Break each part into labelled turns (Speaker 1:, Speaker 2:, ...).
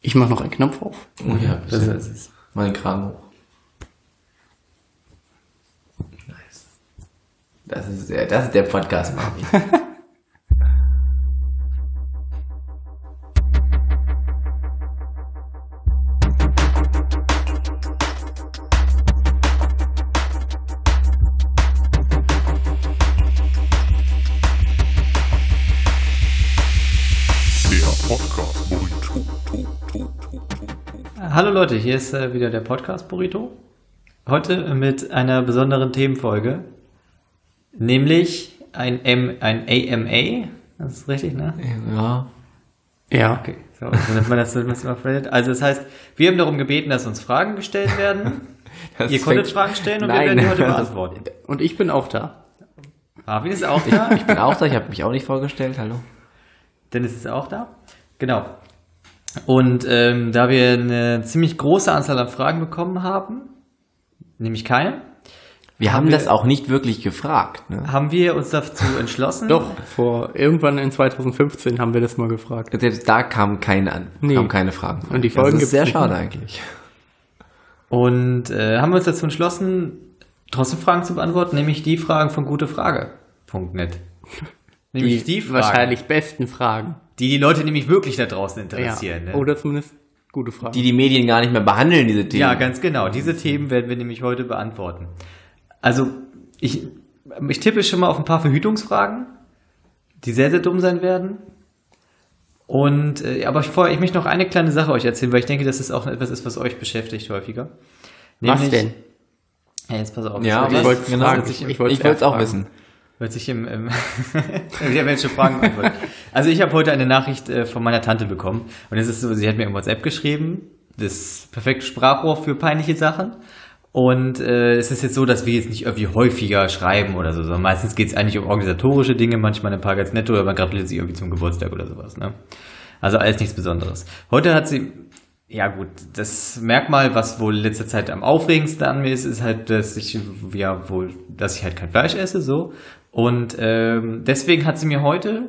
Speaker 1: Ich mache noch einen Knopf auf.
Speaker 2: Oh ja,
Speaker 1: Das
Speaker 2: bitte.
Speaker 1: ist es.
Speaker 2: Mal den Kragen hoch. Nice. Das ist, der- das ist der Podcast, Marvin.
Speaker 3: Hallo Leute, hier ist äh, wieder der Podcast Burrito. Heute mit einer besonderen Themenfolge, nämlich ein, M, ein AMA. Das ist richtig, ne?
Speaker 2: Ja.
Speaker 1: Ja.
Speaker 3: Okay, so, so nennt man das, so nennt man das mal vielleicht. Also das heißt, wir haben darum gebeten, dass uns Fragen gestellt werden.
Speaker 2: Das
Speaker 3: Ihr konntet
Speaker 2: fängt-
Speaker 3: Fragen stellen und
Speaker 2: Nein.
Speaker 3: wir werden die heute
Speaker 2: Das-
Speaker 3: beantworten.
Speaker 1: Und ich bin auch da.
Speaker 3: Marvin ist auch da.
Speaker 2: Ich bin auch da, ich habe mich auch nicht vorgestellt, hallo.
Speaker 3: Dennis ist auch da. Genau. Und ähm, da wir eine ziemlich große Anzahl an Fragen bekommen haben, nämlich keine,
Speaker 2: Wir haben
Speaker 3: wir-
Speaker 2: das auch nicht wirklich gefragt, ne?
Speaker 3: haben wir uns dazu entschlossen.
Speaker 1: Doch, vor irgendwann in 2015 haben wir das mal gefragt.
Speaker 2: Selbst da kamen keine an,
Speaker 1: Nee.
Speaker 2: kamen keine Fragen.
Speaker 1: Und die Folgen
Speaker 2: Das
Speaker 1: gibt's
Speaker 2: ist sehr
Speaker 1: nicht.
Speaker 2: schade eigentlich.
Speaker 3: Und äh, haben wir uns dazu entschlossen, trotzdem Fragen zu beantworten, nämlich die Fragen von gutefrage.net. Nämlich die, Fragen,
Speaker 1: wahrscheinlich besten Fragen.
Speaker 3: die die Leute nämlich wirklich da draußen
Speaker 1: Ja.
Speaker 3: interessieren. ne?
Speaker 1: Oder zumindest gute Fragen.
Speaker 2: Die die Medien gar nicht mehr behandeln, diese Themen.
Speaker 3: Ja, ganz genau. Diese Themen werden wir nämlich heute beantworten. Also, ich, ich tippe schon mal auf ein paar Verhütungsfragen, die sehr, sehr dumm sein werden. Und, äh, aber ich, vorher, ich möchte noch eine kleine Sache euch erzählen, weil ich denke, dass es auch etwas ist, was euch beschäftigt häufiger.
Speaker 1: Was
Speaker 3: Nämlich-
Speaker 1: denn?
Speaker 3: Ja, jetzt pass auf.
Speaker 2: Ja,
Speaker 3: Das
Speaker 2: ich
Speaker 3: wird-
Speaker 2: wollte
Speaker 3: genau,
Speaker 2: fragen.
Speaker 3: das wird sich-
Speaker 1: Ich
Speaker 2: Ich
Speaker 1: wollt's
Speaker 2: wollte es auch
Speaker 1: erfragen.
Speaker 2: wissen.
Speaker 3: Wird sich im, im wieder welche Fragen beantwortet. Also ich habe heute eine Nachricht äh, von meiner Tante bekommen und es ist so, sie hat mir im WhatsApp geschrieben, das perfekte Sprachrohr für peinliche Sachen. Und äh, es ist jetzt so, dass wir jetzt nicht irgendwie häufiger schreiben oder so, sondern meistens geht es eigentlich um organisatorische Dinge, manchmal ein paar ganz nette oder man gratuliert sich irgendwie zum Geburtstag oder sowas. Ne? Also alles nichts Besonderes. Heute hat sie, ja gut, das Merkmal, was wohl in letzter Zeit am aufregendsten an mir ist, ist halt, dass ich ja wohl, dass ich halt kein Fleisch esse, so. Und ähm, deswegen hat sie mir heute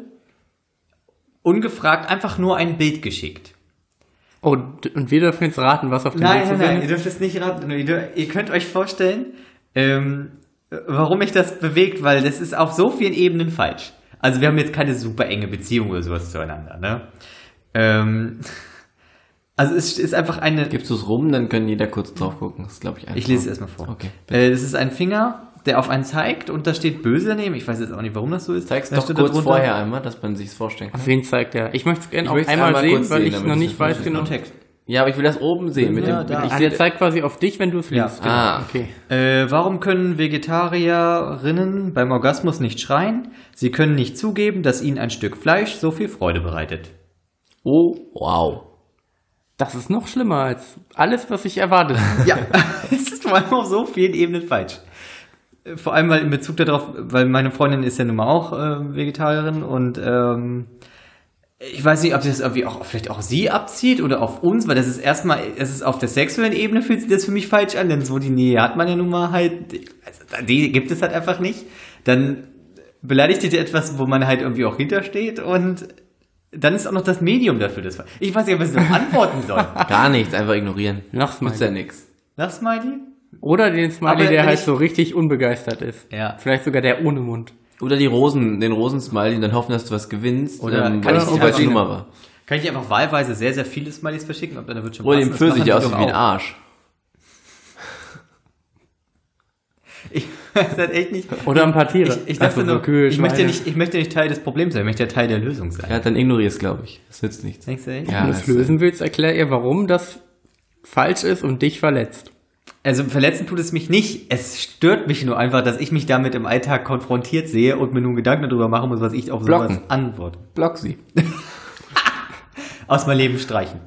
Speaker 3: ungefragt einfach nur ein Bild geschickt.
Speaker 1: Oh, d- und wir dürfen jetzt raten, was auf dem Bild zu sehen
Speaker 3: ihr
Speaker 1: ist.
Speaker 3: dürft es nicht raten. Ihr, dür- ihr könnt euch vorstellen, ähm, warum mich das bewegt, weil das ist auf so vielen Ebenen falsch. Also wir haben jetzt keine super enge Beziehung oder sowas zueinander, ne? Ähm, also es ist einfach eine...
Speaker 2: Gibst du es rum, dann können jeder kurz drauf gucken. Das ist, glaube ich, einfach.
Speaker 3: Ich lese es erstmal vor.
Speaker 2: Okay.
Speaker 3: Äh, das ist ein Finger, der auf einen zeigt und da steht böse daneben. Ich weiß jetzt auch nicht, warum das so ist.
Speaker 2: Zeig's
Speaker 3: Da
Speaker 2: doch
Speaker 3: steht da
Speaker 2: kurz
Speaker 3: drunter
Speaker 2: vorher einmal, dass man sich's vorstellen kann.
Speaker 1: Auf wen zeigt er? Ich möchte es gerne
Speaker 2: Ich
Speaker 1: auch
Speaker 2: möcht's
Speaker 1: einmal
Speaker 2: einmal
Speaker 1: sehen,
Speaker 2: kurz
Speaker 1: weil
Speaker 2: sehen,
Speaker 1: ich
Speaker 2: damit
Speaker 1: noch
Speaker 2: ich
Speaker 1: nicht
Speaker 2: das
Speaker 1: weiß
Speaker 2: verstehe.
Speaker 1: genau.
Speaker 3: und Text.
Speaker 2: Ja, aber ich will das oben sehen. Mit
Speaker 3: Ja,
Speaker 2: dem,
Speaker 3: da.
Speaker 2: ich
Speaker 1: Ah,
Speaker 2: seh-
Speaker 1: der zeigt quasi auf dich, wenn du es
Speaker 3: Ja.
Speaker 1: liest. Genau.
Speaker 2: Ah.
Speaker 1: Okay.
Speaker 3: Äh, warum können Vegetarierinnen beim Orgasmus nicht schreien? Sie können nicht zugeben, dass ihnen ein Stück Fleisch so viel Freude bereitet.
Speaker 2: oh, wow.
Speaker 1: Das ist noch schlimmer als alles, was ich erwartet habe.
Speaker 3: Ja, es ist vor allem auf so vielen Ebenen falsch. Äh, Vor allem weil in Bezug darauf, weil meine Freundin ist ja nun mal auch äh, Vegetarierin und ähm, ich weiß nicht, ob sie das irgendwie auch vielleicht auch sie abzieht oder auf uns, weil das ist erstmal, es ist auf der sexuellen Ebene fühlt sich das für mich falsch an, denn so die Nähe hat man ja nun mal halt, also die gibt es halt einfach nicht. Dann beleidigt ihr dir etwas, wo man halt irgendwie auch hintersteht und dann ist auch noch das Medium dafür das. Ich weiß nicht, ob ich es noch antworten soll.
Speaker 2: Gar nichts, einfach ignorieren.
Speaker 1: Lach's mal.
Speaker 2: Nützt ja nix.
Speaker 3: Lach Smiley?
Speaker 1: Oder den Smiley,
Speaker 3: Aber
Speaker 1: der
Speaker 3: wenn
Speaker 1: halt
Speaker 3: ich-
Speaker 1: so richtig unbegeistert ist.
Speaker 3: Ja.
Speaker 1: Vielleicht sogar der ohne Mund.
Speaker 2: Oder die Rosen, den Rosensmiley und dann hoffen, dass du was gewinnst.
Speaker 3: Oder
Speaker 2: ähm,
Speaker 3: kann
Speaker 2: weil
Speaker 3: ich
Speaker 2: es
Speaker 3: die
Speaker 2: die falsche
Speaker 3: Aubergine-
Speaker 2: Nummer war.
Speaker 3: Kann ich einfach wahlweise sehr, sehr viele Smileys verschicken, ob dann wird schon
Speaker 2: Oder dem
Speaker 3: passen. Das
Speaker 2: Pfirsich,
Speaker 3: machen
Speaker 2: der
Speaker 3: die
Speaker 2: aussieht
Speaker 3: doch
Speaker 2: wie ein
Speaker 3: auch.
Speaker 2: Arsch.
Speaker 3: Ich weiß halt echt nicht.
Speaker 1: Oder ein paar Tiere.
Speaker 3: Ich, ich
Speaker 1: Ach so,
Speaker 3: dachte nur,
Speaker 1: so Kühe,
Speaker 3: ich, möchte
Speaker 1: Schweine.
Speaker 3: nicht, ich möchte nicht Teil des Problems sein, ich möchte ja Teil der Lösung sein.
Speaker 2: Ja, dann ignorier es, glaube ich. Das nützt nichts.
Speaker 3: Denkst du echt?
Speaker 2: Ja.
Speaker 1: Wenn du es
Speaker 2: das-
Speaker 1: lösen willst, erklär ihr, warum das falsch ist und dich verletzt.
Speaker 3: Also verletzen tut es mich nicht. Es stört mich nur einfach, dass ich mich damit im Alltag konfrontiert sehe und mir nun Gedanken darüber machen muss, was ich auf sowas
Speaker 2: Blocken.
Speaker 3: antworte.
Speaker 2: Block sie.
Speaker 3: Aus meinem Leben streichen.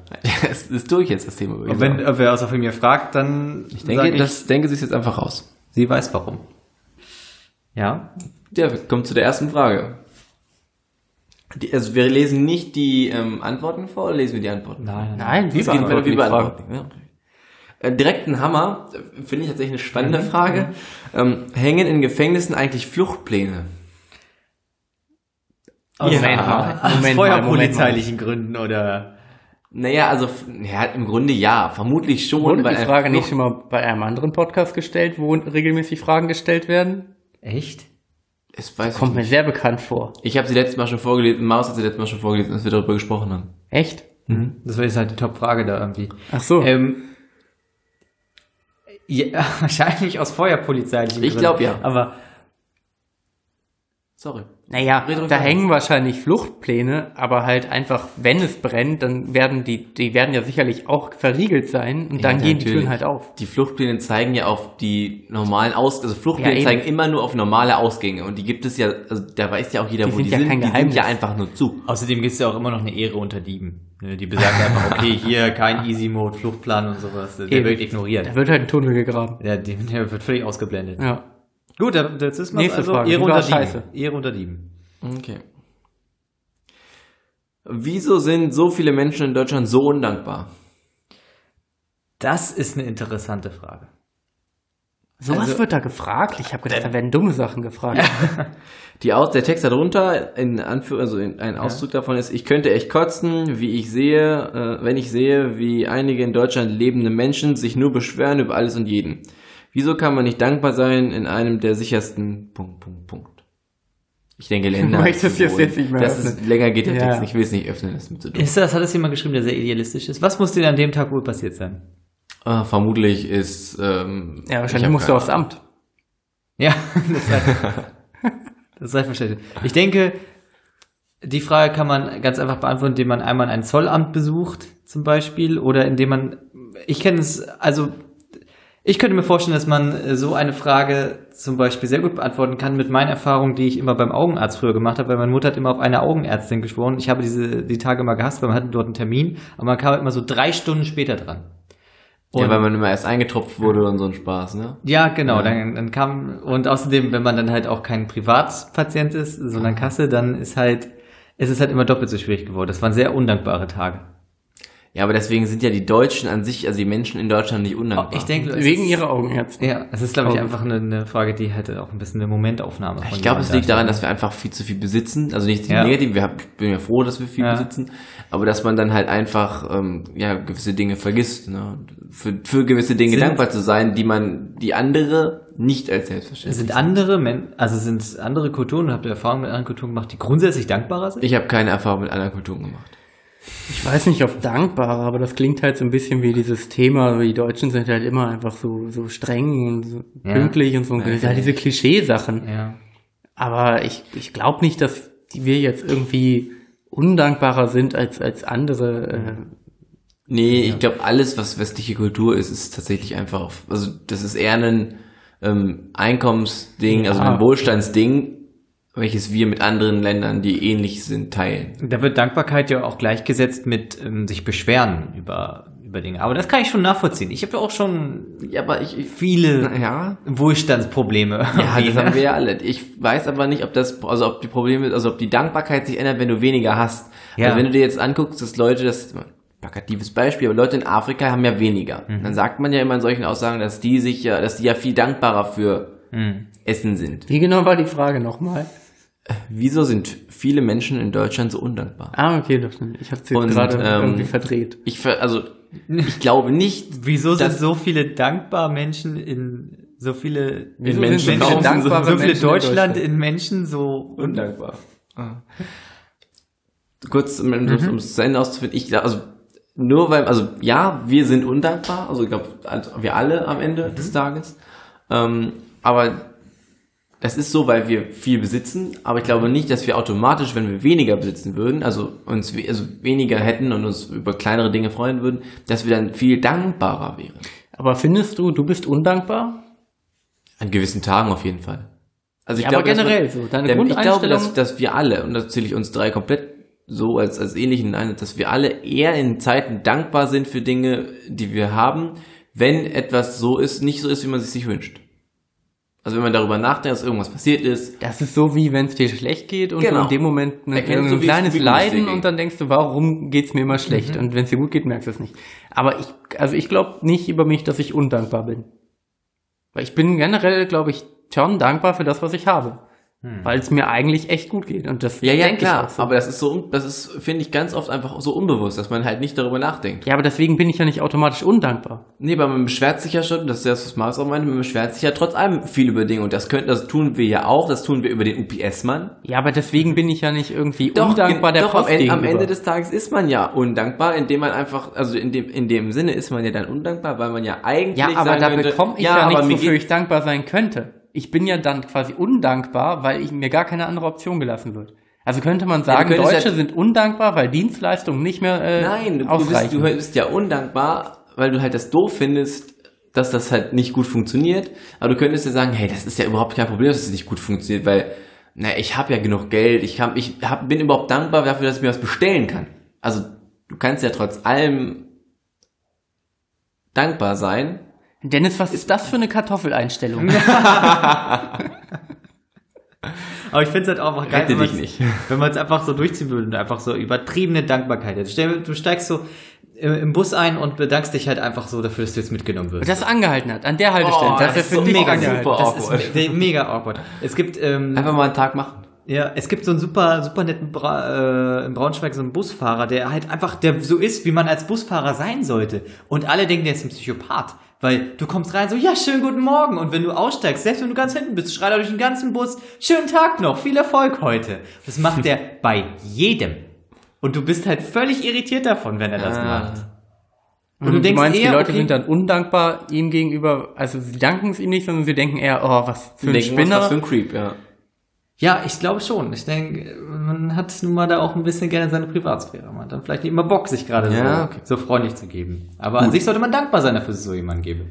Speaker 2: es ist durch jetzt, das Thema.
Speaker 3: Und wenn äh, wer aus von mir fragt, dann
Speaker 2: ich denke, das denke sie ist jetzt einfach raus.
Speaker 3: sie weiß warum. Ja.
Speaker 2: Ja, wir kommen zu der ersten Frage. Die, also wir lesen nicht die ähm, Antworten vor, oder lesen wir die Antworten?
Speaker 1: Nein,
Speaker 2: Das geht bei- wie bei Antworten. Ja. Äh, Direkt ein Hammer, äh, finde ich tatsächlich eine spannende
Speaker 1: Mhm.
Speaker 2: Frage. Ähm, hängen in Gefängnissen eigentlich Fluchtpläne?
Speaker 3: Aus,
Speaker 1: Moment mal,
Speaker 3: aus
Speaker 1: Moment mal, Moment mal.
Speaker 3: feuerpolizeilichen Gründen oder
Speaker 2: Naja, also f- ja, im Grunde ja, vermutlich schon.
Speaker 1: Wurde die
Speaker 2: ein
Speaker 1: Frage nicht
Speaker 2: Flucht-
Speaker 1: schon mal bei einem anderen Podcast gestellt, wo regelmäßig Fragen gestellt werden?
Speaker 3: Echt?
Speaker 2: Es weiß
Speaker 1: Kommt
Speaker 2: ich
Speaker 1: mir
Speaker 2: nicht.
Speaker 1: sehr bekannt vor.
Speaker 2: Ich habe sie letztes Mal schon vorgelesen, Maus hat sie letztes Mal schon vorgelesen, als wir darüber gesprochen haben.
Speaker 1: Echt?
Speaker 3: Das war jetzt halt die Top-Frage da irgendwie.
Speaker 1: Ach so.
Speaker 3: Ähm, ja, wahrscheinlich aus feuerpolizeilichen
Speaker 2: Ich glaub, ja.
Speaker 3: Aber
Speaker 2: Sorry.
Speaker 1: Naja,
Speaker 2: Red ruhig
Speaker 1: da
Speaker 2: weiter.
Speaker 1: hängen wahrscheinlich Fluchtpläne, aber halt einfach, wenn es brennt, dann werden die, die werden ja sicherlich auch verriegelt sein und dann
Speaker 2: Ja,
Speaker 1: gehen die
Speaker 2: natürlich.
Speaker 1: Türen halt auf.
Speaker 2: Die Fluchtpläne zeigen ja auf die normalen Aus, also Fluchtpläne
Speaker 1: Ja, eben.
Speaker 2: zeigen immer nur auf normale Ausgänge und die gibt es ja, also da weiß ja auch jeder,
Speaker 1: Die
Speaker 2: wo
Speaker 1: sind
Speaker 2: die
Speaker 1: ja
Speaker 2: sind.
Speaker 1: kein
Speaker 2: die sind
Speaker 1: Geheimnis.
Speaker 2: ja einfach nur zu.
Speaker 3: außerdem gibt es ja auch immer noch eine Ehre unter Dieben. ne? Die besagt einfach, okay, hier kein Easy-Mode, Fluchtplan und sowas. Der
Speaker 1: Eben.
Speaker 3: wird
Speaker 1: Da
Speaker 3: ignoriert.
Speaker 1: wird halt ein Tunnel gegraben.
Speaker 3: Ja, die- der wird völlig ausgeblendet.
Speaker 1: Ja.
Speaker 3: Gut, da- das ist mal
Speaker 1: Nächste
Speaker 3: also
Speaker 1: Frage.
Speaker 3: Ehre
Speaker 1: Die
Speaker 3: unter
Speaker 1: war
Speaker 3: Dieben.
Speaker 1: scheiße.
Speaker 3: Ehre unter Dieben.
Speaker 2: Okay. Wieso sind so viele Menschen in Deutschland so undankbar?
Speaker 3: Das ist eine interessante Frage.
Speaker 1: Sowas
Speaker 2: Also-
Speaker 1: wird da gefragt. Ich habe gedacht, da werden dumme Sachen gefragt.
Speaker 2: Die Aus der Text darunter, in Anführ also in, ein Auszug davon ist, ich könnte echt kotzen, wie ich sehe, äh, wenn ich sehe, wie einige in Deutschland lebende Menschen sich nur beschweren über alles und jeden. Wieso kann man nicht dankbar sein in einem der sichersten Punkt, Punkt, Punkt? Ich denke, Länder.
Speaker 1: Du möchtest jetzt-
Speaker 2: Symbolen.
Speaker 1: jetzt nicht mehr
Speaker 2: Das ist,
Speaker 1: öffnen.
Speaker 2: länger geht der
Speaker 1: Ja.
Speaker 2: Text nicht. Ich will es nicht öffnen, das ist mir zu dumm.
Speaker 3: Ist das, hat das jemand geschrieben, der sehr idealistisch ist? Was muss denn an dem Tag wohl passiert sein?
Speaker 2: Ah, vermutlich ist, ähm,
Speaker 1: Ja,
Speaker 2: ich
Speaker 1: wahrscheinlich
Speaker 2: hab
Speaker 1: musst du
Speaker 2: keine
Speaker 1: aufs Amt.
Speaker 3: Ja, das sei, das sei verständlich. Ich denke, die Frage kann man ganz einfach beantworten, indem man einmal ein Zollamt besucht, zum Beispiel, oder indem man, ich kenne es, also, ich könnte mir vorstellen, dass man äh, so eine Frage zum Beispiel sehr gut beantworten kann mit meinen Erfahrungen, die ich immer beim Augenarzt früher gemacht habe, weil meine Mutter hat immer auf eine Augenärztin geschworen. Ich habe diese, die Tage immer gehasst, weil man hatte dort einen Termin, aber man kam immer so drei Stunden später dran.
Speaker 2: Ja, weil man immer erst eingetropft wurde und so ein Spaß, ne?
Speaker 3: Ja, genau. Dann, dann kam und außerdem, wenn man dann halt auch kein Privatpatient ist, sondern Kasse, dann ist halt es ist halt immer doppelt so schwierig geworden. Das waren sehr undankbare Tage.
Speaker 2: Ja, aber deswegen sind ja die Deutschen an sich, also die Menschen in Deutschland nicht undankbar.
Speaker 3: Oh, Ich denke, es
Speaker 1: Wegen
Speaker 3: ist,
Speaker 1: ihrer Augenärzte.
Speaker 3: Ja, es ist glaube ich
Speaker 1: Oh.
Speaker 3: einfach eine, eine Frage, die halt auch ein bisschen eine Momentaufnahme. Von
Speaker 2: Ich glaube, es liegt daran,
Speaker 3: jemandem
Speaker 2: dass wir einfach viel zu viel besitzen. Also nicht
Speaker 3: Ja.
Speaker 2: negativ, wir haben, ich bin Oh ja froh, dass wir viel
Speaker 3: Ja.
Speaker 2: besitzen, aber dass man dann halt einfach ähm, ja, gewisse Dinge vergisst. Ne? Für, für gewisse Dinge
Speaker 3: Sind-
Speaker 2: dankbar zu sein, die man, die andere nicht als
Speaker 3: darstellt.
Speaker 2: selbstverständlich.
Speaker 3: sind andere, Men also sind andere Kulturen, habt ihr Erfahrungen mit anderen Kulturen gemacht, die grundsätzlich dankbarer sind?
Speaker 2: Ich habe keine Erfahrung mit anderen Kulturen gemacht.
Speaker 1: Ich weiß nicht, ob dankbarer, aber das klingt halt so ein bisschen wie dieses Thema. Die Deutschen sind halt immer einfach so, so streng und so
Speaker 3: Ja.
Speaker 1: pünktlich und so.
Speaker 2: Ja,
Speaker 1: Ja, diese Klischeesachen.
Speaker 3: ja.
Speaker 1: Aber ich, ich glaube nicht, dass die- wir jetzt irgendwie undankbarer sind als, als andere. Äh,
Speaker 2: Nee, ich glaube, alles, was westliche Kultur ist, ist tatsächlich einfach, auf- also das ist eher ein ähm, Einkommensding, also
Speaker 1: Ja.
Speaker 2: ein Wohlstandsding, welches wir mit anderen Ländern, die ähnlich sind, teilen.
Speaker 3: Da wird Dankbarkeit ja auch gleichgesetzt mit ähm, sich beschweren über über Dinge. Aber das kann ich schon nachvollziehen. Ich habe ja auch schon
Speaker 2: Ja, aber ich, ich
Speaker 3: viele
Speaker 2: ja,
Speaker 3: Wohlstandsprobleme.
Speaker 2: Ja,
Speaker 3: irgendwie,
Speaker 2: das
Speaker 3: ne?
Speaker 2: haben wir ja alle. Ich weiß aber nicht, ob das, also ob die Probleme, also ob die Dankbarkeit sich ändert, wenn du weniger hast.
Speaker 3: Ja.
Speaker 2: Also wenn du dir jetzt anguckst, dass Leute, das ist mal ein plakatives Beispiel, aber Leute in Afrika haben ja weniger. Dann sagt man ja immer in solchen Aussagen, dass die sich ja, dass die ja viel dankbarer für Essen sind.
Speaker 1: wie genau war die Frage nochmal?
Speaker 2: Wieso sind viele Menschen in Deutschland so undankbar?
Speaker 1: Ah, okay, das, ich habe es
Speaker 2: Und,
Speaker 1: jetzt gerade
Speaker 2: ähm,
Speaker 1: irgendwie verdreht.
Speaker 2: Ich, ver- also, ich glaube nicht,
Speaker 3: Wieso sind
Speaker 2: Das-
Speaker 3: so viele dankbar Menschen in so viele
Speaker 1: Wieso
Speaker 2: Menschen
Speaker 1: sind
Speaker 2: warum
Speaker 3: Menschen
Speaker 2: sind
Speaker 1: dankbare
Speaker 3: so, so viele
Speaker 1: Menschen in
Speaker 3: Deutschland in Menschen so
Speaker 2: undankbar. Ah. Kurz, um um- um es zu Ende auszufinden, ich glaube, also nur weil, also ja, wir sind undankbar, also ich glaube, wir alle am Ende des Tages. Ähm, aber das ist so, weil wir viel besitzen, aber ich glaube nicht, dass wir automatisch, wenn wir weniger besitzen würden, also uns we also weniger hätten und uns über kleinere Dinge freuen würden, dass wir dann viel dankbarer wären.
Speaker 1: Aber findest du, du bist undankbar?
Speaker 2: An gewissen Tagen auf jeden Fall. Also ich
Speaker 1: Ja,
Speaker 2: glaube
Speaker 1: aber generell
Speaker 2: dass man,
Speaker 1: so, deine
Speaker 2: denn ich glaube,
Speaker 1: Grundeinstellung-
Speaker 2: dass, dass wir alle, und das zähle ich uns drei komplett so als, als ähnlichen ein, dass wir alle eher in Zeiten dankbar sind für Dinge, die wir haben, wenn etwas so ist, nicht so ist, wie man es sich wünscht. Also wenn man darüber nachdenkt, dass irgendwas passiert ist,
Speaker 1: Das ist so wie, wenn es dir schlecht geht und
Speaker 2: Genau.
Speaker 1: du in dem Moment ne,
Speaker 2: Erkennst
Speaker 1: ein
Speaker 2: du, wie es- Mhm.
Speaker 1: kleines
Speaker 2: wie gut es dir
Speaker 1: Leiden
Speaker 2: ging.
Speaker 1: und dann denkst du, warum geht's mir immer schlecht? Und wenn es dir gut geht, merkst du es nicht. Aber ich, also ich glaube nicht über mich, dass ich undankbar bin. Weil ich bin generell, glaube ich, schon dankbar für das, was ich habe. Weil es mir eigentlich echt gut geht. Und das
Speaker 2: Hm. Ja, ja,
Speaker 1: denke ich
Speaker 2: klar.
Speaker 1: auch so.
Speaker 2: Aber das ist so, un- das ist, finde ich, ganz oft einfach so unbewusst, dass man halt nicht darüber nachdenkt.
Speaker 1: Ja, aber deswegen bin ich ja nicht automatisch undankbar.
Speaker 2: Nee, aber man beschwert sich ja schon, das ist das, was Marius auch meinte, man beschwert sich ja trotz allem viel über Dinge. Und das können, das tun wir ja auch, das tun wir über den UPS-Mann.
Speaker 1: Ja, aber deswegen bin ich ja nicht irgendwie
Speaker 2: dankbar
Speaker 1: undankbar der
Speaker 2: Mhm. doch
Speaker 1: Post
Speaker 2: am, Ende, am
Speaker 1: gegenüber.
Speaker 2: Ende des Tages ist man ja undankbar, indem man einfach, also in dem, in dem Sinne ist man ja dann undankbar, weil man ja eigentlich
Speaker 1: Ja, aber
Speaker 2: sagen
Speaker 1: da
Speaker 2: könnte,
Speaker 1: bekomme ich
Speaker 2: ja,
Speaker 1: ja,
Speaker 2: aber mir
Speaker 1: nichts, wofür
Speaker 2: geht-
Speaker 1: ich dankbar sein könnte. Ich bin ja dann quasi undankbar, weil ich, mir gar keine andere Option gelassen wird. Also könnte man sagen,
Speaker 2: könntest
Speaker 1: Deutsche
Speaker 2: ja-
Speaker 1: sind undankbar, weil Dienstleistungen nicht mehr äh,
Speaker 2: Nein, du du bist,
Speaker 1: ausreichen.
Speaker 2: du bist ja undankbar, weil du halt das doof findest, dass das halt nicht gut funktioniert. Aber du könntest ja sagen, hey, das ist ja überhaupt kein Problem, dass es nicht gut funktioniert, weil, na, ich habe ja genug Geld, ich, hab, ich hab, bin überhaupt dankbar dafür, dass ich mir was bestellen kann. Also du kannst ja trotz allem dankbar sein.
Speaker 1: Dennis, was ist das für eine Kartoffeleinstellung?
Speaker 3: Aber ich finde es halt auch einfach geil,
Speaker 2: Rette
Speaker 3: wenn
Speaker 2: dich
Speaker 3: man's-
Speaker 2: nicht.
Speaker 3: wenn man es einfach so durchziehen würde und einfach so übertriebene Dankbarkeit hätte. Stell dir- Du steigst so im im Bus ein und bedankst dich halt einfach so dafür, dass du jetzt mitgenommen wirst.
Speaker 1: das angehalten hat, an der Haltestelle.
Speaker 2: Oh,
Speaker 1: das,
Speaker 2: das
Speaker 1: ist für
Speaker 2: ist
Speaker 1: dich
Speaker 2: mega
Speaker 1: angehalten.
Speaker 2: super.
Speaker 3: das
Speaker 2: awkward.
Speaker 3: ist me mega awkward. Es gibt, ähm,
Speaker 2: Einfach mal einen Tag machen.
Speaker 3: ja, es gibt so einen super, super netten Bra äh, in Braunschweig, so einen Busfahrer, der halt einfach, der so ist, wie man als Busfahrer sein sollte. Und alle denken, der ist ein Psychopath. Weil du kommst rein so, ja, schönen guten Morgen. Und wenn du aussteigst, selbst wenn du ganz hinten bist, schreit er durch den ganzen Bus, schönen Tag noch, viel Erfolg heute. Das macht der bei jedem. Und du bist halt völlig irritiert davon, wenn er das
Speaker 2: Ah.
Speaker 3: macht.
Speaker 1: Und du, denkst meinst,
Speaker 3: eher,
Speaker 1: die Leute
Speaker 3: okay,
Speaker 1: sind dann undankbar ihm gegenüber, also sie danken es ihm nicht, sondern sie denken eher, oh, was für ein
Speaker 2: Denken wir uns,
Speaker 1: Spinner.
Speaker 2: Was für ein Creep, ja.
Speaker 3: Ja, ich glaube schon. Ich denke, man hat nun mal da auch ein bisschen gerne seine Privatsphäre. Man hat dann vielleicht nicht immer Bock, sich gerade so,
Speaker 2: Ja, okay.
Speaker 3: so freundlich zu geben. Aber an sich sollte man dankbar sein, dafür, dass es so jemanden gebe.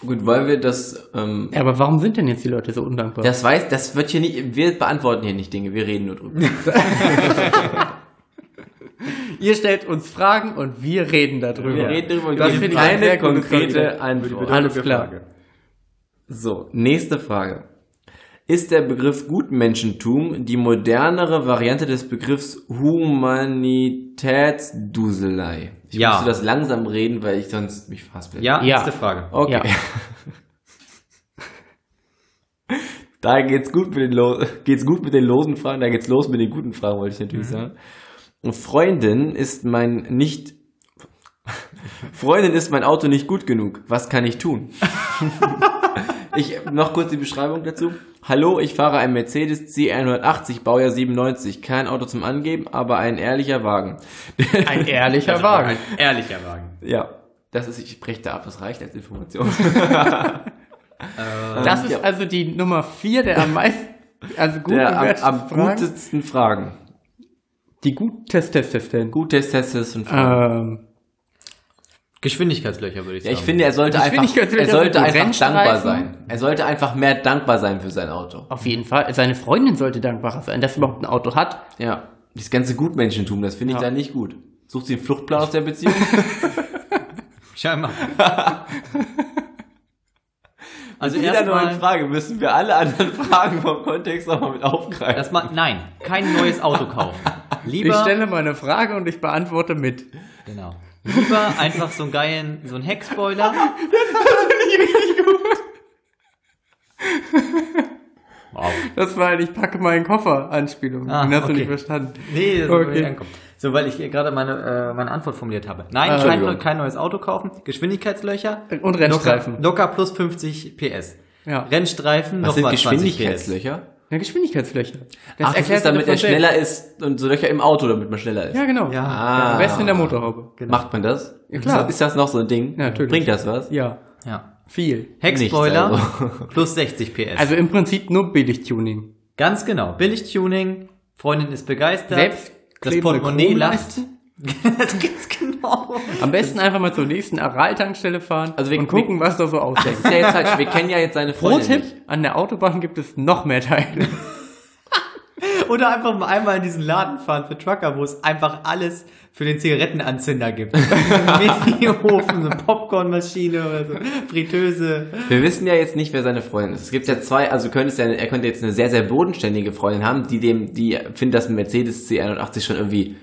Speaker 2: Gut, weil wir das, ähm,
Speaker 1: Ja, aber warum sind denn jetzt die Leute so undankbar?
Speaker 2: das weiß, das wird hier nicht, wir beantworten hier nicht Dinge, wir reden nur drüber.
Speaker 1: Ihr stellt uns Fragen und wir reden darüber.
Speaker 2: Wir reden darüber und
Speaker 1: Das
Speaker 2: geben
Speaker 1: finde ich eine
Speaker 2: keine
Speaker 1: sehr gute
Speaker 2: konkrete
Speaker 1: Frage.
Speaker 2: Antwort.
Speaker 1: Alles klar.
Speaker 2: So, nächste Frage. Ist der Begriff Gutmenschentum die modernere Variante des Begriffs Humanitätsduselei? Ich
Speaker 3: Ja.
Speaker 2: musste das langsam reden, weil ich sonst mich fast werde.
Speaker 3: Ja,
Speaker 1: Ja.
Speaker 3: nächste Frage.
Speaker 2: Okay.
Speaker 1: Ja.
Speaker 2: da geht's gut mit den lo geht's gut mit den losen Fragen, da geht's los mit den guten Fragen, wollte ich natürlich sagen. Und Freundin ist mein nicht Freundin ist mein Auto nicht gut genug. Was kann ich tun? ich noch kurz die Beschreibung dazu. Hallo, ich fahre ein Mercedes C180 Baujahr 97. Kein Auto zum Angeben, aber ein ehrlicher Wagen.
Speaker 1: Ein ehrlicher Wagen.
Speaker 3: Ehrlicher Wagen.
Speaker 2: ja, das ist ich breche da ab, das reicht als Information. Ähm,
Speaker 1: Das ist also die Nummer vier der am meisten, also gut
Speaker 2: Der
Speaker 1: bewerteten
Speaker 2: am, am
Speaker 1: Fragen.
Speaker 2: gutesten Fragen.
Speaker 1: die gut Test, Test, Test, Test.
Speaker 2: Gutes Testes und Fragen.
Speaker 1: Ähm,
Speaker 3: Geschwindigkeitslöcher würde ich
Speaker 2: Ja,
Speaker 3: sagen.
Speaker 2: ich finde, er sollte
Speaker 1: Ich
Speaker 2: einfach,
Speaker 1: finde, ich könnte
Speaker 2: er
Speaker 1: das mit
Speaker 2: sollte
Speaker 1: dem
Speaker 2: einfach
Speaker 1: Rennstreifen-
Speaker 2: dankbar sein. Er sollte einfach mehr dankbar sein für sein Auto.
Speaker 1: auf jeden Fall. Seine Freundin sollte dankbarer sein, dass sie überhaupt ein Auto hat.
Speaker 2: Ja. Dieses ganze Gutmenschentum, das finde ich da nicht gut. Sucht sie einen Fluchtplan aus der Beziehung?
Speaker 3: Scheinbar. also
Speaker 2: Jeder neuen
Speaker 3: erstmal,
Speaker 2: Frage müssen wir alle anderen Fragen vom Kontext nochmal mit aufgreifen.
Speaker 3: erstmal, nein, kein neues Auto kaufen. Lieber,
Speaker 1: Ich stelle meine Frage und ich beantworte mit.
Speaker 3: genau. Lieber einfach so einen geilen, so einen Heckspoiler. Wow.
Speaker 1: Das war halt, ich packe meinen Koffer Anspielung.
Speaker 3: Ah,
Speaker 1: Den hast
Speaker 3: okay.
Speaker 1: du nicht verstanden.
Speaker 3: Nee, das
Speaker 1: Okay.
Speaker 3: okay. So, weil ich hier gerade meine, äh, meine Antwort formuliert habe. Nein,
Speaker 2: Entschuldigung.
Speaker 3: kein, kein neues Auto kaufen, Geschwindigkeitslöcher
Speaker 1: Ah, Und Rennstreifen.
Speaker 3: Locker, locker plus 50 PS.
Speaker 1: Ja.
Speaker 3: Rennstreifen
Speaker 2: Was sind
Speaker 3: nochmal 20 PS.
Speaker 2: Geschwindigkeitslöcher?
Speaker 1: Eine Geschwindigkeitsfläche.
Speaker 2: Ach, das ist,
Speaker 1: sie
Speaker 2: damit
Speaker 1: von
Speaker 2: er
Speaker 1: selbst.
Speaker 2: schneller ist und so Löcher im Auto, damit man schneller ist.
Speaker 1: Ja, genau.
Speaker 3: Ja.
Speaker 1: Am besten in der Motorhaube.
Speaker 2: Macht man das?
Speaker 1: Ja, klar.
Speaker 2: Ist das noch so ein Ding?
Speaker 1: Ja, natürlich.
Speaker 2: Bringt das was?
Speaker 1: Ja,
Speaker 3: Ja.
Speaker 1: viel.
Speaker 3: Heckspoiler
Speaker 2: Nichts,
Speaker 3: plus 60 PS.
Speaker 1: Also im Prinzip nur Billigtuning.
Speaker 3: Ganz genau. Billig-Tuning, Freundin ist begeistert.
Speaker 1: Selbst
Speaker 3: das
Speaker 1: klebende
Speaker 3: Portemonnaie
Speaker 1: Kronleuchten.
Speaker 3: lacht. das geht's genau.
Speaker 1: Am besten einfach mal zur nächsten Aral-Tankstelle fahren
Speaker 2: Also wir-
Speaker 1: und gucken, was da so
Speaker 2: Das
Speaker 1: ausdenkt.
Speaker 2: ist ja jetzt halt, wir kennen ja jetzt seine
Speaker 1: Pro
Speaker 2: Freundin. nicht.
Speaker 1: Tipp, an der Autobahn gibt es noch mehr Teile.
Speaker 3: Oder einfach mal einmal in diesen Laden fahren für Trucker, wo es einfach alles für den Zigarettenanzünder gibt. Mediofen, so Popcornmaschine oder so, Fritteuse.
Speaker 2: Wir wissen ja jetzt nicht, wer seine Freundin ist. Es gibt ja zwei, also könnte es ja, er könnte jetzt eine sehr, sehr bodenständige Freundin haben, die dem, die findet, dass ein Mercedes C81 schon irgendwie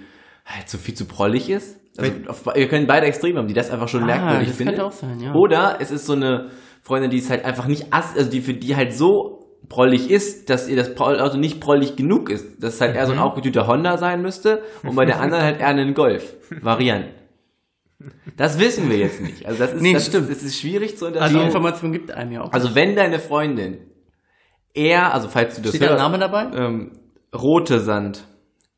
Speaker 2: halt so viel zu prollig ist. Also, auf, wir können beide Extreme haben, die das einfach schon merkwürdig
Speaker 1: Ah, das
Speaker 2: findet.
Speaker 1: könnte auch sein, ja.
Speaker 2: Oder es ist so eine Freundin, die es halt einfach nicht ass, also die für die halt so prollig ist, dass ihr das Proll- Auto nicht prollig genug ist. Dass es halt eher so ein
Speaker 1: Mhm.
Speaker 2: aufgetüter Honda sein müsste und bei der anderen halt eher einen Golf variieren. Das wissen wir jetzt nicht. Also das ist,
Speaker 1: Nee,
Speaker 2: das
Speaker 1: stimmt.
Speaker 2: Ist, das ist schwierig zu
Speaker 1: Die
Speaker 2: unterscheiden. Also,
Speaker 1: Information gibt einem ja auch.
Speaker 2: wenn deine Freundin eher, also falls du das
Speaker 1: Steht da ein Name dabei?
Speaker 2: ähm, rote Sand,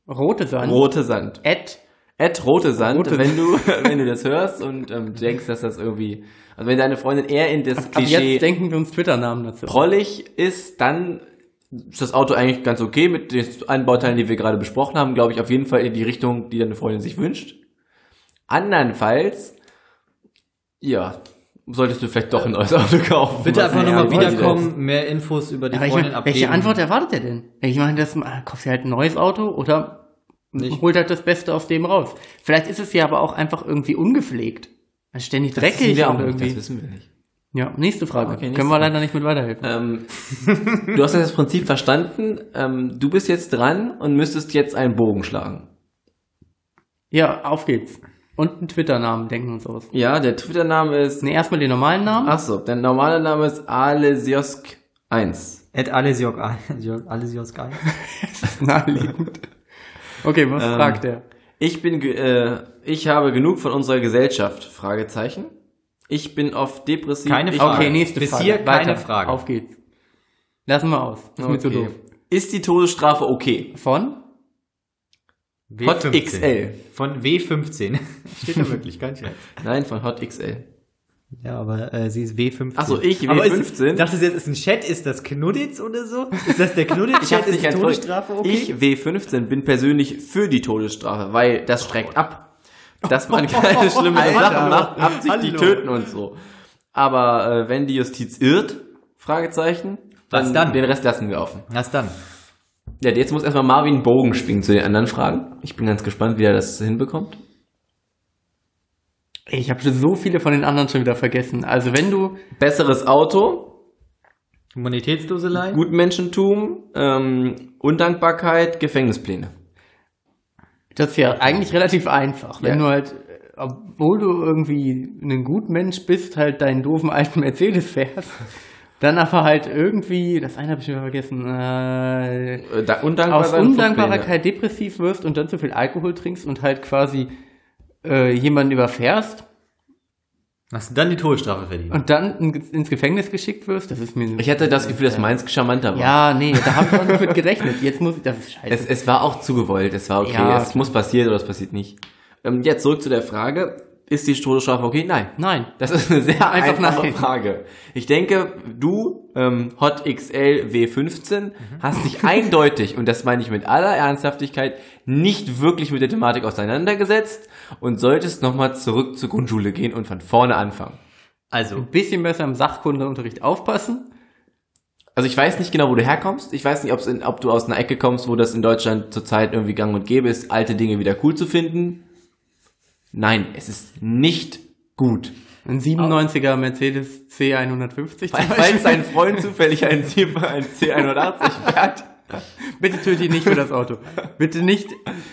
Speaker 1: Rote Sand.
Speaker 2: rote Sand,
Speaker 1: Ed.
Speaker 2: Ed rote Sand,
Speaker 1: Rote-
Speaker 2: wenn du wenn du das hörst und ähm, denkst, dass das irgendwie, also wenn deine Freundin eher in das
Speaker 1: Ab
Speaker 2: Klischee
Speaker 1: jetzt denken wir uns Twitter-Namen dazu.
Speaker 2: prollig ist, dann ist das Auto eigentlich ganz okay mit den Anbauteilen, die wir gerade besprochen haben, glaube ich, auf jeden Fall in die Richtung, die deine Freundin sich wünscht. Andernfalls, ja, solltest du vielleicht doch ein neues Auto kaufen.
Speaker 3: Bitte
Speaker 2: was
Speaker 3: einfach
Speaker 2: mehr
Speaker 3: nochmal
Speaker 2: Arbeit ist.
Speaker 3: wiederkommen, mehr Infos über die
Speaker 1: Aber ich
Speaker 3: Freundin
Speaker 1: meine,
Speaker 3: abgeben.
Speaker 1: welche Antwort erwartet er denn? Ich meine, das ah, kauft ihr halt ein neues Auto oder
Speaker 3: Nicht.
Speaker 1: holt halt das Beste aus dem raus. Vielleicht ist es ja aber auch einfach irgendwie ungepflegt. Also ständig
Speaker 2: Das wissen
Speaker 1: dreckig
Speaker 2: wir auch
Speaker 1: oder
Speaker 2: nicht. Das
Speaker 1: irgendwie.
Speaker 2: wissen wir nicht.
Speaker 1: Ja, nächste Frage.
Speaker 2: Okay, nächste
Speaker 1: Können wir
Speaker 2: Frage.
Speaker 1: leider nicht mit weiterhelfen.
Speaker 2: Ähm, du hast das Prinzip verstanden. Ähm, du bist jetzt dran und müsstest jetzt einen Bogen schlagen.
Speaker 1: Ja, auf geht's. Und einen Twitter-Namen denken wir uns aus.
Speaker 2: Ja, der Twitter-Name ist.
Speaker 1: Nee, erstmal den normalen Namen.
Speaker 2: Achso, dein normaler Name ist Alesiosk1.
Speaker 3: Ed Alesiok, Alesiok,
Speaker 1: Naheliegend. Okay, was
Speaker 2: Ähm,
Speaker 1: fragt er?
Speaker 2: Ich bin, ge- äh, ich habe genug von unserer Gesellschaft. Fragezeichen. Ich bin oft depressiv.
Speaker 3: Keine
Speaker 2: ich,
Speaker 3: Frage.
Speaker 1: Okay, nächste
Speaker 3: Bis
Speaker 1: Frage.
Speaker 3: hier keine Frage.
Speaker 1: Auf geht's. Lassen wir aus. Ist mir zu
Speaker 2: Okay.
Speaker 1: doof.
Speaker 2: Ist die Todesstrafe okay?
Speaker 1: Von?
Speaker 2: Hot XL.
Speaker 3: Von W15. Steht da wirklich, kein Scherz.
Speaker 2: Nein, von Hot XL.
Speaker 3: Ja, aber äh, sie ist W15.
Speaker 2: Ach so, ich,
Speaker 3: Aber
Speaker 2: W15?
Speaker 3: Ist, dachtest du jetzt, ist ein Chat, ist das Knudditz oder so? Ist das der Knudditz?
Speaker 2: Ich habe
Speaker 3: ist
Speaker 2: nicht
Speaker 3: die
Speaker 2: ganz
Speaker 3: Todesstrafe okay?
Speaker 2: Ich, W15, bin persönlich für die Todesstrafe, weil das streckt ab. Dass man keine schlimmen
Speaker 3: Alter.
Speaker 2: Sachen macht, absichtlich
Speaker 3: Hallo.
Speaker 2: töten und so. Aber äh, wenn die Justiz irrt, Fragezeichen,
Speaker 3: Was dann?
Speaker 2: den Rest lassen wir offen.
Speaker 3: Was dann?
Speaker 2: Ja, jetzt muss erstmal Marvin Bogen schwingen zu den anderen Fragen. Ich bin ganz gespannt, wie er das hinbekommt.
Speaker 1: Ich habe so viele von den anderen schon wieder vergessen. Also wenn du
Speaker 2: Besseres Auto,
Speaker 3: Humanitätsduselei?
Speaker 2: Gutmenschentum, ähm, Undankbarkeit, Gefängnispläne.
Speaker 1: Das ist ja eigentlich relativ einfach. Wenn
Speaker 2: Ja.
Speaker 1: du halt, äh, obwohl du irgendwie ein gut Mensch bist, halt deinen doofen alten Mercedes fährst, dann aber halt irgendwie, das eine habe ich schon wieder vergessen, äh,
Speaker 2: Äh, da, undankbar
Speaker 1: aus
Speaker 2: sein,
Speaker 1: Undankbarkeit depressiv wirst und dann zu viel Alkohol trinkst und halt quasi äh, jemanden überfährst
Speaker 3: Hast du dann die Todesstrafe verdient?
Speaker 1: und dann in, ins Gefängnis geschickt wirst, das ist mir...
Speaker 2: Flugpläne. Ich hatte das Gefühl, dass meins charmanter war.
Speaker 1: ja, nee, da habe ich auch nicht mit gerechnet. Jetzt muss ich, das ist scheiße.
Speaker 2: Es, es war auch zugewollt, es war okay,
Speaker 1: Ja,
Speaker 2: es
Speaker 1: okay.
Speaker 2: muss passieren oder es passiert nicht. Ähm, jetzt zurück zu der Frage, ist die Todesstrafe okay? Nein.
Speaker 1: Nein.
Speaker 2: Das ist eine sehr
Speaker 1: Einfach
Speaker 2: einfache
Speaker 1: nein.
Speaker 2: Frage. Ich denke, du, ähm, Hot XL W15, hast dich eindeutig, und das meine ich mit aller Ernsthaftigkeit, nicht wirklich mit der Thematik auseinandergesetzt und solltest nochmal zurück zur Grundschule gehen und von vorne anfangen.
Speaker 3: Also,
Speaker 1: Ein bisschen besser im Sachkundeunterricht aufpassen.
Speaker 2: Also ich weiß nicht genau, wo du herkommst. Ich weiß nicht, ob's in, ob du aus einer Ecke kommst, wo das in Deutschland zurzeit irgendwie gang und gäbe ist, alte Dinge wieder cool zu finden. Nein, es ist nicht gut.
Speaker 1: Ein 97er Mercedes C150. zum
Speaker 2: Falls
Speaker 1: Beispiel.
Speaker 2: dein Freund zufällig einen C- einen C180 fährt,
Speaker 1: Bitte töte ihn nicht für das Auto. Bitte nicht,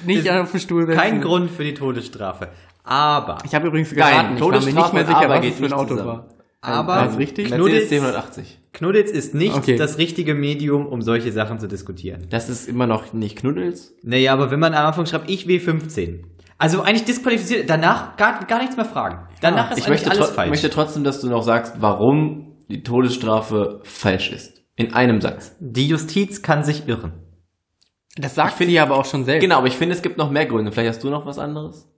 Speaker 1: nicht
Speaker 3: Ist
Speaker 1: auf den Stuhl setzen.
Speaker 2: Äh,
Speaker 3: kein Grund für die Todesstrafe. Aber,
Speaker 1: Ich habe übrigens geraten.
Speaker 2: Nein,
Speaker 1: Ich war mir nicht mehr sicher, was es für ein
Speaker 2: nicht
Speaker 1: Auto
Speaker 2: zusammen.
Speaker 1: war.
Speaker 3: aber,
Speaker 1: War es richtig?
Speaker 2: Also Mercedes
Speaker 3: Knudditz,
Speaker 2: C180.
Speaker 3: Knudditz ist nicht
Speaker 1: Okay.
Speaker 3: das richtige Medium, um solche Sachen zu diskutieren.
Speaker 2: Das ist immer noch nicht Knuddels.
Speaker 3: Naja, aber wenn man am Anfang schreibt, ich W15. Also eigentlich disqualifiziert, danach gar, gar nichts mehr fragen. Danach ist
Speaker 2: ich
Speaker 3: eigentlich
Speaker 2: möchte,
Speaker 3: alles
Speaker 2: tro-
Speaker 3: falsch.
Speaker 2: möchte trotzdem, dass du noch sagst, warum die Todesstrafe falsch ist. In einem Satz.
Speaker 3: die Justiz kann sich irren.
Speaker 1: Das sagt Philly aber auch schon selbst.
Speaker 2: Genau, aber ich finde, es gibt noch mehr Gründe. Vielleicht hast du noch was anderes?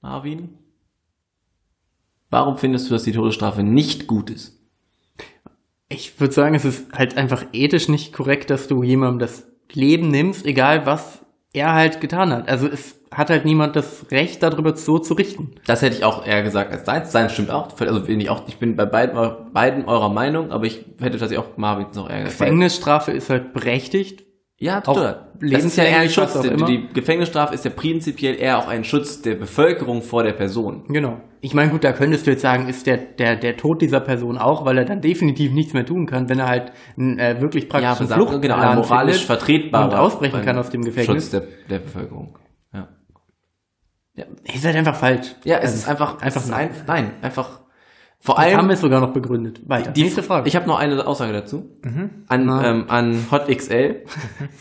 Speaker 2: Marvin? Warum findest du, dass die Todesstrafe nicht gut ist?
Speaker 1: Ich würde sagen, es ist halt einfach ethisch nicht korrekt, dass du jemandem das Leben nimmst, egal was er halt getan hat. Also es hat halt niemand das Recht, darüber so zu richten.
Speaker 2: Das hätte ich auch eher gesagt als deins. Deins stimmt auch. Also bin ich auch, ich bin bei beiden, beiden eurer Meinung, aber ich hätte tatsächlich auch Marvin noch eher gesagt.
Speaker 1: Gefängnisstrafe ist halt berechtigt.
Speaker 2: Ja,
Speaker 1: Auch
Speaker 2: total. Das ist ja
Speaker 1: lebenslänglich,
Speaker 2: eher ein Schutz. Also,
Speaker 1: was auch
Speaker 2: Die,
Speaker 1: immer.
Speaker 2: die Gefängnisstrafe ist ja prinzipiell eher auch ein Schutz der Bevölkerung vor der Person.
Speaker 1: Genau. Ich meine, gut, da könntest du jetzt sagen, ist der, der, der Tod dieser Person auch, weil er dann definitiv nichts mehr tun kann, wenn er halt einen äh, wirklich praktischen ja,
Speaker 2: genau, ein moralisch vertretbarer.
Speaker 1: und ausbrechen
Speaker 2: beim
Speaker 1: kann aus dem Gefängnis.
Speaker 2: Schutz der, der Bevölkerung. Ja.
Speaker 1: Ist halt einfach falsch.
Speaker 2: Ja, es
Speaker 1: Also,
Speaker 2: ist einfach,
Speaker 1: einfach
Speaker 2: es ist
Speaker 1: nein.
Speaker 2: ein, nein, einfach Vor
Speaker 1: Wir haben
Speaker 2: allem,
Speaker 1: es sogar noch begründet. Weiter.
Speaker 2: die,
Speaker 1: Nächste Frage. Mhm.
Speaker 2: ich habe noch eine Aussage dazu. An,
Speaker 1: Na.
Speaker 2: ähm, an HotXL.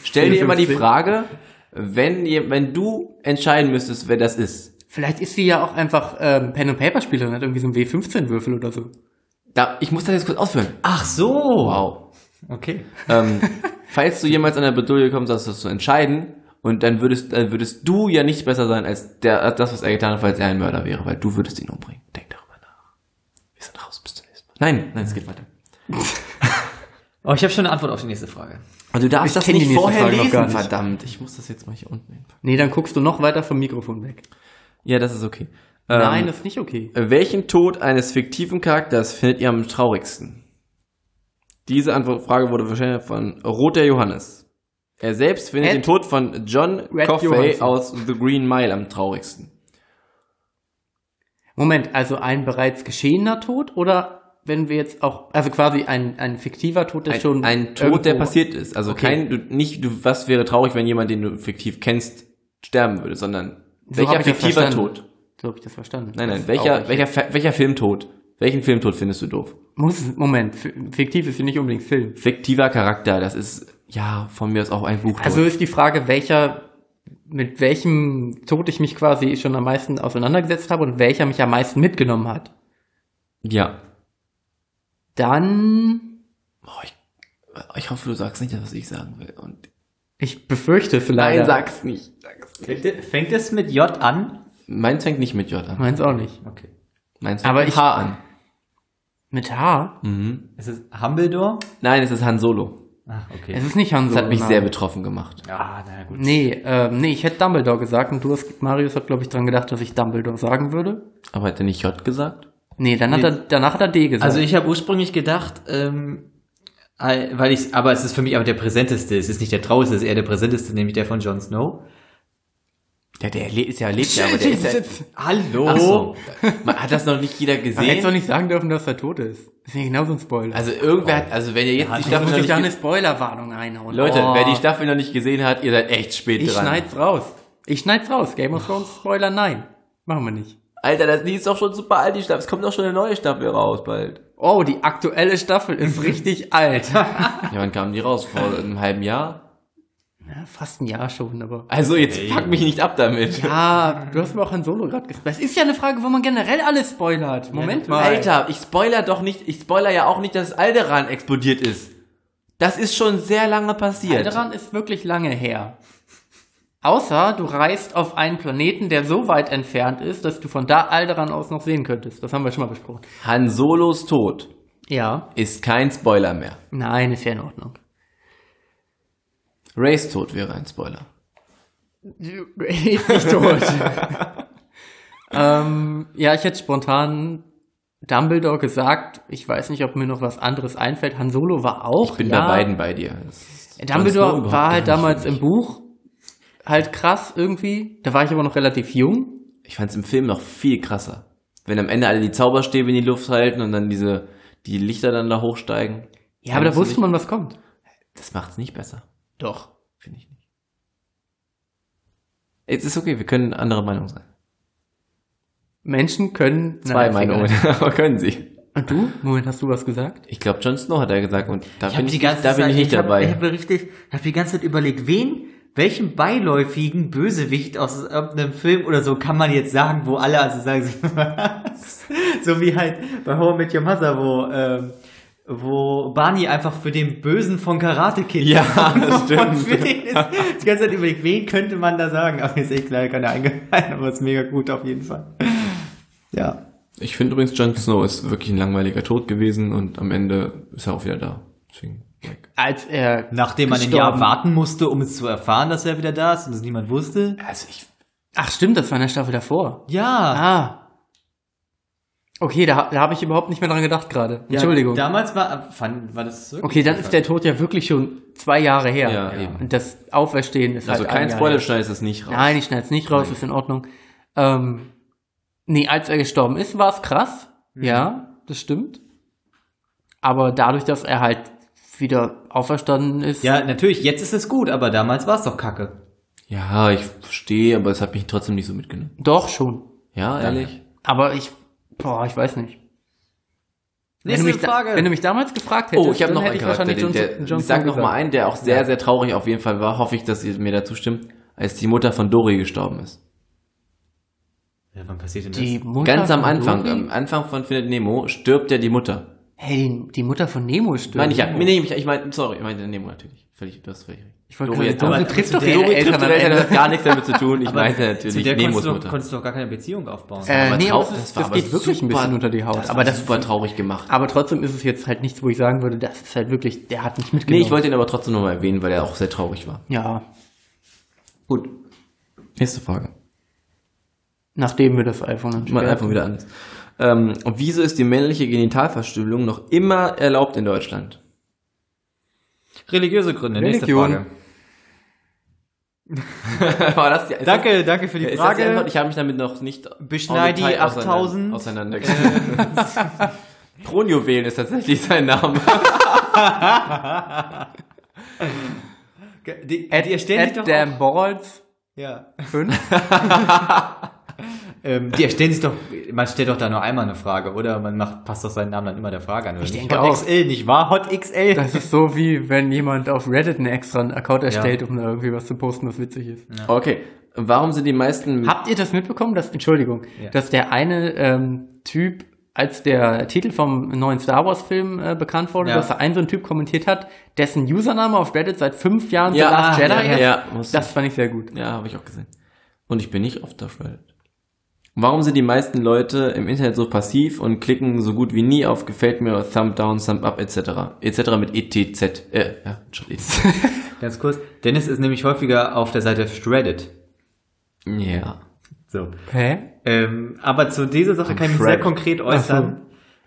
Speaker 2: Stell dir immer die
Speaker 1: 54.
Speaker 2: Frage, wenn, ihr, wenn du entscheiden müsstest, wer das ist.
Speaker 1: Vielleicht ist sie ja auch einfach ähm, Pen and Paper Spielerin, hat irgendwie so einen W15-Würfel oder so.
Speaker 2: Da, ich muss das jetzt kurz ausführen.
Speaker 3: Ach
Speaker 1: Oh,
Speaker 3: so.
Speaker 2: Wow.
Speaker 3: Okay.
Speaker 2: ähm, falls du jemals an der Bedulde kommst, das zu entscheiden, und dann würdest, dann würdest du ja nicht besser sein als der, als das, was er getan hat, falls er ein Mörder wäre, weil du würdest ihn umbringen. Denk darüber nach. Wir sind raus, bis zum nächsten Mal. Nein, nein, es geht weiter.
Speaker 3: Oh, ich habe schon eine Antwort auf die nächste Frage.
Speaker 2: Und Also du darfst
Speaker 1: Ich
Speaker 2: das
Speaker 1: kenn die
Speaker 2: nicht
Speaker 1: nächste
Speaker 2: vorher
Speaker 1: Frage noch gar
Speaker 2: lesen,
Speaker 1: nicht.
Speaker 2: verdammt. Ich muss das jetzt mal hier unten hinpacken.
Speaker 1: Nee, dann guckst du noch weiter vom Mikrofon weg.
Speaker 2: Ja, das ist okay.
Speaker 1: Nein,
Speaker 2: Ähm,
Speaker 1: das ist nicht okay.
Speaker 2: welchen Tod eines fiktiven Charakters findet ihr am traurigsten? Diese Antwort Frage wurde wahrscheinlich von Roter Johannes. Er selbst findet
Speaker 1: Ed-
Speaker 2: den Tod von John
Speaker 1: Red
Speaker 2: Coffey
Speaker 1: Johansson.
Speaker 2: aus The Green Mile am traurigsten.
Speaker 1: Moment, also ein bereits geschehener Tod oder wenn wir jetzt auch, also quasi ein, ein fiktiver Tod, der
Speaker 2: Ein,
Speaker 1: schon.
Speaker 2: ein Tod,
Speaker 1: irgendwo-
Speaker 2: der passiert ist. Also
Speaker 1: Okay.
Speaker 2: kein, du, nicht, du, was wäre traurig, wenn jemand, den du fiktiv kennst, sterben würde, sondern
Speaker 1: So hab
Speaker 2: welcher
Speaker 1: ich das
Speaker 2: fiktiver
Speaker 1: verstanden.
Speaker 2: Tod?
Speaker 1: So habe ich das verstanden.
Speaker 2: Nein,
Speaker 1: Das
Speaker 2: nein,
Speaker 1: ist
Speaker 2: welcher,
Speaker 1: auch-
Speaker 2: welcher, Fe- welcher Filmtod? Welchen Filmtod findest du doof?
Speaker 1: Muss, Moment, fi- fiktiv ist hier nicht unbedingt Film.
Speaker 2: Fiktiver Charakter, das ist, ja, von mir ist auch ein Buch.
Speaker 1: Also ist die Frage, welcher, mit welchem Tod ich mich quasi schon am meisten auseinandergesetzt habe und welcher mich am meisten mitgenommen hat.
Speaker 2: ja.
Speaker 1: Dann,
Speaker 2: Oh, ich, ich hoffe, du sagst nicht, was ich sagen will. Und
Speaker 1: ich befürchte vielleicht.
Speaker 2: sag's nicht. Sag's nicht.
Speaker 3: Fängt, fängt es mit J an?
Speaker 2: Meins fängt nicht mit J an.
Speaker 1: Meins auch nicht.
Speaker 3: Okay.
Speaker 2: Meins fängt
Speaker 1: Aber
Speaker 2: mit
Speaker 1: ich-
Speaker 2: H an.
Speaker 1: Mit H?
Speaker 2: Mhm.
Speaker 3: Ist es Humbledore?
Speaker 2: Nein, es ist Han Solo.
Speaker 3: Ach, okay.
Speaker 1: Es ist nicht Han
Speaker 2: Das
Speaker 1: Solo.
Speaker 2: hat mich
Speaker 1: nein.
Speaker 2: sehr betroffen gemacht.
Speaker 3: Ah, na ja, gut.
Speaker 1: Nee, ähm, nee, ich hätte Dumbledore gesagt und du hast, Marius hat, glaube ich, dran gedacht, dass ich Dumbledore sagen würde.
Speaker 2: Aber hat er nicht J gesagt?
Speaker 1: Nee, dann hat
Speaker 3: Nee.
Speaker 1: er, danach hat er D gesagt.
Speaker 3: Also ich habe ursprünglich gedacht, ähm, äh, weil ich, aber es ist für mich aber der präsenteste. Es ist nicht der traurigste, es ist eher der präsenteste, nämlich der von Jon Snow.
Speaker 2: Ja, der le- ist ja lebt
Speaker 3: Hallo.
Speaker 2: Ach so. Man, hat das noch nicht jeder
Speaker 1: Man hätte doch
Speaker 2: gesehen?
Speaker 1: nicht sagen dürfen, dass er tot ist. Das ist ja genauso ein Spoiler.
Speaker 2: Also irgendwer hat, also wenn ihr jetzt
Speaker 3: Ja,
Speaker 2: die
Speaker 3: ich
Speaker 1: da
Speaker 2: Staffel
Speaker 1: muss
Speaker 2: noch
Speaker 1: ich
Speaker 2: nicht
Speaker 1: da eine
Speaker 2: ge-
Speaker 1: Spoilerwarnung einhauen.
Speaker 2: Leute,
Speaker 1: Oh.
Speaker 2: wer die Staffel noch nicht gesehen hat, ihr seid echt spät
Speaker 1: Ich
Speaker 2: dran.
Speaker 1: schneid's raus. Ich schneid's raus. Game of Thrones Spoiler, nein. Machen wir nicht.
Speaker 2: Alter, das, die ist doch schon super alt, die Staffel. Es kommt doch schon eine neue Staffel raus bald.
Speaker 1: Oh, die aktuelle Staffel ist richtig alt.
Speaker 2: Ja, wann kam die raus? Vor einem halben Jahr?
Speaker 1: Ja, fast ein Jahr schon, aber.
Speaker 2: Also jetzt pack mich nicht ab damit.
Speaker 1: Ja, du hast mir auch ein Solo gerade gesagt. Das ist ja eine Frage, wo man generell alles spoilert. Moment mal.
Speaker 2: Alter, ich spoiler doch nicht, ich spoiler ja auch nicht, dass Alderan explodiert ist. Das ist schon sehr lange passiert.
Speaker 1: Alderan ist wirklich lange her. Außer du reist auf einen Planeten, der so weit entfernt ist, dass du von da Alderan aus noch sehen könntest. Das haben wir schon mal besprochen.
Speaker 2: Han Solos Tod
Speaker 1: Ja.
Speaker 2: ist kein Spoiler mehr.
Speaker 1: Nein, ist ja in Ordnung.
Speaker 2: Rays Tod wäre ein Spoiler.
Speaker 1: ist nicht tot. ähm, ja, ich hätte spontan Dumbledore gesagt. Ich weiß nicht, ob mir noch was anderes einfällt. Han Solo war auch.
Speaker 2: Ich bin
Speaker 1: ja.
Speaker 2: bei beiden bei dir. Das ist sonst
Speaker 1: Dumbledore
Speaker 2: nur
Speaker 1: war
Speaker 2: überhaupt
Speaker 1: halt
Speaker 2: gar nicht
Speaker 1: damals
Speaker 2: für
Speaker 1: im
Speaker 2: mich.
Speaker 1: Buch halt krass irgendwie. Da war ich aber noch relativ jung.
Speaker 2: Ich fand's im Film noch viel krasser. Wenn am Ende alle die Zauberstäbe in die Luft halten und dann diese, die Lichter dann da hochsteigen.
Speaker 1: Ja, aber da
Speaker 2: Fandest du
Speaker 1: wusste
Speaker 2: nicht?
Speaker 1: man, was kommt.
Speaker 2: Das macht's nicht besser.
Speaker 1: Doch.
Speaker 2: Finde ich nicht. Es ist okay, wir können andere Meinung sein.
Speaker 1: Menschen können
Speaker 2: Zwei
Speaker 1: Nein,
Speaker 2: Meinungen,
Speaker 1: egal.
Speaker 2: aber können sie.
Speaker 1: Und du? Moment, hast du was gesagt?
Speaker 2: Ich glaube, Jon Snow hat er gesagt und da bin
Speaker 3: Ich habe
Speaker 2: ich,
Speaker 3: die ganze
Speaker 2: da bin
Speaker 3: Zeit,
Speaker 2: ich nicht
Speaker 3: hab,
Speaker 2: dabei.
Speaker 3: Ich habe richtig, habe die ganze Zeit überlegt, wen, welchen beiläufigen Bösewicht aus irgendeinem Film oder so kann man jetzt sagen, wo alle also sagen, so, was? so wie halt bei How I Met Your Mother, wo ähm, wo Barney einfach für den Bösen von Karate Kid.
Speaker 2: Ja,
Speaker 3: ist.
Speaker 2: das stimmt.
Speaker 3: Und für den ist die ganze Zeit überlegt, wen könnte man da sagen? Aber mir ist echt leider keiner eingefallen, aber ist mega gut auf jeden Fall. Ja.
Speaker 2: ich finde übrigens, Jon Snow ist wirklich ein langweiliger Tod gewesen und am Ende ist er auch wieder da. Deswegen, like.
Speaker 1: Als er
Speaker 3: Nachdem man ein
Speaker 1: gestorben-
Speaker 3: Jahr warten musste, um es zu erfahren, dass er wieder da ist und es niemand wusste.
Speaker 2: Also ich,
Speaker 1: Ach stimmt, das war in der Staffel davor.
Speaker 3: Ja.
Speaker 1: Ah. Okay, da, da habe ich überhaupt nicht mehr dran gedacht gerade. Entschuldigung.
Speaker 3: Damals war, fand, war das so.
Speaker 1: okay, dann ist der Tod ja wirklich schon zwei Jahre her.
Speaker 2: Ja, eben.
Speaker 1: Und das Auferstehen ist
Speaker 2: also
Speaker 1: halt ein
Speaker 2: kein
Speaker 1: Jahr
Speaker 2: Spoiler,
Speaker 1: her.
Speaker 2: schneidest es nicht raus.
Speaker 1: Nein, ich schneide es nicht raus, ist in Ordnung. Ähm, nee, als er gestorben ist, war es krass.
Speaker 2: Mhm.
Speaker 1: Ja, das stimmt. Aber dadurch, dass er halt wieder auferstanden ist,
Speaker 3: Ja, natürlich, jetzt ist es gut, aber damals war es doch kacke.
Speaker 2: Ja, ich verstehe, aber es hat mich trotzdem nicht so mitgenommen.
Speaker 1: doch schon.
Speaker 2: Ja, ehrlich?
Speaker 1: Aber ich, boah, ich weiß nicht. Wenn du, mich da, wenn du mich damals gefragt hättest,
Speaker 2: Oh, ich habe
Speaker 1: dann
Speaker 2: noch
Speaker 1: hätte
Speaker 2: einen
Speaker 1: ich
Speaker 2: Charakter,
Speaker 1: wahrscheinlich
Speaker 2: den,
Speaker 1: Johnson-
Speaker 2: der,
Speaker 1: Johnson
Speaker 2: ich sag noch
Speaker 1: gesagt.
Speaker 2: mal einen, der auch sehr, sehr traurig auf jeden Fall war. Hoffe ich, dass ihr mir dazu stimmt, als die Mutter von Dory gestorben ist.
Speaker 3: Ja, wann passiert denn das?
Speaker 1: Die Mutter
Speaker 2: Ganz am
Speaker 1: von
Speaker 2: Anfang, ähm,
Speaker 1: Dory?
Speaker 2: am Anfang von Findet Nemo stirbt ja die Mutter.
Speaker 1: Hey, die, die Mutter von Nemo Oh, stirbt.
Speaker 2: Meine ich ja, nee, ich, ich meine, sorry, ich meine Nemo natürlich. Völlig, du hast völlig recht.
Speaker 1: Ich wollte gerade
Speaker 2: Dory hat-
Speaker 1: sagen,
Speaker 2: aber
Speaker 1: Dory trifft doch
Speaker 3: zu
Speaker 1: ihre
Speaker 2: Dory trifft
Speaker 1: Eltern
Speaker 2: ihre
Speaker 1: am
Speaker 2: Eltern, das hat
Speaker 1: Ende.
Speaker 2: gar nichts damit zu tun. Ich
Speaker 3: Aber
Speaker 2: meinte
Speaker 3: zu
Speaker 2: natürlich
Speaker 3: der konntest
Speaker 2: Nemos
Speaker 3: du,
Speaker 2: Mutter.
Speaker 3: konntest du doch gar keine Beziehung aufbauen.
Speaker 1: Äh,
Speaker 2: Aber
Speaker 1: nee,
Speaker 2: trau-
Speaker 1: aber das, ist, das
Speaker 2: aber
Speaker 1: geht wirklich ein
Speaker 2: super-
Speaker 1: bisschen unter die Haut.
Speaker 2: Das
Speaker 1: aber,
Speaker 2: aber
Speaker 1: das,
Speaker 2: super traurig gemacht.
Speaker 1: aber trotzdem ist es jetzt halt nichts, wo ich sagen würde, das ist halt wirklich, der hat nicht
Speaker 2: Nee,
Speaker 1: mitgenommen.
Speaker 2: ich wollte ihn aber trotzdem nochmal erwähnen, weil er auch sehr traurig war.
Speaker 1: Ja,
Speaker 2: Gut. Nächste Frage.
Speaker 1: nachdem wir das iPhone entsperrt
Speaker 2: Mal einfach wieder anders. Ähm, und wieso ist die männliche Genitalverstümmelung noch immer erlaubt in Deutschland?
Speaker 3: Religiöse Gründe,
Speaker 1: Religion.
Speaker 3: nächste Frage.
Speaker 2: War das die, ist
Speaker 3: Danke, danke für
Speaker 2: Das,
Speaker 3: die
Speaker 2: ist das die
Speaker 3: Frage.
Speaker 2: Antwort? Ich habe mich damit noch nicht
Speaker 3: Beschneid die
Speaker 2: au Detail
Speaker 3: 8000.
Speaker 2: auseinander, auseinandergesetzt. Kronjuwelen ist tatsächlich sein Name.
Speaker 3: die, die erstellen
Speaker 1: At
Speaker 3: sich doch
Speaker 1: damn
Speaker 3: auch,
Speaker 1: balls.
Speaker 3: ja.
Speaker 1: Fünf.
Speaker 3: ähm, Die erstellen sich doch, man stellt doch da nur einmal eine Frage, oder? Man macht, passt doch seinen Namen dann immer der Frage an. Oder ich
Speaker 1: denke
Speaker 3: Hot
Speaker 1: auch.
Speaker 3: XL, nicht wahr? Hot XL.
Speaker 1: Das ist so wie, wenn jemand auf Reddit einen extra Account erstellt,
Speaker 3: Ja.
Speaker 1: um da irgendwie was zu posten, was witzig ist.
Speaker 2: Okay. Warum sind die meisten
Speaker 1: Habt ihr das mitbekommen, dass, Entschuldigung,
Speaker 3: Ja.
Speaker 1: dass der eine ähm, Typ, als der Titel vom neuen Star Wars Film äh, bekannt wurde,
Speaker 3: Ja.
Speaker 1: dass da ein so ein Typ kommentiert hat, dessen Username auf Reddit seit fünf Jahren
Speaker 2: Ja, ah,
Speaker 1: The Last
Speaker 2: ja,
Speaker 1: Jedi
Speaker 2: ja,
Speaker 1: ist?
Speaker 2: ja, muss-
Speaker 1: das fand ich sehr gut.
Speaker 2: Ja, habe ich auch gesehen. Und ich bin nicht oft auf Reddit. Warum sind die meisten Leute im Internet so passiv und klicken so gut wie nie auf Gefällt mir, Thumb down, Thumb up, etc. etc. mit ETZ. Äh, ja, schon ETZ.
Speaker 3: Ganz kurz. Dennis ist nämlich häufiger auf der Seite Shredded.
Speaker 2: ja.
Speaker 3: So.
Speaker 1: Hä?
Speaker 3: Ähm, aber zu dieser Sache kann ich mich
Speaker 2: Shred.
Speaker 3: sehr konkret äußern.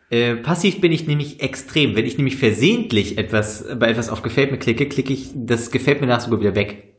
Speaker 3: Äh, passiv bin ich nämlich extrem. Wenn ich nämlich versehentlich etwas bei etwas auf Gefällt mir klicke, klicke ich das Gefällt mir nach sogar wieder weg.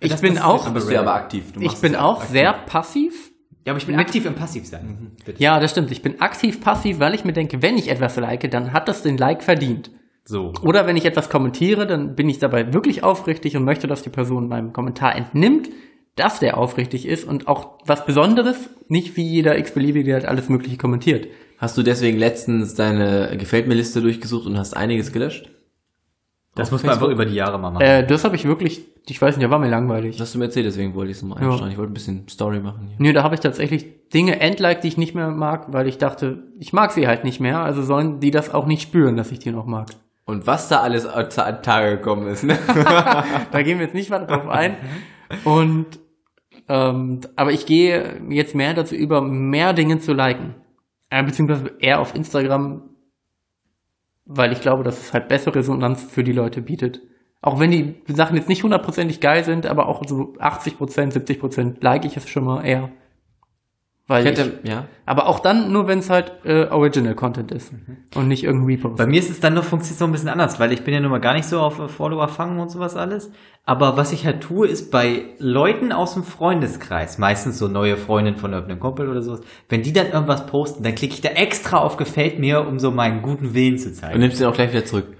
Speaker 1: Ich
Speaker 3: Das
Speaker 1: bin
Speaker 3: passiert
Speaker 1: auch,
Speaker 3: aber-
Speaker 2: Bist du aber aktiv. Du
Speaker 1: ich
Speaker 2: machst
Speaker 1: bin
Speaker 2: es ja
Speaker 1: auch
Speaker 2: aktiv.
Speaker 1: sehr passiv.
Speaker 3: Ja, aber ich bin
Speaker 1: Mit-
Speaker 3: aktiv im Passiv sein. Bitte.
Speaker 1: Ja, das stimmt. Ich bin aktiv passiv, weil ich mir denke, wenn ich etwas like, dann hat das den Like verdient.
Speaker 3: So.
Speaker 1: Oder wenn ich etwas kommentiere, dann bin ich dabei wirklich aufrichtig und möchte, dass die Person meinem Kommentar entnimmt, dass der aufrichtig ist und auch was Besonderes, nicht wie jeder x-beliebige der halt alles mögliche kommentiert.
Speaker 2: Hast du deswegen letztens deine Gefällt mir Liste durchgesucht und hast einiges gelöscht?
Speaker 3: Das
Speaker 2: Auf
Speaker 3: muss man einfach
Speaker 2: Facebook?
Speaker 3: über die Jahre mal machen.
Speaker 1: Äh, das habe ich wirklich, ich weiß nicht, da war mir langweilig.
Speaker 2: Das hast du mir erzählt, deswegen wollte ich es mal
Speaker 1: Ja.
Speaker 2: einstellen. Ich wollte ein bisschen Story machen hier.
Speaker 1: Nö, da habe ich tatsächlich Dinge entliked, die ich nicht mehr mag, weil ich dachte, ich mag sie halt nicht mehr, also sollen die das auch nicht spüren, dass ich die noch mag.
Speaker 2: Und was da alles an an Tage gekommen ist, ne?
Speaker 1: Da gehen wir jetzt nicht weiter drauf ein. Und ähm, aber ich gehe jetzt mehr dazu über, mehr Dinge zu liken. Äh, beziehungsweise eher auf Instagram, weil ich glaube, dass es halt bessere Resonanz für die Leute bietet. Auch wenn die Sachen jetzt nicht hundertprozentig geil sind, aber auch so 80%, 70% like ich es schon mal eher. Weil
Speaker 2: Ich
Speaker 1: ich
Speaker 2: hätte, ja.
Speaker 1: aber auch dann nur, wenn es halt äh, Original Content ist
Speaker 2: Mhm.
Speaker 1: und nicht irgendwie Repost.
Speaker 3: Bei mir ist es dann noch funktioniert es noch ein bisschen anders, weil ich bin ja nun mal gar nicht so auf äh, Follower fangen und sowas alles. Aber was ich halt tue, ist bei Leuten aus dem Freundeskreis, meistens so neue Freundin von irgendeinem Kumpel oder sowas, wenn die dann irgendwas posten, dann klicke ich da extra auf Gefällt mir, um so meinen guten Willen zu
Speaker 2: Und
Speaker 3: zeigen.
Speaker 2: nimmst den auch gleich wieder zurück.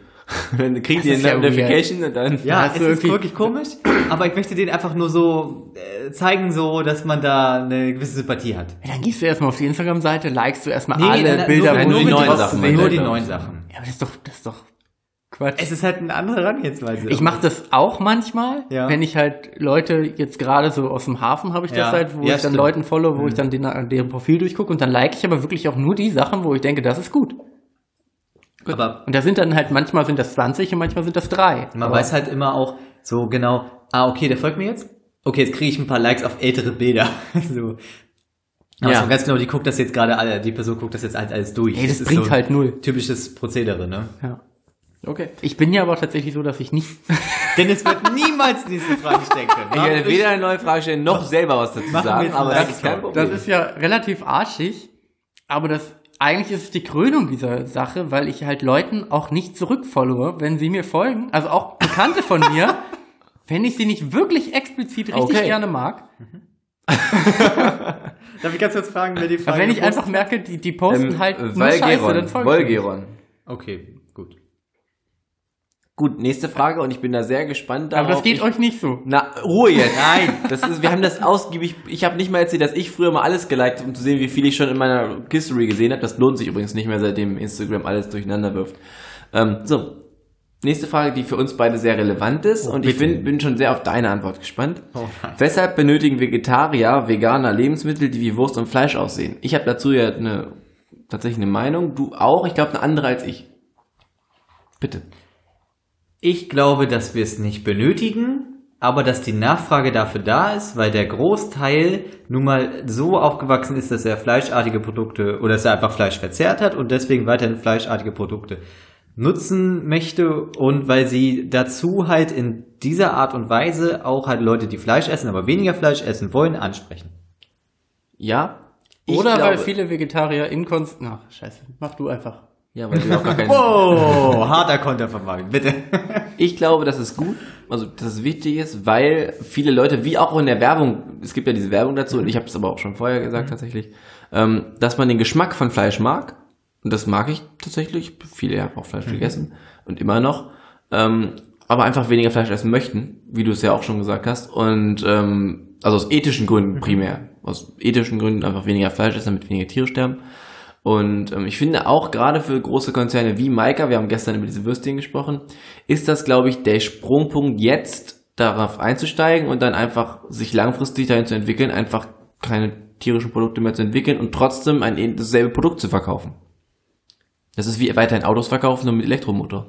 Speaker 2: Dann kriegst du
Speaker 1: Das
Speaker 2: die
Speaker 1: ist ja
Speaker 2: Notification und dann.
Speaker 3: Ja,
Speaker 1: hast
Speaker 3: es
Speaker 1: du
Speaker 3: ist
Speaker 1: irgendwie-
Speaker 3: wirklich komisch, aber ich möchte denen einfach nur so äh, zeigen, so, dass man da eine gewisse Sympathie hat.
Speaker 1: Dann gehst du erstmal auf die Instagram-Seite, likest du erstmal
Speaker 3: dann-
Speaker 1: alle
Speaker 3: nur-
Speaker 1: Bilder,
Speaker 2: wenn
Speaker 1: wo
Speaker 2: du
Speaker 1: sie
Speaker 2: die neuen
Speaker 1: drauf
Speaker 2: Sachen
Speaker 1: zu
Speaker 3: Sachen.
Speaker 1: sehen
Speaker 3: Nur
Speaker 1: sind.
Speaker 3: die
Speaker 2: meinst.
Speaker 3: neuen Sachen.
Speaker 1: Ja, aber das ist doch, das ist doch Quatsch.
Speaker 3: Es ist halt eine andere Herangehensweise.
Speaker 1: ich mache das auch manchmal,
Speaker 3: Ja.
Speaker 1: wenn ich halt Leute jetzt gerade so aus dem Hafen habe ich das
Speaker 3: Ja.
Speaker 1: halt, wo
Speaker 3: Ja,
Speaker 1: ich dann
Speaker 3: stimmt. Mhm.
Speaker 1: Leuten follow, wo ich dann den, deren Profil durchgucke und dann like ich aber wirklich auch nur die Sachen, wo ich denke, das ist gut.
Speaker 3: aber
Speaker 1: Und da sind dann halt manchmal sind das 20 und manchmal sind das drei.
Speaker 3: Man weiß halt immer auch so genau, ah, okay, der folgt mir jetzt. Okay, jetzt kriege ich ein paar Likes auf ältere Bilder. so. Aber
Speaker 2: Ja.
Speaker 3: so ganz genau, die guckt das jetzt gerade alle, die Person guckt das jetzt halt alles durch.
Speaker 1: Ey, das,
Speaker 3: ist
Speaker 1: bringt
Speaker 3: so
Speaker 1: halt null.
Speaker 3: Typisches Prozedere, ne?
Speaker 1: Ja.
Speaker 2: Okay.
Speaker 1: Ich bin ja aber tatsächlich so, dass ich nicht.
Speaker 3: Dennis wird niemals diese Frage stecken.
Speaker 2: Ich werde weder eine neue Frage stellen, noch selber was dazu
Speaker 3: wir
Speaker 2: sagen,
Speaker 3: jetzt
Speaker 2: aber
Speaker 3: einen
Speaker 2: das ist kein
Speaker 3: Live-Talk.
Speaker 2: Problem.
Speaker 1: Das ist ja relativ arschig, aber das eigentlich ist es die Krönung dieser Sache, weil ich halt Leuten auch nicht zurückfollowe, wenn sie mir folgen, also auch Bekannte von mir, wenn ich sie nicht wirklich explizit richtig
Speaker 2: Okay.
Speaker 1: gerne mag,
Speaker 3: Darf ich ganz kurz fragen, wer die Frage
Speaker 1: aber wenn ich
Speaker 3: gewusst-
Speaker 1: einfach merke, die, die posten
Speaker 2: Ähm,
Speaker 1: halt nur Scheiße,
Speaker 2: Valgeron,
Speaker 1: dann folge ich.
Speaker 2: Volgeron.
Speaker 3: Okay, gut.
Speaker 2: Gut, nächste Frage und ich bin da sehr gespannt darauf.
Speaker 1: Aber das geht
Speaker 2: ich,
Speaker 1: euch nicht so.
Speaker 2: Na, Ruhe jetzt. Nein, das ist, wir haben das ausgiebig. Ich habe nicht mal erzählt, dass ich früher mal alles geliked habe, um zu sehen, wie viel ich schon in meiner History gesehen habe. Das lohnt sich übrigens nicht mehr, seitdem Instagram alles durcheinander wirft. Ähm, so, nächste Frage, die für uns beide sehr relevant ist. und ich bin, bin schon sehr auf deine Antwort gespannt.
Speaker 3: Oh nein.
Speaker 2: Weshalb benötigen Vegetarier veganer Lebensmittel, die wie Wurst und Fleisch aussehen? Ich habe dazu ja eine, tatsächlich eine Meinung. Du auch, ich glaube, eine andere als ich. Bitte.
Speaker 3: Ich glaube, dass wir es nicht benötigen, aber dass die Nachfrage dafür da ist, weil der Großteil nun mal so aufgewachsen ist, dass er fleischartige Produkte oder dass er einfach Fleisch verzehrt hat und deswegen weiterhin fleischartige Produkte nutzen möchte und weil sie dazu halt in dieser Art und Weise auch halt Leute, die Fleisch essen, aber weniger Fleisch essen wollen, ansprechen.
Speaker 2: Ja? Ich
Speaker 1: Oder weil
Speaker 2: glaube-
Speaker 1: viele Vegetarier inkonstant. Ach, scheiße. Mach du einfach.
Speaker 2: Ja, weil wir auch gar keinen.
Speaker 3: Oh, harter Konter von Marvin, bitte.
Speaker 2: Ich glaube, das ist gut, also dass es wichtig ist, weil viele Leute, wie auch in der Werbung, es gibt ja diese Werbung dazu, und ich habe es aber auch schon vorher gesagt tatsächlich, ähm, dass man den Geschmack von Fleisch mag. Und das mag ich tatsächlich. Viele haben auch Fleisch gegessen und immer noch. Ähm, aber einfach weniger Fleisch essen möchten, wie du es ja auch schon gesagt hast. Und ähm, also aus ethischen Gründen primär. Aus ethischen Gründen einfach weniger Fleisch essen, damit weniger Tiere sterben. Und ähm, ich finde auch gerade für große Konzerne wie Maika, wir haben gestern über diese Würstchen gesprochen, ist das, glaube ich, der Sprungpunkt jetzt darauf einzusteigen und dann einfach sich langfristig dahin zu entwickeln, einfach keine tierischen Produkte mehr zu entwickeln und trotzdem ein ähn- dasselbe Produkt zu verkaufen. Das ist wie weiterhin Autos verkaufen, nur mit Elektromotor.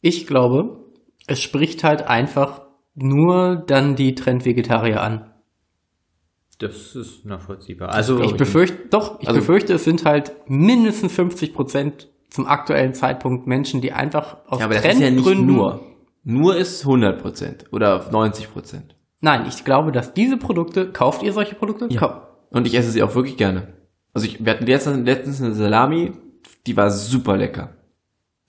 Speaker 1: Ich glaube, es spricht halt einfach nur dann die Trendvegetarier an.
Speaker 3: Das ist nachvollziehbar. Also,
Speaker 1: Ich befürchte, doch, ich
Speaker 2: Also-
Speaker 1: befürchte, es sind halt mindestens 50 Prozent zum aktuellen Zeitpunkt Menschen, die einfach aus
Speaker 2: Ja, aber das ist ja nicht
Speaker 1: Trendgründen-
Speaker 2: nur. Nur ist 100% oder 90%.
Speaker 1: Nein, ich glaube, dass diese Produkte, kauft ihr solche Produkte? Kau-
Speaker 2: Und ich esse sie auch wirklich gerne. Also ich, wir hatten letztens, letztens eine Salami, die war super lecker.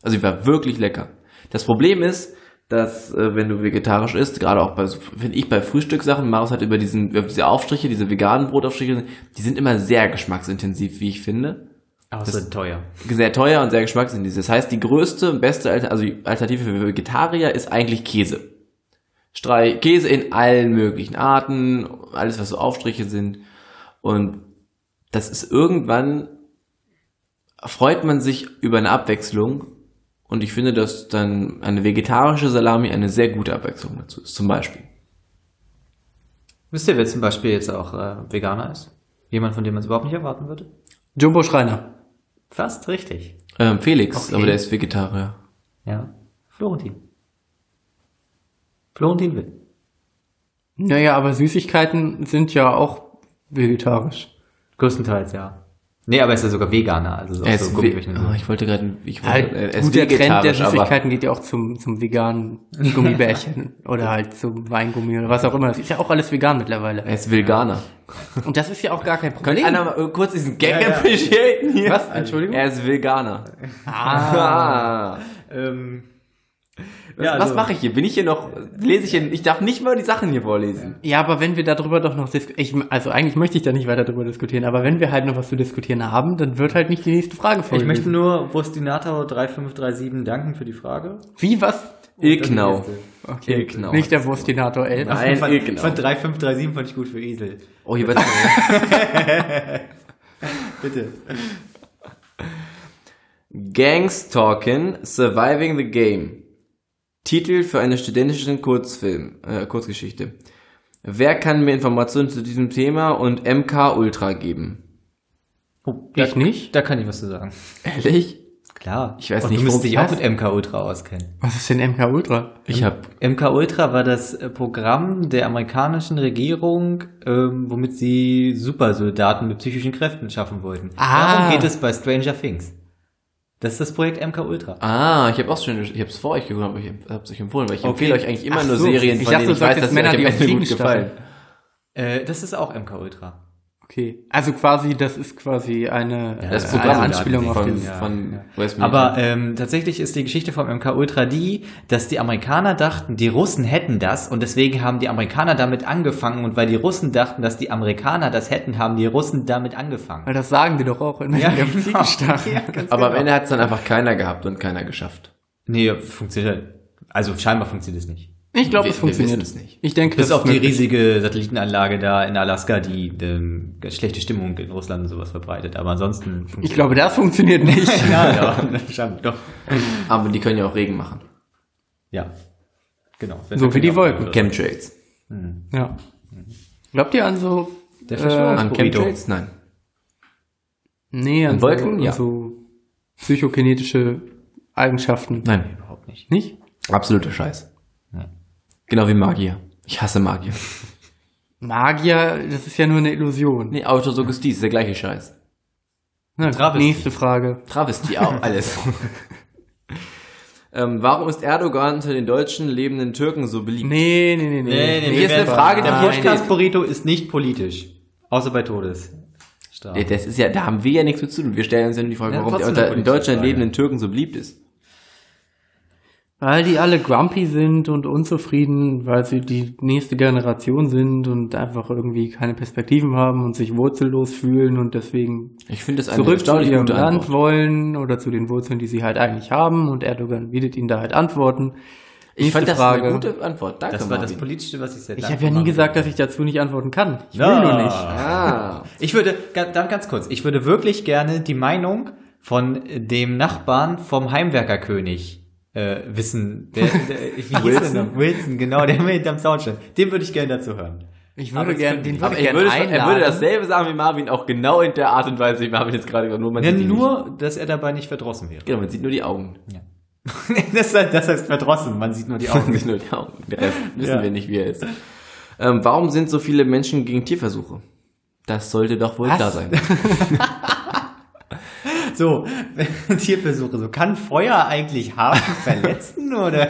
Speaker 2: Also die war wirklich lecker. Das Problem ist, dass äh, wenn du vegetarisch isst, gerade auch bei, so- finde ich, bei Frühstückssachen, Marius hat über diesen, über diese Aufstriche, diese veganen Brotaufstriche, die sind immer sehr geschmacksintensiv, wie ich finde.
Speaker 3: außer teuer.
Speaker 2: Sehr teuer und sehr geschmacksintensiv. Das heißt, die größte und beste Alter, also die Alternative für Vegetarier ist eigentlich Käse. Strei Käse in allen möglichen Arten, alles was so Aufstriche sind. Und das ist irgendwann, freut man sich über eine Abwechslung. Und ich finde, dass dann eine vegetarische Salami eine sehr gute Abwechslung dazu ist, zum Beispiel.
Speaker 3: Wisst ihr, wer zum Beispiel jetzt auch äh, Veganer ist? Jemand, von dem man es überhaupt nicht erwarten würde?
Speaker 1: Jumbo Schreiner.
Speaker 3: Fast richtig.
Speaker 2: Ähm, Felix,
Speaker 3: Okay.
Speaker 2: aber der ist Vegetarier.
Speaker 3: Ja. Florentin. Florentin will.
Speaker 1: Naja, aber Süßigkeiten sind ja auch vegetarisch.
Speaker 3: Größtenteils, ja. Nee, aber er ist ja sogar Veganer, also so,
Speaker 2: Er
Speaker 3: so
Speaker 2: ist ve
Speaker 3: Gummibärchen.
Speaker 2: oh, ich wollte gerade, ich wollte,
Speaker 1: Halt,
Speaker 2: er
Speaker 1: gut, der Trend der
Speaker 2: vegetarisch, aber-
Speaker 1: Süßigkeiten geht ja auch zum, zum veganen Gummibärchen oder halt zum Weingummi oder was auch immer. Das ist ja auch alles vegan mittlerweile.
Speaker 2: Er ist Veganer.
Speaker 1: Und das ist ja auch gar kein
Speaker 2: Kann
Speaker 1: Problem.
Speaker 2: einer mal äh, kurz diesen Gag
Speaker 3: Ja, ja.
Speaker 2: appreciaten hier?
Speaker 1: Was? Entschuldigung?
Speaker 2: Er ist Veganer.
Speaker 1: Ah.
Speaker 2: Ah.
Speaker 3: ähm,
Speaker 2: Was,
Speaker 3: also,
Speaker 2: was mache ich hier? Bin ich hier noch, lese ich hier, ich darf nicht mal die Sachen hier vorlesen.
Speaker 1: Ja, aber wenn wir darüber doch noch diskutieren, also eigentlich möchte ich da nicht weiter darüber diskutieren, aber wenn wir halt noch was zu diskutieren haben, dann wird halt nicht die nächste Frage
Speaker 3: Ich
Speaker 1: vorgelesen.
Speaker 3: möchte nur Wurstinator3537 danken für die Frage.
Speaker 1: Wie, was?
Speaker 2: Ilknau.
Speaker 1: Okay,
Speaker 2: Ilknau.
Speaker 1: nicht der Wurstinator 11.
Speaker 2: Nein. Ein
Speaker 3: von,
Speaker 2: Ilknau.
Speaker 3: von 3537 fand ich gut für Esel.
Speaker 2: Oh, hier wird's.
Speaker 3: Bitte.
Speaker 2: Gangs Talking, Surviving the Game. Titel für einen studentischen Kurzfilm, äh, Kurzgeschichte. Wer kann mir Informationen zu diesem Thema und MK Ultra geben?
Speaker 1: Oh, Ich nicht?
Speaker 3: Da kann ich was zu sagen.
Speaker 2: Ehrlich?
Speaker 3: Klar.
Speaker 2: Ich weiß
Speaker 3: Und
Speaker 2: nicht, worum-
Speaker 3: du müsstest dich auch
Speaker 1: was?
Speaker 3: mit MK Ultra auskennen.
Speaker 1: Was ist denn MK Ultra?
Speaker 2: Ich habe
Speaker 3: MK Ultra war das äh, Programm der amerikanischen Regierung, ähm, womit sie Supersoldaten mit psychischen Kräften schaffen wollten.
Speaker 1: Ah.
Speaker 3: Darum geht es bei Stranger Things. Das ist das Projekt MK Ultra.
Speaker 2: Ah, ich habe auch schon, ich habe es vor euch geguckt, aber ich habe es euch empfohlen, weil ich
Speaker 3: Okay.
Speaker 2: empfehle euch eigentlich immer
Speaker 1: Ach
Speaker 2: nur
Speaker 1: so,
Speaker 2: Serien,
Speaker 1: ich
Speaker 2: von
Speaker 1: dachte,
Speaker 2: denen
Speaker 1: du
Speaker 2: ich
Speaker 1: sagst
Speaker 2: weiß,
Speaker 1: jetzt
Speaker 2: dass sie euch
Speaker 1: Männer,
Speaker 2: am
Speaker 1: die auf
Speaker 2: Ende gut
Speaker 1: Fliegen
Speaker 2: gefallen.
Speaker 3: Äh, das ist auch MK Ultra.
Speaker 1: Okay. Also quasi, das ist quasi eine,
Speaker 3: Ja,
Speaker 2: Das
Speaker 1: äh,
Speaker 2: Programm
Speaker 1: eine Anspielung auf
Speaker 2: von,
Speaker 1: dieses.
Speaker 3: ja,
Speaker 2: von
Speaker 3: ja.
Speaker 2: Wes Miller.
Speaker 3: Aber ähm, tatsächlich ist die Geschichte vom MK Ultra die, dass die Amerikaner dachten, die Russen hätten das und deswegen haben die Amerikaner damit angefangen und weil die Russen dachten, dass die Amerikaner das hätten, haben die Russen damit angefangen.
Speaker 1: Weil das sagen die doch auch in ja, der
Speaker 3: genau.
Speaker 1: Fliegenstachel.
Speaker 3: Ja, ganz
Speaker 2: aber am
Speaker 3: genau.
Speaker 2: Ende hat es dann einfach keiner gehabt und keiner geschafft.
Speaker 3: Nee, funktioniert halt. Also scheinbar funktioniert es nicht.
Speaker 1: Ich glaube,
Speaker 2: Wir-
Speaker 1: es funktioniert.
Speaker 2: wir wissen es nicht.
Speaker 1: Ich denke,
Speaker 3: Bis
Speaker 1: das
Speaker 3: auf die
Speaker 1: möglich.
Speaker 3: riesige Satellitenanlage da in Alaska, die ähm, schlechte Stimmung in Russland und sowas verbreitet. Aber ansonsten.
Speaker 1: Ich glaube, das funktioniert nicht.
Speaker 3: ja, ja, scheinbar doch.
Speaker 2: Aber die können ja auch Regen machen.
Speaker 3: Ja. Genau.
Speaker 1: So wie die Wolken.
Speaker 2: Chemtrails.
Speaker 1: ja. Glaubt ihr an so
Speaker 3: Der
Speaker 1: Äh,
Speaker 3: Verschwörung.
Speaker 2: An
Speaker 3: Burrito.
Speaker 2: Chemtrails? Nein.
Speaker 1: Nee, an
Speaker 2: An Wolken?
Speaker 1: so,
Speaker 2: Ja.
Speaker 1: an so psychokinetische Eigenschaften.
Speaker 2: Nein.
Speaker 3: Überhaupt nicht.
Speaker 1: Nicht?
Speaker 2: Absoluter Scheiß.
Speaker 3: Ja.
Speaker 2: Genau wie Magier. Ich hasse Magier.
Speaker 1: Magier, das ist ja nur eine Illusion.
Speaker 2: Nee, Autosuggestie ist der gleiche Scheiß.
Speaker 1: Na,
Speaker 3: Travestie.
Speaker 1: nächste Frage.
Speaker 2: Travestie auch, alles. ähm, warum ist Erdogan unter den deutschen lebenden Türken so beliebt?
Speaker 1: Nee, nee, nee, nee.
Speaker 3: Nee, nee, wir
Speaker 2: ist eine
Speaker 3: werden-
Speaker 2: Frage, die
Speaker 3: der
Speaker 2: hier
Speaker 3: Podcast
Speaker 2: steht.
Speaker 3: Burrito ist nicht politisch. Außer bei Todesstrafe.
Speaker 2: Ja, Das ist ja, da haben wir ja nichts mit zu tun. Wir stellen uns ja nur die Frage,
Speaker 3: Ja,
Speaker 2: warum die
Speaker 3: trotzdem
Speaker 2: unter
Speaker 3: eine
Speaker 2: in Deutschland
Speaker 3: Frage.
Speaker 2: lebenden Türken so beliebt ist.
Speaker 1: Weil die alle grumpy sind und unzufrieden, weil sie die nächste Generation sind und einfach irgendwie keine Perspektiven haben und sich wurzellos fühlen und deswegen
Speaker 2: Ich finde das eine
Speaker 1: zurück zu
Speaker 2: erstaunlich
Speaker 1: ihrem
Speaker 2: gute
Speaker 1: Land
Speaker 2: Antwort.
Speaker 1: wollen oder zu den Wurzeln, die sie halt eigentlich haben und Erdogan bietet ihnen da halt Antworten.
Speaker 2: Ich fand das
Speaker 1: Frage.
Speaker 2: eine gute Antwort. Danke,
Speaker 3: das war das
Speaker 2: Marvin.
Speaker 3: Politischste, was ich seit
Speaker 1: Ich
Speaker 3: langem
Speaker 1: habe ja nie
Speaker 3: mache.
Speaker 1: gesagt, dass ich dazu nicht antworten kann. Ich will
Speaker 3: Na.
Speaker 1: nur nicht.
Speaker 2: Ah.
Speaker 3: Ich würde, ga- da ganz kurz, ich würde wirklich gerne die Meinung von dem Nachbarn vom Heimwerkerkönig äh, wissen. Der, der, wie hieß der
Speaker 2: Wilson.
Speaker 3: noch? Wilson, genau, der mit dem Soundcheck. Den würde ich gerne dazu hören.
Speaker 1: Ich
Speaker 3: Aber
Speaker 1: würde
Speaker 3: das
Speaker 1: gerne
Speaker 3: können die
Speaker 1: den
Speaker 3: nicht.
Speaker 1: würde
Speaker 2: Aber
Speaker 1: ich
Speaker 2: er
Speaker 1: gerne
Speaker 2: würde, er würde
Speaker 1: einladen.
Speaker 2: dasselbe sagen wie Marvin, auch genau in der Art und Weise, wie Marvin jetzt gerade gesagt hat, nur man
Speaker 3: Ja,
Speaker 2: sieht ihn Also nicht.
Speaker 3: nur, dass er dabei nicht verdrossen wäre.
Speaker 2: Genau, man sieht nur die Augen.
Speaker 3: das, heißt- das heißt verdrossen, man sieht nur die Augen.
Speaker 2: Man sieht nur die Augen. Der Rest wissen
Speaker 3: Ja.
Speaker 2: wir nicht, wie er ist. Ähm, warum sind so viele Menschen gegen Tierversuche? Das sollte doch wohl
Speaker 1: Was?
Speaker 2: klar sein.
Speaker 3: So, Tierversuche, so kann Feuer eigentlich Hafen verletzen oder?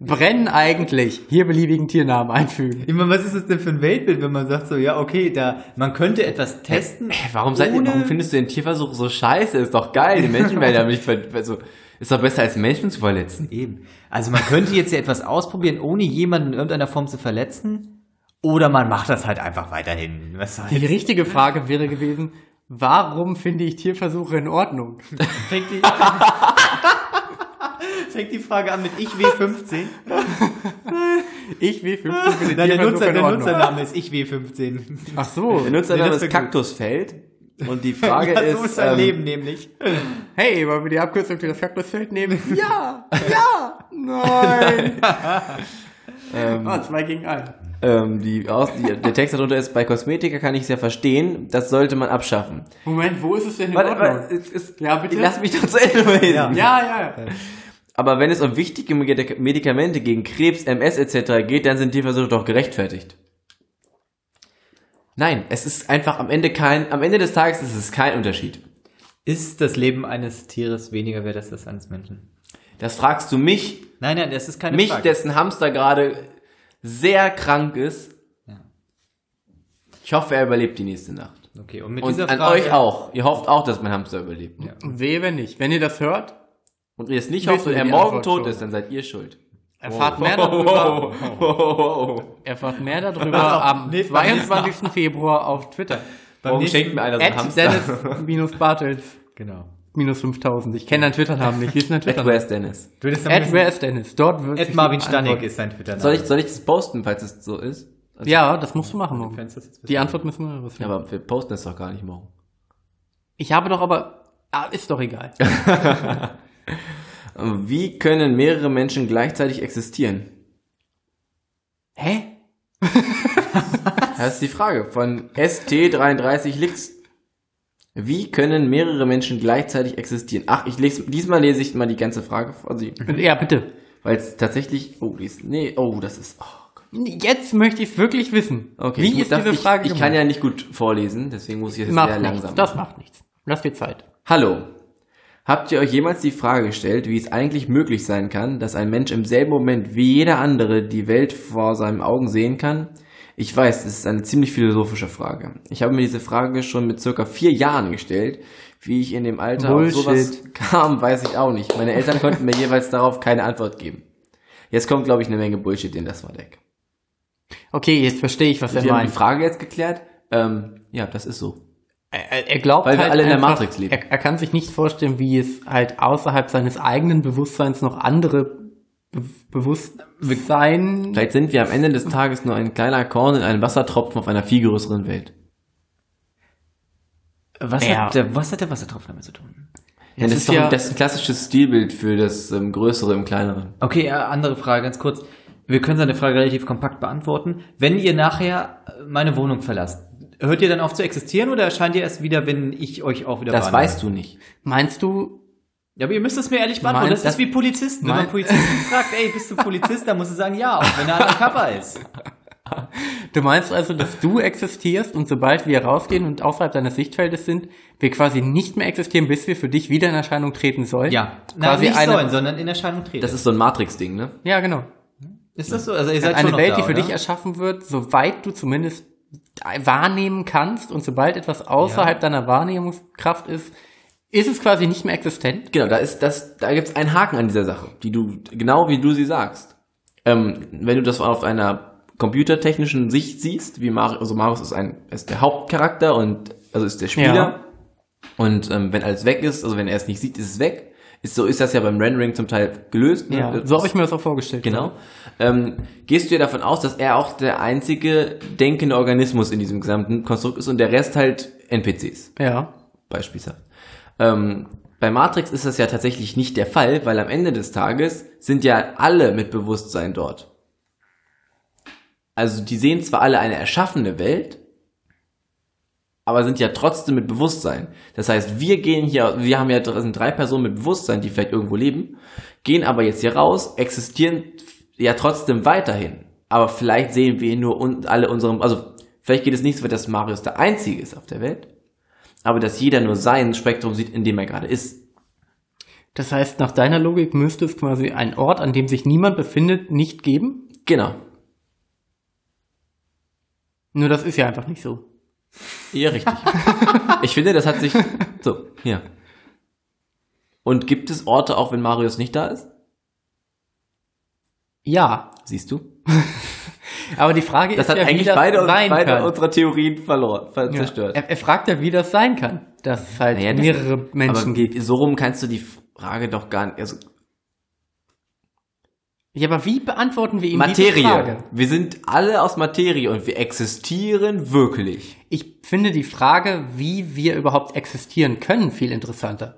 Speaker 1: Brennen eigentlich. Hier beliebigen Tiernamen einfügen.
Speaker 3: Ich meine, was ist das denn für ein Weltbild, wenn man sagt so, ja, okay, da, man könnte etwas testen.
Speaker 2: Hä, warum, seid ihr,
Speaker 3: ohne-
Speaker 2: warum findest du den Tierversuch so scheiße? Ist doch geil. Die Menschen werden damit ver also, ist doch besser als Menschen zu verletzen.
Speaker 3: Eben. Also man könnte jetzt ja etwas ausprobieren, ohne jemanden in irgendeiner Form zu verletzen. Oder man macht das halt einfach weiterhin. Was soll
Speaker 1: Die richtige Frage wäre gewesen, warum finde ich Tierversuche in Ordnung?
Speaker 3: fängt, die, fängt die Frage an mit ich W15.
Speaker 1: Ich will 15 finde
Speaker 3: Nein, der,
Speaker 1: Tierversuche
Speaker 3: Nutzer,
Speaker 1: in
Speaker 3: der
Speaker 1: Ordnung.
Speaker 3: Nutzername ist ich W15.
Speaker 1: Ach so.
Speaker 2: Der Nutzername
Speaker 3: Nee, das
Speaker 2: ist
Speaker 3: wär gut.
Speaker 2: Kaktusfeld. Und die Frage
Speaker 3: ja, so
Speaker 2: ist,
Speaker 3: ist sein
Speaker 2: ähm,
Speaker 3: Leben nämlich.
Speaker 1: Hey, wollen wir die Abkürzung für das Kaktusfeld nehmen? Ja! Ja! Nein!
Speaker 2: ähm,
Speaker 1: Ah, zwei gegen einen.
Speaker 2: ähm, die Aus die, der Text darunter ist, bei Kosmetika kann ich es ja verstehen, das sollte man abschaffen.
Speaker 1: Moment, wo ist es denn in
Speaker 2: Warte,
Speaker 1: Ordnung?
Speaker 2: warte, es ist-
Speaker 1: Ja, bitte?
Speaker 2: Lass mich doch zu Ende reden.
Speaker 3: Ja.
Speaker 1: ja, ja, ja.
Speaker 2: Aber wenn es um wichtige Medika- Medikamente gegen Krebs, MS etc. geht, dann sind Tierversuche doch gerechtfertigt. Nein, es ist einfach am Ende kein, am Ende des Tages ist es kein Unterschied.
Speaker 3: Ist das Leben eines Tieres weniger wert als das eines Menschen?
Speaker 2: Das fragst du mich,
Speaker 3: Nein, nein, das ist keine
Speaker 2: mich,
Speaker 3: Frage.
Speaker 2: dessen Hamster gerade sehr krank ist.
Speaker 3: Ja.
Speaker 2: Ich hoffe, er überlebt die nächste Nacht.
Speaker 3: okay, und mit
Speaker 2: Und
Speaker 3: dieser
Speaker 2: an
Speaker 3: Frage.
Speaker 2: euch auch. Ihr hofft auch, dass mein Hamster überlebt.
Speaker 3: Ja.
Speaker 1: Wehe, wenn nicht. Wenn ihr das hört,
Speaker 2: Und ihr es nicht
Speaker 1: Wissen
Speaker 2: hofft und
Speaker 1: wir
Speaker 2: er
Speaker 1: die
Speaker 2: morgen
Speaker 1: Antwort
Speaker 2: tot
Speaker 1: schon.
Speaker 2: ist, dann seid ihr schuld.
Speaker 1: erfahrt mehr
Speaker 3: Oh,
Speaker 1: darüber. Erfahrt mehr darüber am
Speaker 3: Nee, beim nächsten
Speaker 1: 22. Februar auf Twitter.
Speaker 3: Beim
Speaker 2: Morgen
Speaker 3: nächsten-
Speaker 2: schenkt mir einer so einen
Speaker 1: At
Speaker 2: Also Hamster.
Speaker 1: Dennis-Bartels.
Speaker 3: Genau.
Speaker 1: Minus 5000. Ich kenne deinen Twitter-Namen nicht. Wie ist denn dein
Speaker 2: At
Speaker 1: Twitter-Name?
Speaker 2: Where's Dennis?
Speaker 3: Du würdest dann
Speaker 1: At
Speaker 3: wissen,
Speaker 1: Where is Dennis? Dort wird
Speaker 3: Ed
Speaker 1: sich
Speaker 3: Marvin
Speaker 1: die
Speaker 3: Stanek
Speaker 1: Antwort-
Speaker 3: ist sein Twitter.
Speaker 2: Soll ich, soll ich das posten, falls es so ist? Also,
Speaker 1: Ja, das musst du machen
Speaker 3: Du
Speaker 1: morgen.
Speaker 3: kannst das jetzt
Speaker 1: Die Antwort müssen wir wissen.
Speaker 2: ja, Aber wir posten es doch gar nicht morgen.
Speaker 1: Ich habe doch aber. Ah, ist doch egal.
Speaker 2: Wie können mehrere Menschen gleichzeitig existieren?
Speaker 1: Hä?
Speaker 2: Das ist die Frage von ST33Lix. Wie können mehrere Menschen gleichzeitig existieren? Ach, ich lese, diesmal lese ich mal die ganze Frage vor, also,
Speaker 1: Ja, bitte.
Speaker 2: weil es tatsächlich, oh, die ist, nee, oh, das ist, oh,
Speaker 1: Jetzt möchte ich es wirklich wissen.
Speaker 2: okay.
Speaker 1: Wie
Speaker 2: ich, muss-
Speaker 1: ist diese
Speaker 2: ich,
Speaker 1: Frage?
Speaker 2: ich kann
Speaker 1: gemeint?
Speaker 2: ja nicht gut vorlesen, deswegen muss ich jetzt sehr
Speaker 1: macht
Speaker 2: langsam
Speaker 1: nichts. Das macht nichts. Lass dir Zeit.
Speaker 2: Hallo. Habt ihr euch jemals die Frage gestellt, wie es eigentlich möglich sein kann, dass ein Mensch im selben Moment wie jeder andere die Welt vor seinen Augen sehen kann? Ich weiß, es ist eine ziemlich philosophische Frage. Ich habe mir diese Frage schon mit circa vier Jahren gestellt. Wie ich in dem Alter auf sowas
Speaker 1: Bullshit.
Speaker 2: kam, weiß ich auch nicht. Meine Eltern konnten mir jeweils darauf keine Antwort geben. Jetzt kommt, glaube ich, eine Menge Bullshit in das Verdeck.
Speaker 1: Okay, jetzt verstehe ich, was er
Speaker 2: Wir haben die
Speaker 1: meint.
Speaker 2: Frage jetzt geklärt. Ähm, ja, das ist so.
Speaker 1: Er, er glaubt
Speaker 2: Weil wir
Speaker 1: halt
Speaker 2: alle in der
Speaker 1: einfach,
Speaker 2: Matrix leben.
Speaker 1: Er, er kann sich nicht vorstellen, wie es halt außerhalb seines eigenen Bewusstseins noch andere Be Bewusstsein.
Speaker 2: Vielleicht sind wir am Ende des Tages nur ein kleiner Korn in einem Wassertropfen auf einer viel größeren Welt.
Speaker 3: Was,
Speaker 1: Ja.
Speaker 3: hat der, was hat der Wassertropfen damit zu tun?
Speaker 2: Ja, das,
Speaker 1: ist
Speaker 2: ist doch,
Speaker 1: ja-
Speaker 2: das ist ein klassisches Stilbild für das ähm, Größere im Kleineren.
Speaker 3: Okay, äh, andere Frage, ganz kurz. Wir können seine Frage relativ kompakt beantworten. Wenn ihr nachher äh, meine Wohnung verlasst, hört ihr dann auf zu existieren oder erscheint ihr erst wieder, wenn ich euch auch wieder
Speaker 2: Das weißt du nicht.
Speaker 1: Meinst du,
Speaker 3: Ja, aber ihr müsst es mir ehrlich beantworten.
Speaker 1: Meinst-
Speaker 3: das ist wie Polizisten. Wenn man
Speaker 1: Mein-
Speaker 3: Polizisten fragt, ey, bist du Polizist, dann musst du sagen, ja, auch wenn er ein Kappa ist.
Speaker 1: du meinst also, dass du existierst und sobald wir rausgehen und außerhalb deines Sichtfeldes sind, wir quasi nicht mehr existieren, bis wir für dich wieder in Erscheinung treten sollen?
Speaker 3: Ja, Nein,
Speaker 1: Quasi
Speaker 3: nicht
Speaker 1: eine,
Speaker 3: sollen, sondern in Erscheinung treten.
Speaker 2: Das ist so ein Matrix-Ding, ne?
Speaker 1: Ja, genau.
Speaker 3: ist das so? Also ihr seid schon
Speaker 1: Eine
Speaker 3: noch
Speaker 1: Welt,
Speaker 3: da,
Speaker 1: die für
Speaker 3: oder?
Speaker 1: dich erschaffen wird, soweit du zumindest wahrnehmen kannst und sobald etwas außerhalb deiner Wahrnehmungskraft ist, ist es quasi nicht mehr existent.
Speaker 2: Genau, da ist das, da gibt's einen Haken an dieser Sache, die du, genau wie du sie sagst. Ähm, wenn du das auf einer computertechnischen Sicht siehst, wie Marius, also Marius ist ein, ist der Hauptcharakter und, also ist der Spieler.
Speaker 1: Ja.
Speaker 2: Und ähm, wenn alles weg ist, also wenn er es nicht sieht, ist es weg. Ist, so ist das ja beim Rendering zum Teil gelöst. ne? Das-
Speaker 1: so habe ich mir das auch vorgestellt.
Speaker 2: Genau. Ähm, gehst du ja davon aus, dass er auch der einzige denkende Organismus in diesem gesamten Konstrukt ist und der Rest halt NPCs,
Speaker 1: Ja.
Speaker 2: beispielsweise. Ähm, bei Matrix ist das ja tatsächlich nicht der Fall, weil am Ende des Tages sind ja alle mit Bewusstsein dort. Also die sehen zwar alle eine erschaffene Welt, aber sind ja trotzdem mit Bewusstsein. Das heißt, wir gehen hier, wir haben ja das sind drei Personen mit Bewusstsein, die vielleicht irgendwo leben, gehen aber jetzt hier raus, existieren ja trotzdem weiterhin. Aber vielleicht sehen wir nur un, alle unserem, also vielleicht geht es nicht so weit, dass Marius der Einzige ist auf der Welt, aber dass jeder nur sein Spektrum sieht, in dem er gerade ist.
Speaker 1: Das heißt, nach deiner Logik müsste es quasi einen Ort, an dem sich niemand befindet, nicht geben.
Speaker 2: Genau.
Speaker 1: Nur das ist ja einfach nicht so.
Speaker 2: Ja, richtig. ich finde, das hat sich, so, hier. Und gibt es Orte, auch wenn Marius nicht da ist?
Speaker 1: Ja.
Speaker 2: Siehst du?
Speaker 1: Aber die Frage
Speaker 2: Das
Speaker 1: ist
Speaker 2: hat
Speaker 1: ja, wie
Speaker 2: eigentlich
Speaker 1: das
Speaker 2: beide,
Speaker 1: sein
Speaker 2: beide
Speaker 1: kann.
Speaker 2: unserer Theorien verloren, ver
Speaker 1: ja.
Speaker 2: zerstört.
Speaker 1: er, er fragt ja, wie das sein kann, dass es halt
Speaker 2: Naja, das-
Speaker 1: mehrere Menschen
Speaker 2: Aber
Speaker 1: gibt.
Speaker 2: so rum kannst du die Frage doch gar nicht. Also,
Speaker 1: Ja, aber wie beantworten wir ihm diese Frage?
Speaker 2: Materie. Wir sind alle aus Materie und wir existieren wirklich.
Speaker 1: Ich finde die Frage, wie wir überhaupt existieren können, viel interessanter.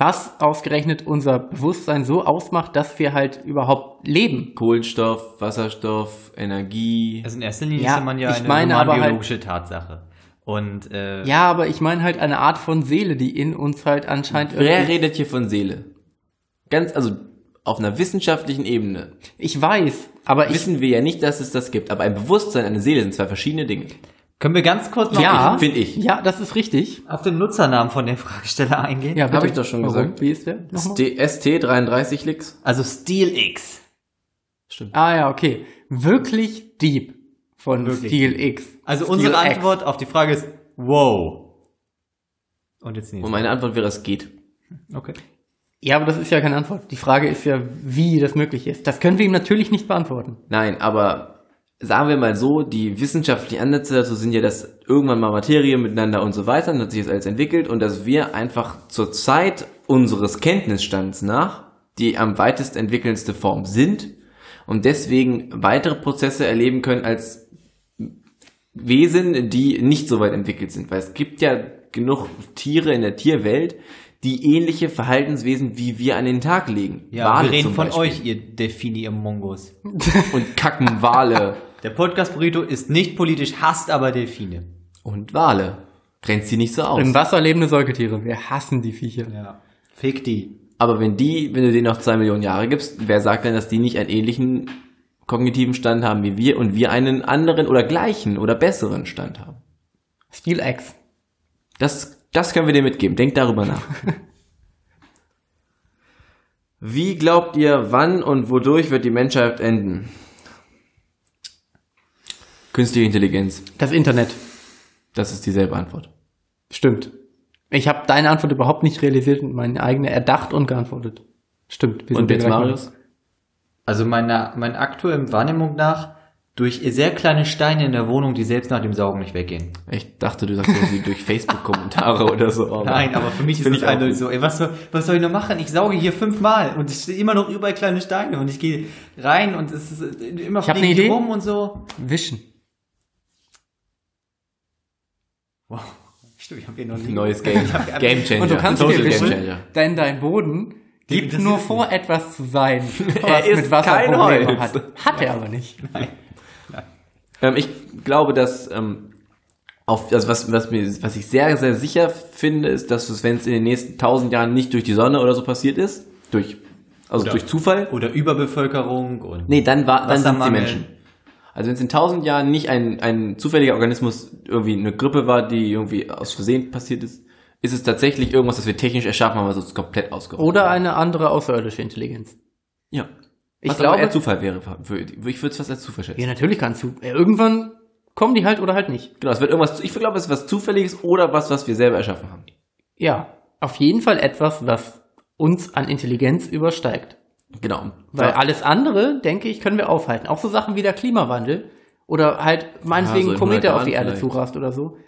Speaker 1: Was ausgerechnet unser Bewusstsein so ausmacht, dass wir halt überhaupt leben.
Speaker 2: Kohlenstoff, Wasserstoff, Energie.
Speaker 3: Also in erster Linie
Speaker 1: Ja,
Speaker 3: ist man ja
Speaker 1: ich
Speaker 3: eine
Speaker 1: meine aber halt-
Speaker 3: biologische Tatsache. Und äh,
Speaker 1: Ja, aber ich meine halt eine Art von Seele, die in uns halt anscheinend
Speaker 2: Wer
Speaker 1: irgendwie.
Speaker 2: redet hier von Seele? Ganz, also auf einer wissenschaftlichen Ebene
Speaker 1: Ich weiß, aber ich,
Speaker 2: wissen wir ja nicht, dass es das gibt. Aber ein Bewusstsein, eine Seele sind zwei verschiedene Dinge.
Speaker 3: können wir ganz kurz noch
Speaker 1: Ja.
Speaker 2: Finde ich.
Speaker 1: ja, das ist richtig.
Speaker 3: auf den Nutzernamen von dem Fragesteller eingehen?
Speaker 1: Ja,
Speaker 2: Hab ich doch schon
Speaker 1: Warum?
Speaker 2: gesagt.
Speaker 1: Wie ist der? nochmal?
Speaker 2: ST33 Licks.
Speaker 3: Also SteelX.
Speaker 2: Stimmt.
Speaker 1: Ah ja, okay. Wirklich deep von
Speaker 3: Wirklich
Speaker 1: Steel X.
Speaker 3: Also unsere
Speaker 1: Steel X.
Speaker 3: Antwort auf die Frage ist wow. Und jetzt nicht.
Speaker 2: Und meine Antwort wäre, es geht.
Speaker 3: Okay.
Speaker 1: Ja, aber das ist ja keine Antwort. Die Frage ist ja, wie das möglich ist. Das können wir ihm natürlich nicht beantworten.
Speaker 2: Nein, aber sagen wir mal so, die wissenschaftlichen Ansätze dazu sind ja, dass irgendwann mal Materie miteinander und so weiter, und hat sich das alles entwickelt und dass wir einfach zur Zeit unseres Kenntnisstands nach die am weitest entwickelndste Form sind und deswegen weitere Prozesse erleben können als Wesen, die nicht so weit entwickelt sind, weil es gibt ja genug Tiere in der Tierwelt, die ähnliche Verhaltenswesen wie wir an den Tag legen.
Speaker 3: Ja,
Speaker 2: Wale
Speaker 3: wir reden
Speaker 2: zum
Speaker 3: von
Speaker 2: Beispiel.
Speaker 3: euch, ihr Delfini im Mongos.
Speaker 2: Und kacken Wale.
Speaker 3: Der Podcast Burrito ist nicht politisch, hasst aber Delfine.
Speaker 2: Und Wale. Grenzt sie nicht so aus.
Speaker 1: Im Wasser lebende Säugetiere. Wir hassen die Viecher.
Speaker 3: Ja. Fick die.
Speaker 2: Aber wenn die, wenn du denen noch zwei Millionen Jahre gibst, wer sagt denn, dass die nicht einen ähnlichen kognitiven Stand haben wie wir und wir einen anderen oder gleichen oder besseren Stand haben?
Speaker 1: Steel X.
Speaker 2: Das, das können wir dir mitgeben. Denk darüber nach. wie glaubt ihr, wann und wodurch wird die Menschheit enden? Künstliche Intelligenz.
Speaker 1: Das Internet.
Speaker 2: Das ist dieselbe Antwort.
Speaker 1: Stimmt. Ich habe deine Antwort überhaupt nicht realisiert und meine eigene erdacht und geantwortet. Stimmt. Wir
Speaker 2: Und
Speaker 1: sind
Speaker 2: jetzt
Speaker 1: der gleichen
Speaker 2: Marius?
Speaker 3: Also meiner, meiner aktuellen Wahrnehmung nach durch sehr kleine Steine in der Wohnung, die selbst nach dem Saugen nicht weggehen.
Speaker 2: Ich dachte, du sagst irgendwie durch Facebook-Kommentare oder so. aber-
Speaker 3: Nein, aber für mich ist
Speaker 2: Find
Speaker 3: das
Speaker 2: ich auch
Speaker 3: eindeutig
Speaker 2: gut.
Speaker 3: so, ey, was soll, was soll ich noch machen? Ich sauge hier fünfmal und es stehen immer noch überall kleine Steine und ich gehe rein und es ist äh, immer
Speaker 1: Ich hab
Speaker 3: fliegen
Speaker 1: ne
Speaker 3: die
Speaker 1: Idee.
Speaker 3: rum und so.
Speaker 1: Wischen.
Speaker 3: Wow. Stimmt, ich habe hier noch nie.
Speaker 2: Neues Game.
Speaker 3: hab-
Speaker 2: Game Changer.
Speaker 1: Und du kannst
Speaker 2: Total
Speaker 1: dir
Speaker 2: Game
Speaker 1: wischen,
Speaker 2: Changer.
Speaker 1: denn dein Boden gibt
Speaker 3: das
Speaker 1: nur
Speaker 3: ist
Speaker 1: vor, etwas zu sein, was
Speaker 2: ist
Speaker 1: mit Wasser
Speaker 2: kein
Speaker 1: Probleme
Speaker 2: Holz.
Speaker 1: hat. Hat er aber nicht.
Speaker 2: Ähm, ich glaube, dass ähm, auf, also was, was, mir, was ich sehr, sehr sicher finde, ist, dass es, wenn es in den nächsten tausend Jahren nicht durch die Sonne oder so passiert ist, durch, also
Speaker 3: Oder-
Speaker 2: durch Zufall,
Speaker 3: Oder Überbevölkerung und.
Speaker 2: nee, dann, war- dann sind es die
Speaker 3: Wassermangel.
Speaker 2: Menschen. Also wenn es in tausend Jahren nicht ein, ein zufälliger Organismus irgendwie eine Grippe war, die irgendwie aus Versehen passiert ist, ist es tatsächlich irgendwas, das wir technisch erschaffen haben, was uns komplett ausgerottet
Speaker 1: Oder
Speaker 2: hat.
Speaker 1: eine andere außerirdische Intelligenz.
Speaker 2: Ja.
Speaker 1: Ich
Speaker 2: was aber
Speaker 1: glaube-
Speaker 2: eher Zufall wäre, würde- ich würde es fast als Zufall schätzen.
Speaker 1: Ja, natürlich kannst du. Irgendwann kommen die halt oder halt nicht.
Speaker 2: Genau, es wird irgendwas, ich glaube, es ist was Zufälliges oder was, was wir selber erschaffen haben.
Speaker 1: Ja, auf jeden Fall etwas, was uns an Intelligenz übersteigt.
Speaker 2: Genau.
Speaker 1: Weil
Speaker 2: Ja.
Speaker 1: alles andere, denke ich, können wir aufhalten. Auch so Sachen wie der Klimawandel oder halt meinetwegen
Speaker 2: so in
Speaker 1: Komete
Speaker 2: 100
Speaker 1: auf die
Speaker 2: Jahren
Speaker 1: Erde
Speaker 2: vielleicht.
Speaker 1: zurast oder so.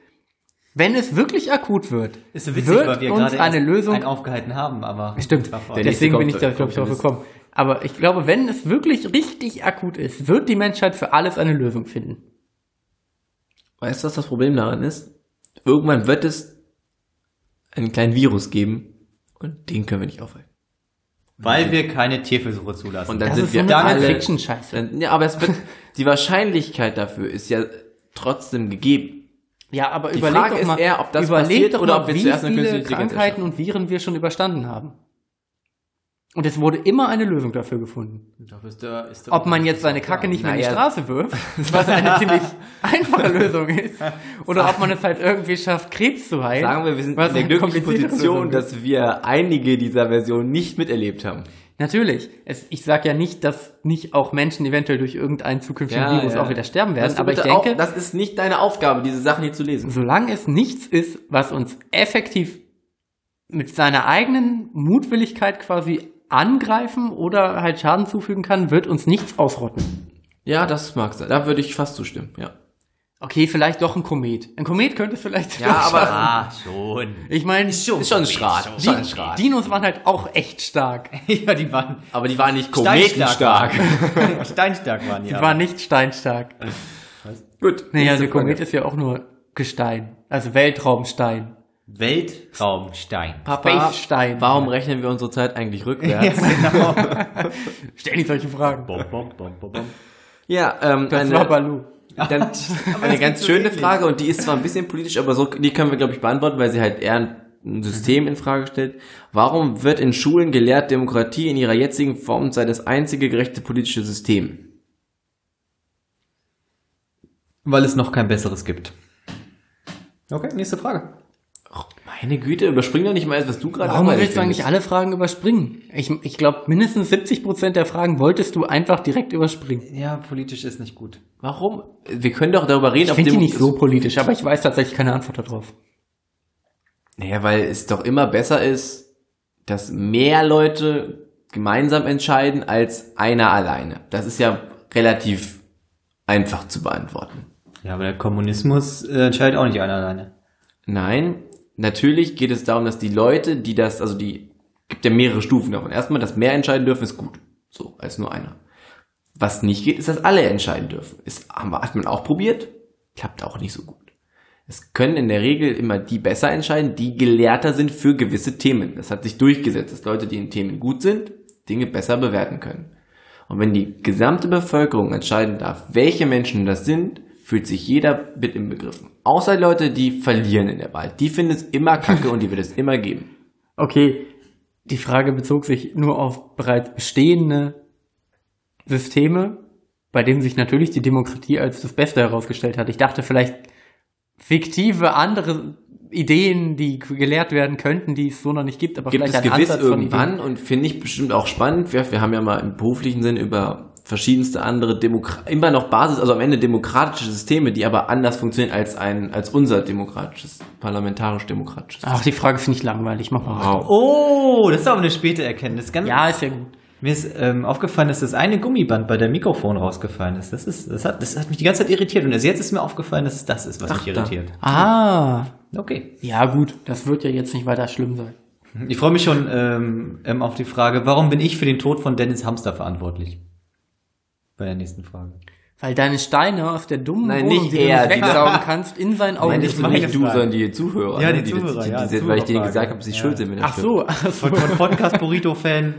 Speaker 1: Wenn es wirklich akut wird,
Speaker 3: Ist so witzig,
Speaker 1: wird
Speaker 3: weil wir
Speaker 1: uns
Speaker 3: gerade
Speaker 1: eine
Speaker 3: erst
Speaker 1: Lösung
Speaker 3: einen aufgehalten haben, aber.
Speaker 1: Stimmt.
Speaker 3: Davon.
Speaker 2: Der nächste
Speaker 1: Deswegen bin ich
Speaker 2: kommt-
Speaker 1: da, glaube ich,
Speaker 2: kommt
Speaker 1: drauf gekommen. Aber ich glaube, wenn es wirklich richtig akut ist, wird die Menschheit für alles eine Lösung finden.
Speaker 2: Weißt du, was das Problem daran ist? Irgendwann wird es einen kleinen Virus geben und den können wir nicht aufhalten.
Speaker 3: Weil wir keine Tierversuche zulassen.
Speaker 2: Und dann
Speaker 1: Das
Speaker 2: sind
Speaker 1: ist
Speaker 2: wir
Speaker 1: so eine
Speaker 2: alle-
Speaker 1: Fiction-Scheiße.
Speaker 2: Dann, ja, aber es wird, die Wahrscheinlichkeit dafür ist ja trotzdem gegeben.
Speaker 1: Ja, aber
Speaker 2: Die
Speaker 1: überleg
Speaker 2: Frage
Speaker 1: doch
Speaker 2: ist
Speaker 1: mal,
Speaker 2: eher, ob das
Speaker 1: überleg
Speaker 2: passiert
Speaker 1: doch
Speaker 2: oder
Speaker 1: mal,
Speaker 2: ob wir
Speaker 1: wie
Speaker 2: zuerst eine künstliche
Speaker 1: viele
Speaker 2: Intelligenz
Speaker 1: Krankheiten und Viren wir schon überstanden haben. Und es wurde immer eine Lösung dafür gefunden. Ob man jetzt seine Kacke nicht mehr in die
Speaker 2: naja.
Speaker 1: Straße wirft, was eine ziemlich einfache Lösung ist, oder ob man es halt irgendwie schafft, Krebs zu heilen.
Speaker 2: Sagen wir, wir sind
Speaker 1: was
Speaker 2: in der
Speaker 1: eine
Speaker 2: glücklichen
Speaker 1: kompliziertere Lösung
Speaker 2: Position,
Speaker 1: ist.
Speaker 2: dass wir einige dieser Versionen nicht miterlebt haben.
Speaker 1: Natürlich. Es, ich sage ja nicht, dass nicht auch Menschen eventuell durch irgendeinen zukünftigen
Speaker 2: Ja,
Speaker 1: Virus
Speaker 2: ja.
Speaker 1: auch wieder sterben werden,
Speaker 2: Dass du
Speaker 1: aber ich
Speaker 2: bitte auch-
Speaker 1: denke,
Speaker 2: das ist nicht deine Aufgabe, diese Sachen hier zu lesen.
Speaker 1: solange es nichts ist, was uns effektiv mit seiner eigenen Mutwilligkeit quasi angreifen oder halt Schaden zufügen kann, wird uns nichts ausrotten.
Speaker 2: Ja, das mag sein. Da würde ich fast zustimmen, ja.
Speaker 1: Okay, vielleicht doch ein Komet. Ein Komet könnte es vielleicht.
Speaker 2: Ja,
Speaker 1: doch
Speaker 2: aber-
Speaker 1: schaffen.
Speaker 3: Ah, schon.
Speaker 1: ich meine,
Speaker 2: Ist schon ein Schrat. Ist schon ein Schrat.
Speaker 1: Di Dinos waren halt auch echt stark.
Speaker 3: ja, die waren.
Speaker 2: Aber die waren nicht
Speaker 3: Steinstark.
Speaker 2: kometenstark.
Speaker 3: Steinstark waren die.
Speaker 1: Die
Speaker 3: aber.
Speaker 1: waren nicht steinstark.
Speaker 2: Gut.
Speaker 1: Nee, also
Speaker 2: nächste Frage.
Speaker 1: Komet ist ja auch nur Gestein, also Weltraumstein.
Speaker 3: Weltraumstein.
Speaker 2: Papa,
Speaker 1: Spacestein.
Speaker 2: warum rechnen wir unsere Zeit eigentlich rückwärts?
Speaker 3: genau.
Speaker 1: Stell nicht solche Fragen.
Speaker 3: bom, bom, bom, bom, bom.
Speaker 2: ja, ähm,
Speaker 1: Das war
Speaker 2: eine,
Speaker 1: Balu.
Speaker 2: dann, eine ganz schöne Frage und die ist zwar ein bisschen politisch, aber so, die können wir, glaube ich, beantworten, weil sie halt eher ein- ein System in Frage stellt. Warum wird in Schulen gelehrt, Demokratie in ihrer jetzigen Form sei das einzige gerechte politische System?
Speaker 3: Weil es noch kein besseres gibt. Okay, nächste Frage.
Speaker 2: Och, Oh, meine Güte, überspring doch nicht mal erst, was du gerade
Speaker 1: Warum
Speaker 2: langweilig
Speaker 1: willst du eigentlich
Speaker 2: findest.
Speaker 1: alle Fragen überspringen? Ich, ich glaube, mindestens 70% der Fragen wolltest du einfach direkt überspringen.
Speaker 3: Ja, politisch ist nicht gut.
Speaker 2: Warum? Wir können doch darüber reden,
Speaker 1: Ich finde die nicht so politisch, aber ich weiß tatsächlich keine Antwort darauf.
Speaker 2: Naja, weil es doch immer besser ist, dass mehr Leute gemeinsam entscheiden als einer alleine. Das ist ja relativ einfach zu beantworten.
Speaker 3: Ja, aber der Kommunismus äh, entscheidet auch nicht einer alleine.
Speaker 2: Nein, natürlich geht es darum, dass die Leute, die das, also die, gibt ja mehrere Stufen davon. Erstmal, dass mehr entscheiden dürfen, ist gut. So, als nur einer. Was nicht geht, ist, dass alle entscheiden dürfen. Ist, haben wir- hat man auch probiert, klappt auch nicht so gut. Es können in der Regel immer die besser entscheiden, die gelehrter sind für gewisse Themen. Das hat sich durchgesetzt, dass Leute, die in Themen gut sind, Dinge besser bewerten können. Und wenn die gesamte Bevölkerung entscheiden darf, welche Menschen das sind, fühlt sich jeder mit im Begriff. Außer Leute, die verlieren in der Wahl. Die finden es immer kacke und die wird es immer geben.
Speaker 1: Okay, die Frage bezog sich nur auf bereits bestehende Systeme, bei denen sich natürlich die Demokratie als das Beste herausgestellt hat. Ich dachte vielleicht fiktive andere Ideen, die gelehrt werden könnten, die es so noch nicht gibt, aber
Speaker 2: Gibt es
Speaker 1: vielleicht ein
Speaker 2: gewiss
Speaker 1: Ansatz von Ideen.
Speaker 2: irgendwann und finde ich bestimmt auch spannend. Wir, wir haben ja mal im beruflichen Sinn über verschiedenste andere Demokra immer noch Basis, also am Ende demokratische Systeme, die aber anders funktionieren als ein, als unser demokratisches, parlamentarisch-demokratisches.
Speaker 1: Ach, die Frage finde ich langweilig. Mach mal weiter.
Speaker 2: Wow.
Speaker 3: Oh, das ist aber eine späte Erkenntnis. Ganz
Speaker 1: Ja, ist ja gut.
Speaker 3: Mir ist ähm, aufgefallen, dass das eine Gummiband bei der Mikrofon rausgefallen ist. Das, ist das, hat, das hat mich die ganze Zeit irritiert. Und erst jetzt ist mir aufgefallen, dass es das ist, was
Speaker 2: Ach,
Speaker 3: mich irritiert.
Speaker 1: Ah,
Speaker 3: Okay.
Speaker 1: ja gut, das wird ja jetzt nicht weiter schlimm sein.
Speaker 3: Ich freue mich schon ähm, ähm, auf die Frage, warum bin ich für den Tod von Dennis Hamster verantwortlich? Bei der nächsten Frage.
Speaker 1: Weil deine Steine aus der dummen
Speaker 2: Nein,
Speaker 1: Wohnung,
Speaker 2: nicht
Speaker 1: die du
Speaker 2: er,
Speaker 1: nicht
Speaker 2: die-
Speaker 1: wegsaugen kannst, in sein Auge.
Speaker 2: Nein,
Speaker 3: das
Speaker 2: nicht,
Speaker 1: zu-
Speaker 3: meine
Speaker 2: nicht du,
Speaker 3: Frage.
Speaker 2: sondern die Zuhörer.
Speaker 3: Ja,
Speaker 2: ne?
Speaker 3: die Zuhörer, ja,
Speaker 2: Weil ich denen
Speaker 3: Zuhörerfrage.
Speaker 2: gesagt habe, sie
Speaker 3: Ja.
Speaker 2: schuld sind. wenn das
Speaker 1: Ach
Speaker 2: stimmt.
Speaker 1: so, ach so.
Speaker 3: Von, von Podcast Burrito Fan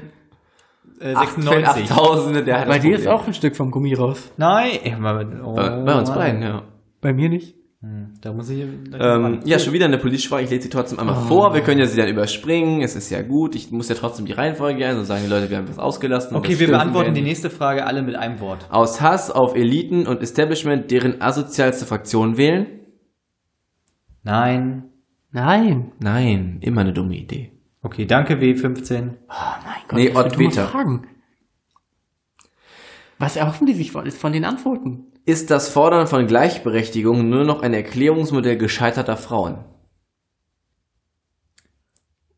Speaker 3: äh,
Speaker 2: Acht-
Speaker 3: 96.
Speaker 2: Achttausende, der hat
Speaker 1: Bei
Speaker 2: das
Speaker 1: dir ist
Speaker 2: Problem. Äh,
Speaker 1: auch ein Stück vom Gummi raus.
Speaker 3: Nein, ja, aber- oh,
Speaker 2: Bei, bei uns
Speaker 3: Mann.
Speaker 2: beiden, ja.
Speaker 1: Bei mir nicht.
Speaker 3: Hm, Da muss ich. da-
Speaker 2: Ähm, ja, schon wieder eine politische Frage. Ich lese sie trotzdem einmal vor. Wir können ja sie dann überspringen. Es ist ja gut. Ich muss ja trotzdem die Reihenfolge ein, sonst sagen die Leute, wir haben was ausgelassen.
Speaker 3: okay,
Speaker 2: Das
Speaker 3: wir
Speaker 2: stimmt,
Speaker 3: beantworten
Speaker 2: wenn-
Speaker 3: die nächste Frage alle mit einem Wort.
Speaker 2: Aus Hass auf Eliten und Establishment deren asozialste Fraktion wählen?
Speaker 3: Nein.
Speaker 1: Nein.
Speaker 2: Nein, immer eine dumme Idee.
Speaker 3: Okay, danke W15.
Speaker 1: Oh mein Gott,
Speaker 2: Nee,
Speaker 1: was für
Speaker 2: Ott
Speaker 1: dumme
Speaker 2: Peter.
Speaker 1: Fragen. Was erhoffen die sich von, von den Antworten?
Speaker 2: Ist das Fordern von Gleichberechtigung nur noch ein Erklärungsmodell gescheiterter Frauen?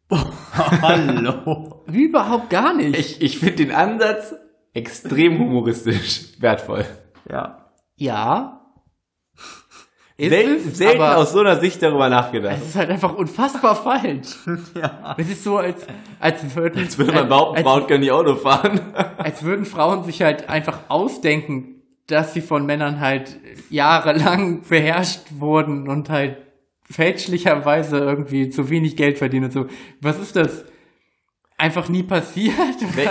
Speaker 3: Hallo.
Speaker 1: Überhaupt gar nicht.
Speaker 2: Ich, ich finde den Ansatz extrem humoristisch wertvoll.
Speaker 3: Ja.
Speaker 1: Ja.
Speaker 2: Sel
Speaker 1: es,
Speaker 2: selten
Speaker 1: aber-
Speaker 2: aus so einer Sicht darüber nachgedacht.
Speaker 1: Es ist halt einfach unfassbar falsch.
Speaker 3: ja.
Speaker 1: Es ist so, als, als würden,
Speaker 2: Jetzt würde man behaupten,
Speaker 1: als,
Speaker 2: Frauen können nicht Auto fahren.
Speaker 1: als würden Frauen sich halt einfach ausdenken, dass sie von Männern halt jahrelang beherrscht wurden und halt fälschlicherweise irgendwie zu wenig Geld verdienen und so. Was ist das? Einfach nie passiert?
Speaker 2: Wel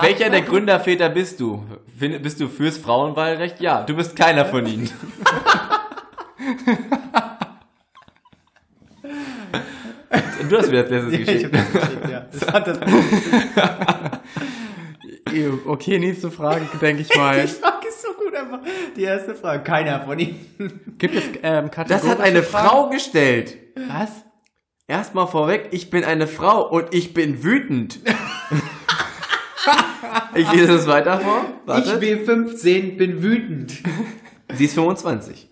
Speaker 2: welcher der Gründerväter bist du? Find, bist du fürs Frauenwahlrecht? Ja, du bist keiner von ihnen. du hast mir das letztes geschickt.
Speaker 3: Das hat das
Speaker 1: Okay, nächste Frage, denke ich mal.
Speaker 3: die Frage ist so gut, aber die erste Frage. Keiner von ihnen.
Speaker 1: Gibt es ähm, Kategorien?
Speaker 2: Das hat eine Frau gestellt.
Speaker 1: Was?
Speaker 2: Erstmal vorweg, ich bin eine Frau und ich bin wütend. ich lese es weiter vor. Warte.
Speaker 3: Ich W15 bin wütend.
Speaker 2: Sie ist 25.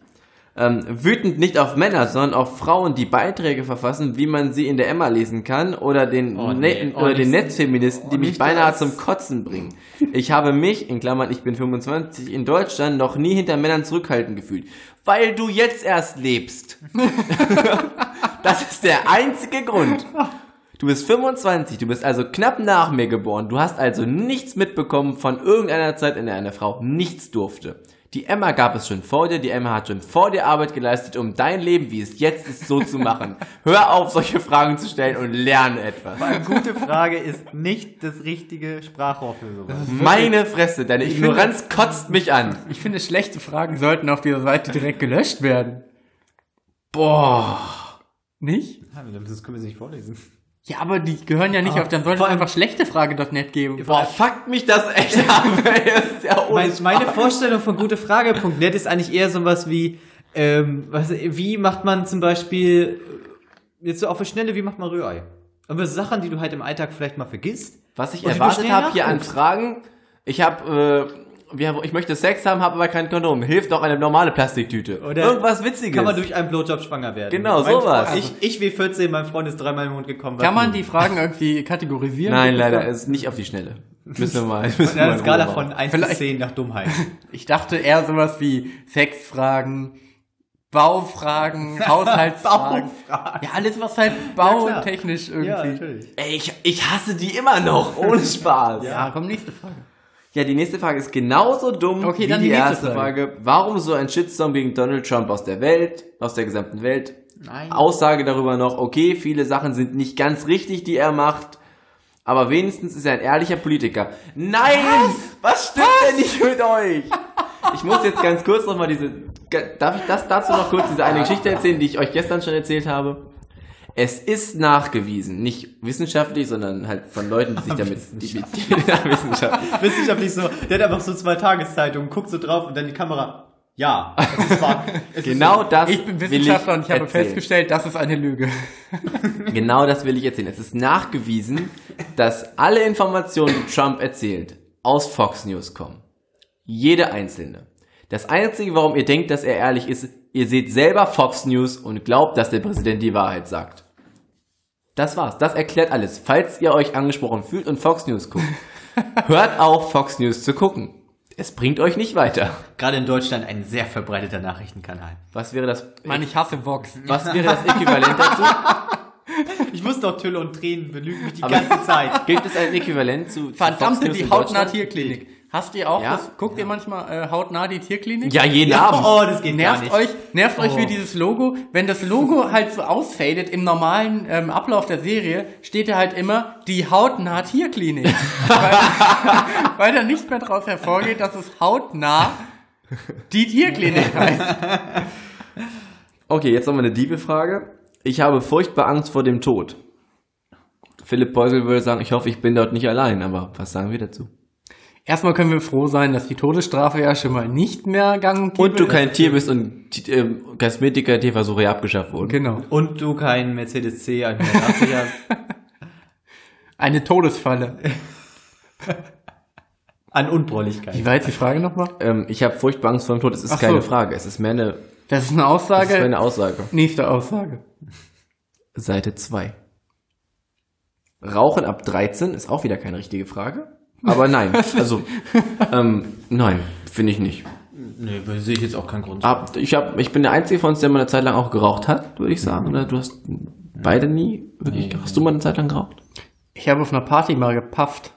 Speaker 2: Ähm, wütend nicht auf Männer, sondern auf Frauen, die Beiträge verfassen, wie man sie in der Emma lesen kann, oder den,
Speaker 3: Oh, nee.
Speaker 2: ne
Speaker 3: Oh,
Speaker 2: oder den
Speaker 3: nicht-
Speaker 2: Netzfeministen, die
Speaker 3: oh,
Speaker 2: mich
Speaker 3: nicht
Speaker 2: beinahe
Speaker 3: das.
Speaker 2: zum Kotzen bringen. Ich habe mich, in Klammern, ich bin 25, in Deutschland noch nie hinter Männern zurückhaltend gefühlt. Weil du jetzt erst lebst. das ist der einzige Grund. Du bist 25, du bist also knapp nach mir geboren. Du hast also nichts mitbekommen von irgendeiner Zeit, in der eine Frau nichts durfte. Die Emma gab es schon vor dir, die Emma hat schon vor dir Arbeit geleistet, um dein Leben, wie es jetzt ist, so zu machen. Hör auf, solche Fragen zu stellen und lerne etwas.
Speaker 3: Eine gute Frage ist nicht das richtige Sprachrohr für sowas.
Speaker 2: Meine Fresse, deine Ignoranz kotzt mich an.
Speaker 1: Ich finde, schlechte Fragen sollten auf dieser Seite direkt gelöscht werden.
Speaker 2: Boah.
Speaker 1: Nicht?
Speaker 3: Das können wir nicht vorlesen.
Speaker 1: Ja, aber die gehören ja nicht auf, dann sollte es
Speaker 3: vor allem-
Speaker 1: einfach schlechte Frage.net geben.
Speaker 2: Boah, fuckt mich das echt ab. ey. Das ist ja ohne
Speaker 3: Mein, meine
Speaker 2: Spaß.
Speaker 3: Vorstellung von gutefrage.net ist eigentlich eher sowas wie, ähm, was, wie macht man zum Beispiel, äh, jetzt so auf die Schnelle, wie macht man Rührei? Und was Sachen, die du halt im Alltag vielleicht mal vergisst.
Speaker 2: Was ich
Speaker 3: Und wie du
Speaker 2: erwartet
Speaker 3: schnell
Speaker 2: habe hier an
Speaker 3: nachguckst.
Speaker 2: Fragen, ich habe, äh, wir haben- ich möchte Sex haben, habe aber kein Kondom. Hilft auch eine normale Plastiktüte.
Speaker 3: Oder
Speaker 2: Irgendwas Witziges.
Speaker 3: Kann man durch einen Blowjob schwanger werden?
Speaker 2: Genau,
Speaker 3: Mein
Speaker 2: sowas.
Speaker 3: Freund- Ich, ich W14, mein Freund ist dreimal im Mond gekommen.
Speaker 1: Kann man
Speaker 3: die
Speaker 1: die Fragen irgendwie kategorisieren?
Speaker 2: Nein,
Speaker 1: Gibt es
Speaker 2: leider,
Speaker 1: da-
Speaker 2: ist nicht auf die Schnelle. Müssen wir mal. Müssen wir
Speaker 3: Ja,
Speaker 2: mal
Speaker 3: eine Skala
Speaker 2: drüber
Speaker 3: von
Speaker 2: machen.
Speaker 3: 1 bis
Speaker 1: Vielleicht-
Speaker 3: 10 nach Dummheit.
Speaker 1: Ich dachte eher sowas wie Sexfragen, Baufragen, Haushaltsfragen. ja, alles, was halt bau-
Speaker 3: klar.
Speaker 1: und technisch irgendwie.
Speaker 3: natürlich.
Speaker 2: Ey, ich, ich hasse die immer noch, ohne Spaß.
Speaker 1: Ja, komm, nächste Frage.
Speaker 2: Ja, die nächste Frage ist genauso dumm
Speaker 1: Okay,
Speaker 2: wie
Speaker 1: dann
Speaker 2: die,
Speaker 1: die nächste
Speaker 2: erste Frage.
Speaker 1: Frage.
Speaker 2: Warum so ein Shitstorm gegen Donald Trump aus der Welt, aus der gesamten Welt?
Speaker 1: Nein.
Speaker 2: Aussage darüber noch, okay, viele Sachen sind nicht ganz richtig, die er macht, aber wenigstens ist er ein ehrlicher Politiker. Nein! Was, stimmt denn nicht mit euch? Ich muss jetzt ganz kurz nochmal diese, darf ich das dazu noch kurz diese eine Geschichte erzählen, die ich euch gestern schon erzählt habe? Es ist nachgewiesen, nicht wissenschaftlich, sondern halt von Leuten, die sich damit, die, die, ja, wissenschaftlich,
Speaker 3: Wissenschaftlich so, der hat einfach so zwei Tageszeitungen, guckt so drauf und dann die Kamera. Ja, es ist wahr. Es ist
Speaker 2: Genau
Speaker 3: so.
Speaker 2: das
Speaker 1: Ich bin Wissenschaftler und ich habe festgestellt, das ist eine Lüge.
Speaker 2: Genau das will ich erzählen. Es ist nachgewiesen, dass alle Informationen, die Trump erzählt, aus Fox News kommen. Jede einzelne. Das Einzige, warum ihr denkt, dass er ehrlich ist, ihr seht selber Fox News und glaubt, dass der Präsident die Wahrheit sagt. Das war's. Das erklärt alles. Falls ihr euch angesprochen fühlt und Fox News guckt. Hört auf, Fox News zu gucken. Es bringt euch nicht weiter.
Speaker 3: Gerade in Deutschland ein sehr verbreiteter Nachrichtenkanal.
Speaker 2: Was wäre das,
Speaker 1: Mann, ich hasse Vox.
Speaker 2: was wäre das Äquivalent dazu?
Speaker 3: Ich muss doch Tülle und Tränen belügen mich die
Speaker 2: Aber-
Speaker 3: ganze Zeit.
Speaker 2: Gibt es ein Äquivalent zu zu Fox
Speaker 1: Verdammte,
Speaker 2: News
Speaker 1: die
Speaker 2: in
Speaker 1: hautnah
Speaker 2: Deutschland?
Speaker 1: Tierklinik. Hast ihr auch
Speaker 2: Ja.
Speaker 1: das? Guckt ihr manchmal äh, hautnah die Tierklinik?
Speaker 2: Ja, jeden Abend.
Speaker 3: Oh, das geht gar
Speaker 1: Nervt
Speaker 3: nicht.
Speaker 1: euch, nervt euch wie
Speaker 3: Oh.
Speaker 1: dieses Logo. Wenn das Logo halt so ausfadet im normalen ähm, Ablauf der Serie, steht da halt immer die hautnah Tierklinik. weil, weil da nicht mehr draus hervorgeht, dass es hautnah die Tierklinik heißt.
Speaker 2: Okay, jetzt nochmal eine Diebefrage. Ich habe furchtbar Angst vor dem Tod. Philipp Beusel würde sagen, ich hoffe, ich bin dort nicht allein, aber was sagen wir dazu?
Speaker 1: Erstmal können wir froh sein, dass die Todesstrafe ja schon mal nicht mehr gang und gäbe
Speaker 2: Und du
Speaker 1: ist.
Speaker 2: kein Tier bist und äh, Kosmetiker Tierversuche ja abgeschafft wurden.
Speaker 1: Genau.
Speaker 3: Und du kein Mercedes C 180 hast.
Speaker 1: Eine Todesfalle.
Speaker 3: An Unbräulichkeit.
Speaker 1: Wie war jetzt die Frage nochmal?
Speaker 2: Ähm, ich habe furchtbar Angst vor dem Tod. Es ist
Speaker 1: Ach so.
Speaker 2: keine Frage, es ist mehr eine,
Speaker 1: Das ist eine
Speaker 2: es
Speaker 1: Aussage.
Speaker 2: ist eine Aussage.
Speaker 1: Nächste Aussage.
Speaker 2: Seite 2. Rauchen ab 13 ist auch wieder keine richtige Frage. Aber nein, also ähm, nein, finde ich nicht.
Speaker 3: Nö, sehe ich jetzt auch keinen Grund.
Speaker 2: Hab, ich, hab, ich bin der Einzige von uns, der mal eine Zeit lang auch geraucht hat, würde ich sagen. Oder du hast beide nie wirklich. hast du mal eine Zeit lang geraucht?
Speaker 1: Ich habe auf einer Party mal gepafft.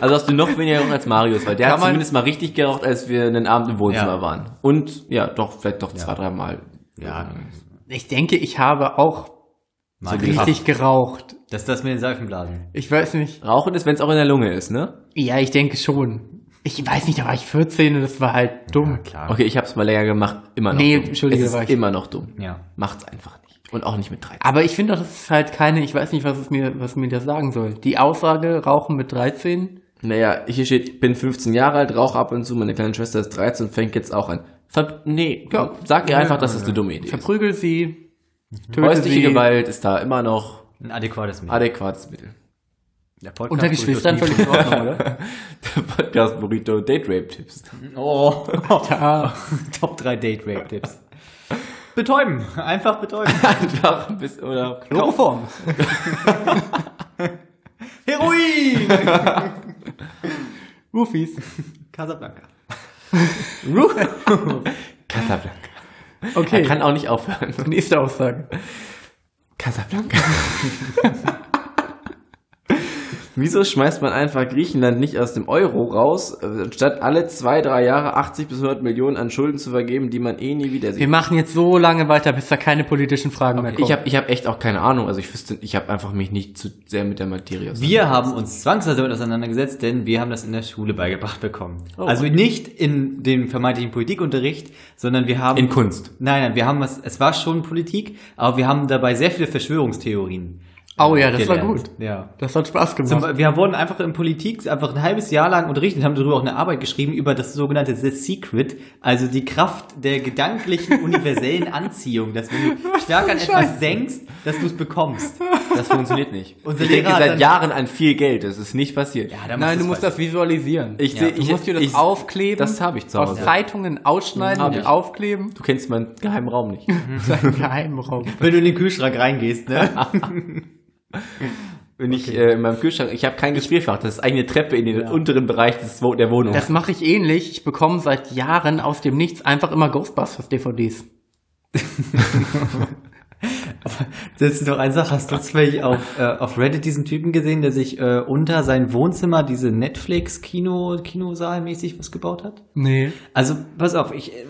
Speaker 2: Also hast du noch weniger geraucht als Marius, weil der
Speaker 1: Kann
Speaker 2: hat
Speaker 1: man-
Speaker 2: zumindest mal richtig geraucht, als wir einen Abend im Wohnzimmer
Speaker 3: Ja.
Speaker 2: waren. Und ja, doch, vielleicht doch zwei, dreimal.
Speaker 3: Ja,
Speaker 1: Ich denke, ich habe auch
Speaker 3: mal
Speaker 1: richtig geraucht.
Speaker 3: Das ist das mit den Seifenblasen.
Speaker 1: Ich weiß nicht.
Speaker 2: Rauchen ist, wenn es auch in der Lunge ist, ne?
Speaker 1: Ja, ich denke schon. Ich weiß nicht, da war ich 14 und das war halt dumm.
Speaker 3: klar.
Speaker 2: Okay, ich habe es mal länger gemacht. Immer noch
Speaker 1: Nee,
Speaker 2: dumm.
Speaker 1: entschuldige,
Speaker 2: es
Speaker 1: war
Speaker 2: ist
Speaker 1: ich-
Speaker 2: immer noch dumm.
Speaker 3: Ja.
Speaker 2: Macht's einfach nicht. Und auch nicht mit 13.
Speaker 1: Aber ich finde doch, das ist halt keine, ich weiß nicht, was es mir, was mir das sagen soll. Die Aussage, Rauchen mit 13,
Speaker 2: Naja, hier steht, ich bin 15 Jahre alt, rauche ab und zu, meine kleine Schwester ist 13 und fängt jetzt auch an. Ver nee, komm, sag ihr einfach, dass das eine dumme Idee ist.
Speaker 1: verprügel sie, töte
Speaker 2: Häusliche
Speaker 1: sie.
Speaker 2: Gewalt ist da immer noch
Speaker 3: Ein adäquates Mittel.
Speaker 2: adäquates Mittel.
Speaker 3: Der Podcast
Speaker 1: Unter Geschwistern völlig in Ordnung, oder?
Speaker 2: Der Podcast Burrito Date Rape Tipps.
Speaker 3: Oh,
Speaker 1: Ja.
Speaker 3: Top 3 Date Rape Tipps. Betäuben, einfach betäuben.
Speaker 2: Einfach ein bisschen, oder
Speaker 3: Chloroform. Heroin.
Speaker 1: Rufis.
Speaker 3: Casablanca.
Speaker 2: Casablanca. Er
Speaker 1: Okay,
Speaker 2: kann auch nicht aufhören.
Speaker 1: nächste Aussage.
Speaker 2: Casablanca. Wieso schmeißt man einfach Griechenland nicht aus dem Euro raus, äh, statt alle zwei, drei Jahre 80 bis 100 Millionen an Schulden zu vergeben, die man eh nie wieder
Speaker 1: Wir
Speaker 2: sieht?
Speaker 1: machen jetzt so lange weiter, bis da keine politischen Fragen mehr kommen.
Speaker 2: Ich habe ich hab echt auch keine Ahnung. Also ich wüsste, ich habe einfach mich nicht zu sehr mit der Materie auseinandergesetzt.
Speaker 3: Wir haben uns zwangsweise damit auseinandergesetzt, denn wir haben das in der Schule beigebracht bekommen.
Speaker 2: Oh.
Speaker 3: Also nicht in dem vermeintlichen Politikunterricht, sondern wir haben...
Speaker 2: In Kunst.
Speaker 3: Nein, nein, wir haben es, es war schon Politik, aber wir haben dabei sehr viele Verschwörungstheorien.
Speaker 1: Oh
Speaker 3: äh,
Speaker 1: ja, das war gut.
Speaker 3: Ja.
Speaker 1: Das hat Spaß gemacht.
Speaker 3: Zum, Be- wir wurden einfach in Politik einfach ein halbes Jahr lang unterrichtet, haben darüber auch eine Arbeit geschrieben über das sogenannte The Secret, also die Kraft der gedanklichen universellen Anziehung, dass wenn du stark an etwas denkst, dass du es bekommst.
Speaker 2: Das funktioniert nicht.
Speaker 3: Unser
Speaker 2: ich denke
Speaker 3: Lehrer hat
Speaker 2: seit
Speaker 3: dann-
Speaker 2: Jahren an viel Geld. Es ist nicht passiert.
Speaker 3: Ja,
Speaker 1: Nein,
Speaker 3: dann machst
Speaker 1: du musst
Speaker 3: falsch.
Speaker 1: das visualisieren.
Speaker 2: Ich
Speaker 1: ja.
Speaker 2: seh-
Speaker 1: du
Speaker 2: ich-
Speaker 1: musst dir das
Speaker 2: ich-
Speaker 1: aufkleben.
Speaker 2: das hab ich zu
Speaker 1: Aus
Speaker 2: Hause.
Speaker 1: Zeitungen ausschneiden
Speaker 2: Hab
Speaker 1: und
Speaker 2: ich.
Speaker 1: aufkleben.
Speaker 2: Du kennst meinen geheimen Raum nicht.
Speaker 1: Sein Geheimraum.
Speaker 3: wenn du in den Kühlschrank reingehst, ne?
Speaker 2: Wenn ich äh, in meinem Kühlschrank, ich habe kein Gefrierfach, das ist eine Treppe in den unteren Bereich des, Wo- der Wohnung.
Speaker 1: Das mache ich ähnlich. Ich bekomme seit Jahren aus dem Nichts einfach immer Ghostbusters-DVDs.
Speaker 3: Das ist doch eine Sache. Hast du zufällig auf, äh, auf Reddit diesen Typen gesehen, der sich äh, unter sein Wohnzimmer diese Netflix-Kino-Kinosaal-mäßig was gebaut hat?
Speaker 1: Nee.
Speaker 3: Also, pass auf, ich, äh,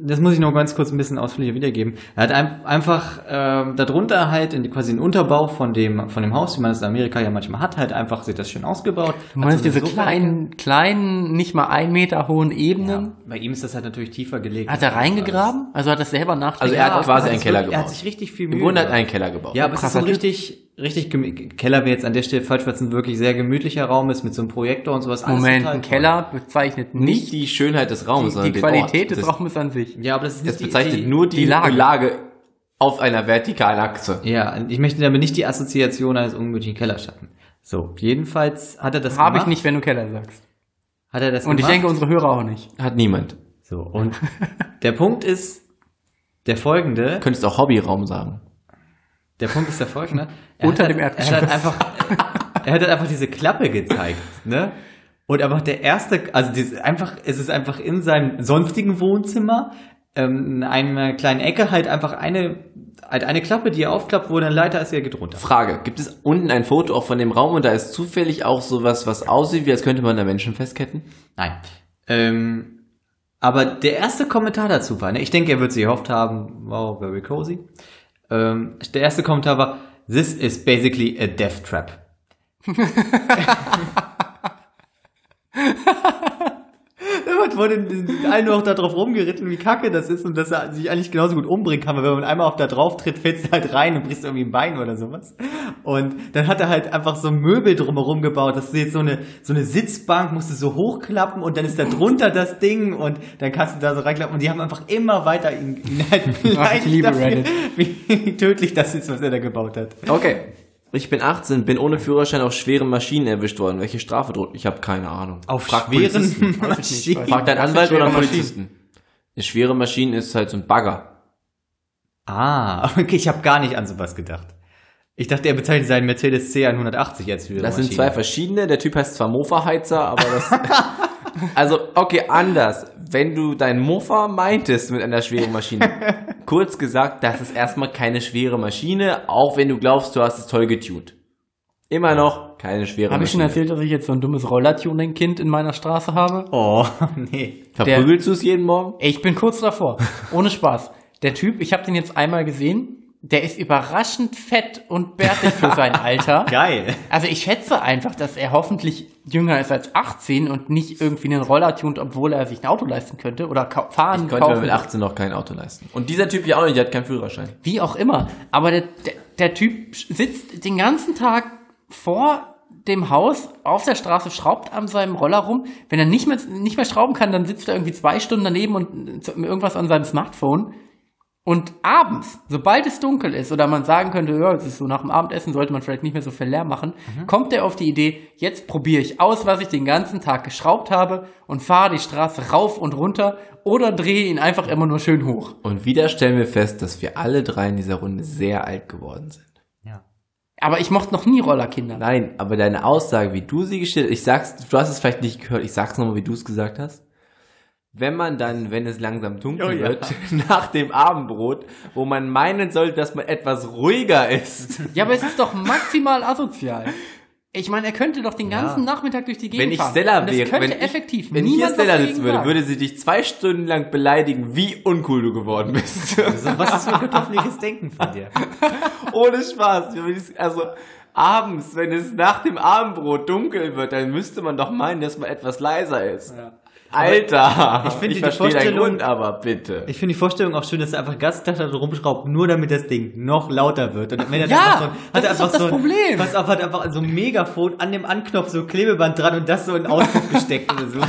Speaker 3: das muss ich noch ganz kurz ein bisschen ausführlicher wiedergeben. Er hat ein, einfach ähm, darunter halt in, quasi den Unterbau von dem, von dem Haus, wie man es in Amerika ja manchmal hat, halt einfach sich das schön ausgebaut. Also
Speaker 1: Du
Speaker 2: Also
Speaker 1: meinst diese kleinen, kleinen, nicht mal ein Meter hohen
Speaker 3: Ja,
Speaker 1: Ebenen?
Speaker 3: bei ihm ist das halt natürlich tiefer gelegt.
Speaker 1: Hat er reingegraben? Also hat er selber
Speaker 2: also
Speaker 1: nachgedacht?
Speaker 2: er hat quasi einen
Speaker 3: Er hat sich
Speaker 2: Keller
Speaker 3: wirklich- Er hat
Speaker 2: gebaut.
Speaker 3: sich richtig viel Mühe
Speaker 2: Im Grunde hat er
Speaker 3: gemacht.
Speaker 2: einen Keller gebaut.
Speaker 3: Ja, aber es ist so
Speaker 1: Krasser Typ.
Speaker 3: ein richtig, richtig gemü- Keller wäre jetzt an der Stelle falsch, weil es ein wirklich sehr gemütlicher Raum ist mit so einem Projektor und sowas. alles
Speaker 1: Moment,
Speaker 3: total
Speaker 1: ein
Speaker 3: toll.
Speaker 1: Keller bezeichnet
Speaker 2: nicht
Speaker 1: nicht
Speaker 2: die Schönheit des Raumes,
Speaker 1: die,
Speaker 2: sondern
Speaker 1: die
Speaker 2: den
Speaker 1: Qualität
Speaker 2: Ort.
Speaker 1: des
Speaker 2: das,
Speaker 1: Raumes an sich.
Speaker 3: Ja, aber das ist
Speaker 2: Das
Speaker 3: nicht die-
Speaker 2: bezeichnet
Speaker 3: die-
Speaker 2: nur die,
Speaker 1: die Lage.
Speaker 2: Lage. auf einer vertikalen Achse.
Speaker 3: Ja, ich möchte damit nicht die Assoziation eines ungemütlichen Kellers schaffen. So, jedenfalls hat er das
Speaker 1: Habe ich nicht, wenn du Keller sagst.
Speaker 3: Hat er das
Speaker 1: Und ich
Speaker 3: gemacht.
Speaker 1: denke, unsere Hörer auch nicht.
Speaker 2: Hat niemand.
Speaker 3: so, und der Punkt ist der folgende.
Speaker 2: Könntest auch Hobbyraum sagen.
Speaker 3: Der Punkt ist der folgende.
Speaker 1: Unter
Speaker 3: hat,
Speaker 1: dem
Speaker 3: Er hat einfach, er hat halt einfach diese Klappe gezeigt, ne? Und einfach der erste, also dieses, einfach, es ist einfach in seinem sonstigen Wohnzimmer, ähm, in einer kleinen Ecke halt einfach eine, halt eine Klappe, die er aufklappt, wo dann Leiter ist, die er geht runter.
Speaker 2: Frage, gibt es unten ein Foto auch von dem Raum und da ist zufällig auch sowas, was aussieht, wie als könnte man da Menschen festketten?
Speaker 3: Nein. Ähm, aber der erste Kommentar dazu war, ne, ich denke, er wird sich erhofft haben, wow, very cozy. Ähm, der erste Kommentar war, this is basically a death trap. Man wurde in allen nur noch da drauf rumgeritten, wie kacke das ist und dass er sich eigentlich genauso gut umbringen kann, weil wenn man einmal auf da drauf tritt, fällst du halt rein und brichst irgendwie ein Bein oder sowas. Und dann hat er halt einfach so Möbel drumherum gebaut, dass du jetzt so eine, so eine Sitzbank musst du so hochklappen und dann ist da drunter das Ding und dann kannst du da so reinklappen und die haben einfach immer weiter ihn, ihn halt beleidigt
Speaker 1: liebe
Speaker 3: dafür,
Speaker 1: Reddit.
Speaker 3: wie tödlich das ist, was er da gebaut hat.
Speaker 2: Okay. Ich bin 18, bin ohne Führerschein auf schweren Maschinen erwischt worden. Welche Strafe droht? Ich habe keine Ahnung.
Speaker 3: Auf
Speaker 2: Frag Polizisten.
Speaker 3: schweren
Speaker 1: weiß ich nicht,
Speaker 3: Maschinen.
Speaker 2: Frag deinen
Speaker 1: Was sind
Speaker 2: Anwalt oder
Speaker 1: schwere
Speaker 2: einen Polizisten. Eine schwere Maschine ist halt so ein Bagger.
Speaker 3: Ah, okay, ich habe gar nicht an sowas gedacht. Ich dachte, er bezeichnet seinen Mercedes C180 als Führermaschine.
Speaker 2: Das sind zwei verschiedene. Der Typ heißt zwar Mofa-Heizer, aber das... also, okay, anders. Wenn du dein Mofa meintest mit einer schweren Maschine, kurz gesagt, das ist erstmal keine schwere Maschine, auch wenn du glaubst, du hast es toll getuned. Immer noch keine schwere
Speaker 1: Habe ich schon
Speaker 2: Maschine.
Speaker 1: erzählt, dass ich jetzt so ein dummes Rollertuning-Kind in meiner Straße habe?
Speaker 3: Oh, nee.
Speaker 2: Verprügelst du es jeden Morgen?
Speaker 1: Ich bin kurz davor. Ohne Spaß. Der Typ, ich habe den jetzt einmal gesehen, der ist überraschend fett und bärtig für sein Alter.
Speaker 3: Geil.
Speaker 1: Also ich schätze einfach, dass er hoffentlich jünger ist als 18 und nicht irgendwie einen Roller tunt, obwohl er sich ein Auto leisten könnte oder kau- fahren
Speaker 2: Ich konnte mir
Speaker 1: kaufen.
Speaker 2: mit 18 noch kein Auto leisten. Und dieser Typ ja auch nicht, der hat keinen Führerschein.
Speaker 1: Wie auch immer. Aber der, der, der Typ sitzt den ganzen Tag vor dem Haus auf der Straße, schraubt an seinem Roller rum. Wenn er nicht mehr, nicht mehr schrauben kann, dann sitzt er irgendwie zwei Stunden daneben und z- irgendwas an seinem Smartphone. Und abends, sobald es dunkel ist oder man sagen könnte, ja, es ist so nach dem Abendessen, sollte man vielleicht nicht mehr so viel Lärm machen, kommt er auf die Idee, jetzt probiere ich aus, was ich den ganzen Tag geschraubt habe und fahre die Straße rauf und runter oder drehe ihn einfach immer nur schön hoch.
Speaker 2: Und wieder stellen wir fest, dass wir alle drei in dieser Runde sehr alt geworden sind.
Speaker 3: Ja.
Speaker 1: Aber ich mochte noch nie Rollerkinder.
Speaker 2: Nein, aber deine Aussage, wie du sie gestellt hast, ich sag's, du hast es vielleicht nicht gehört, ich sag's nochmal, wie du es gesagt hast. Wenn man dann, wenn es langsam dunkel
Speaker 3: Oh ja.
Speaker 2: wird, nach dem Abendbrot, wo man meinen sollte, dass man etwas ruhiger ist,
Speaker 1: Ja, aber es ist doch maximal asozial. Ich meine, er könnte doch den ganzen Nachmittag durch die Gegend
Speaker 2: wenn ich
Speaker 1: fahren.
Speaker 2: Stella
Speaker 1: Und das
Speaker 2: wäre,
Speaker 1: könnte
Speaker 2: wenn ich,
Speaker 1: effektiv
Speaker 2: wenn ich hier
Speaker 1: niemand was
Speaker 2: Stella
Speaker 1: dagegen
Speaker 2: sitzen würde,
Speaker 1: sagen.
Speaker 2: würde sie dich zwei Stunden lang beleidigen, wie uncool du geworden bist.
Speaker 3: So, was ist für ein kartoffeliges Denken von dir?
Speaker 2: Ohne Spaß. Wenn es- Also abends, wenn es nach dem Abendbrot dunkel wird, dann müsste man doch meinen, dass man etwas leiser ist. Alter,
Speaker 3: ich finde die
Speaker 2: verstehe deinen
Speaker 3: Vorstellung-
Speaker 2: Grund, aber bitte.
Speaker 3: Ich finde die Vorstellung auch schön, dass er einfach den ganzen Tag da so rumschraubt, nur damit das Ding noch lauter wird. Und wenn er
Speaker 1: Ja,
Speaker 3: dann einfach so,
Speaker 1: das
Speaker 3: er
Speaker 1: ist doch das
Speaker 3: so, ein-
Speaker 1: Problem.
Speaker 3: Pass auf, hat einfach so ein Megafon an dem Anknopf, so Klebeband dran und das so in den Auspuff gesteckt oder so.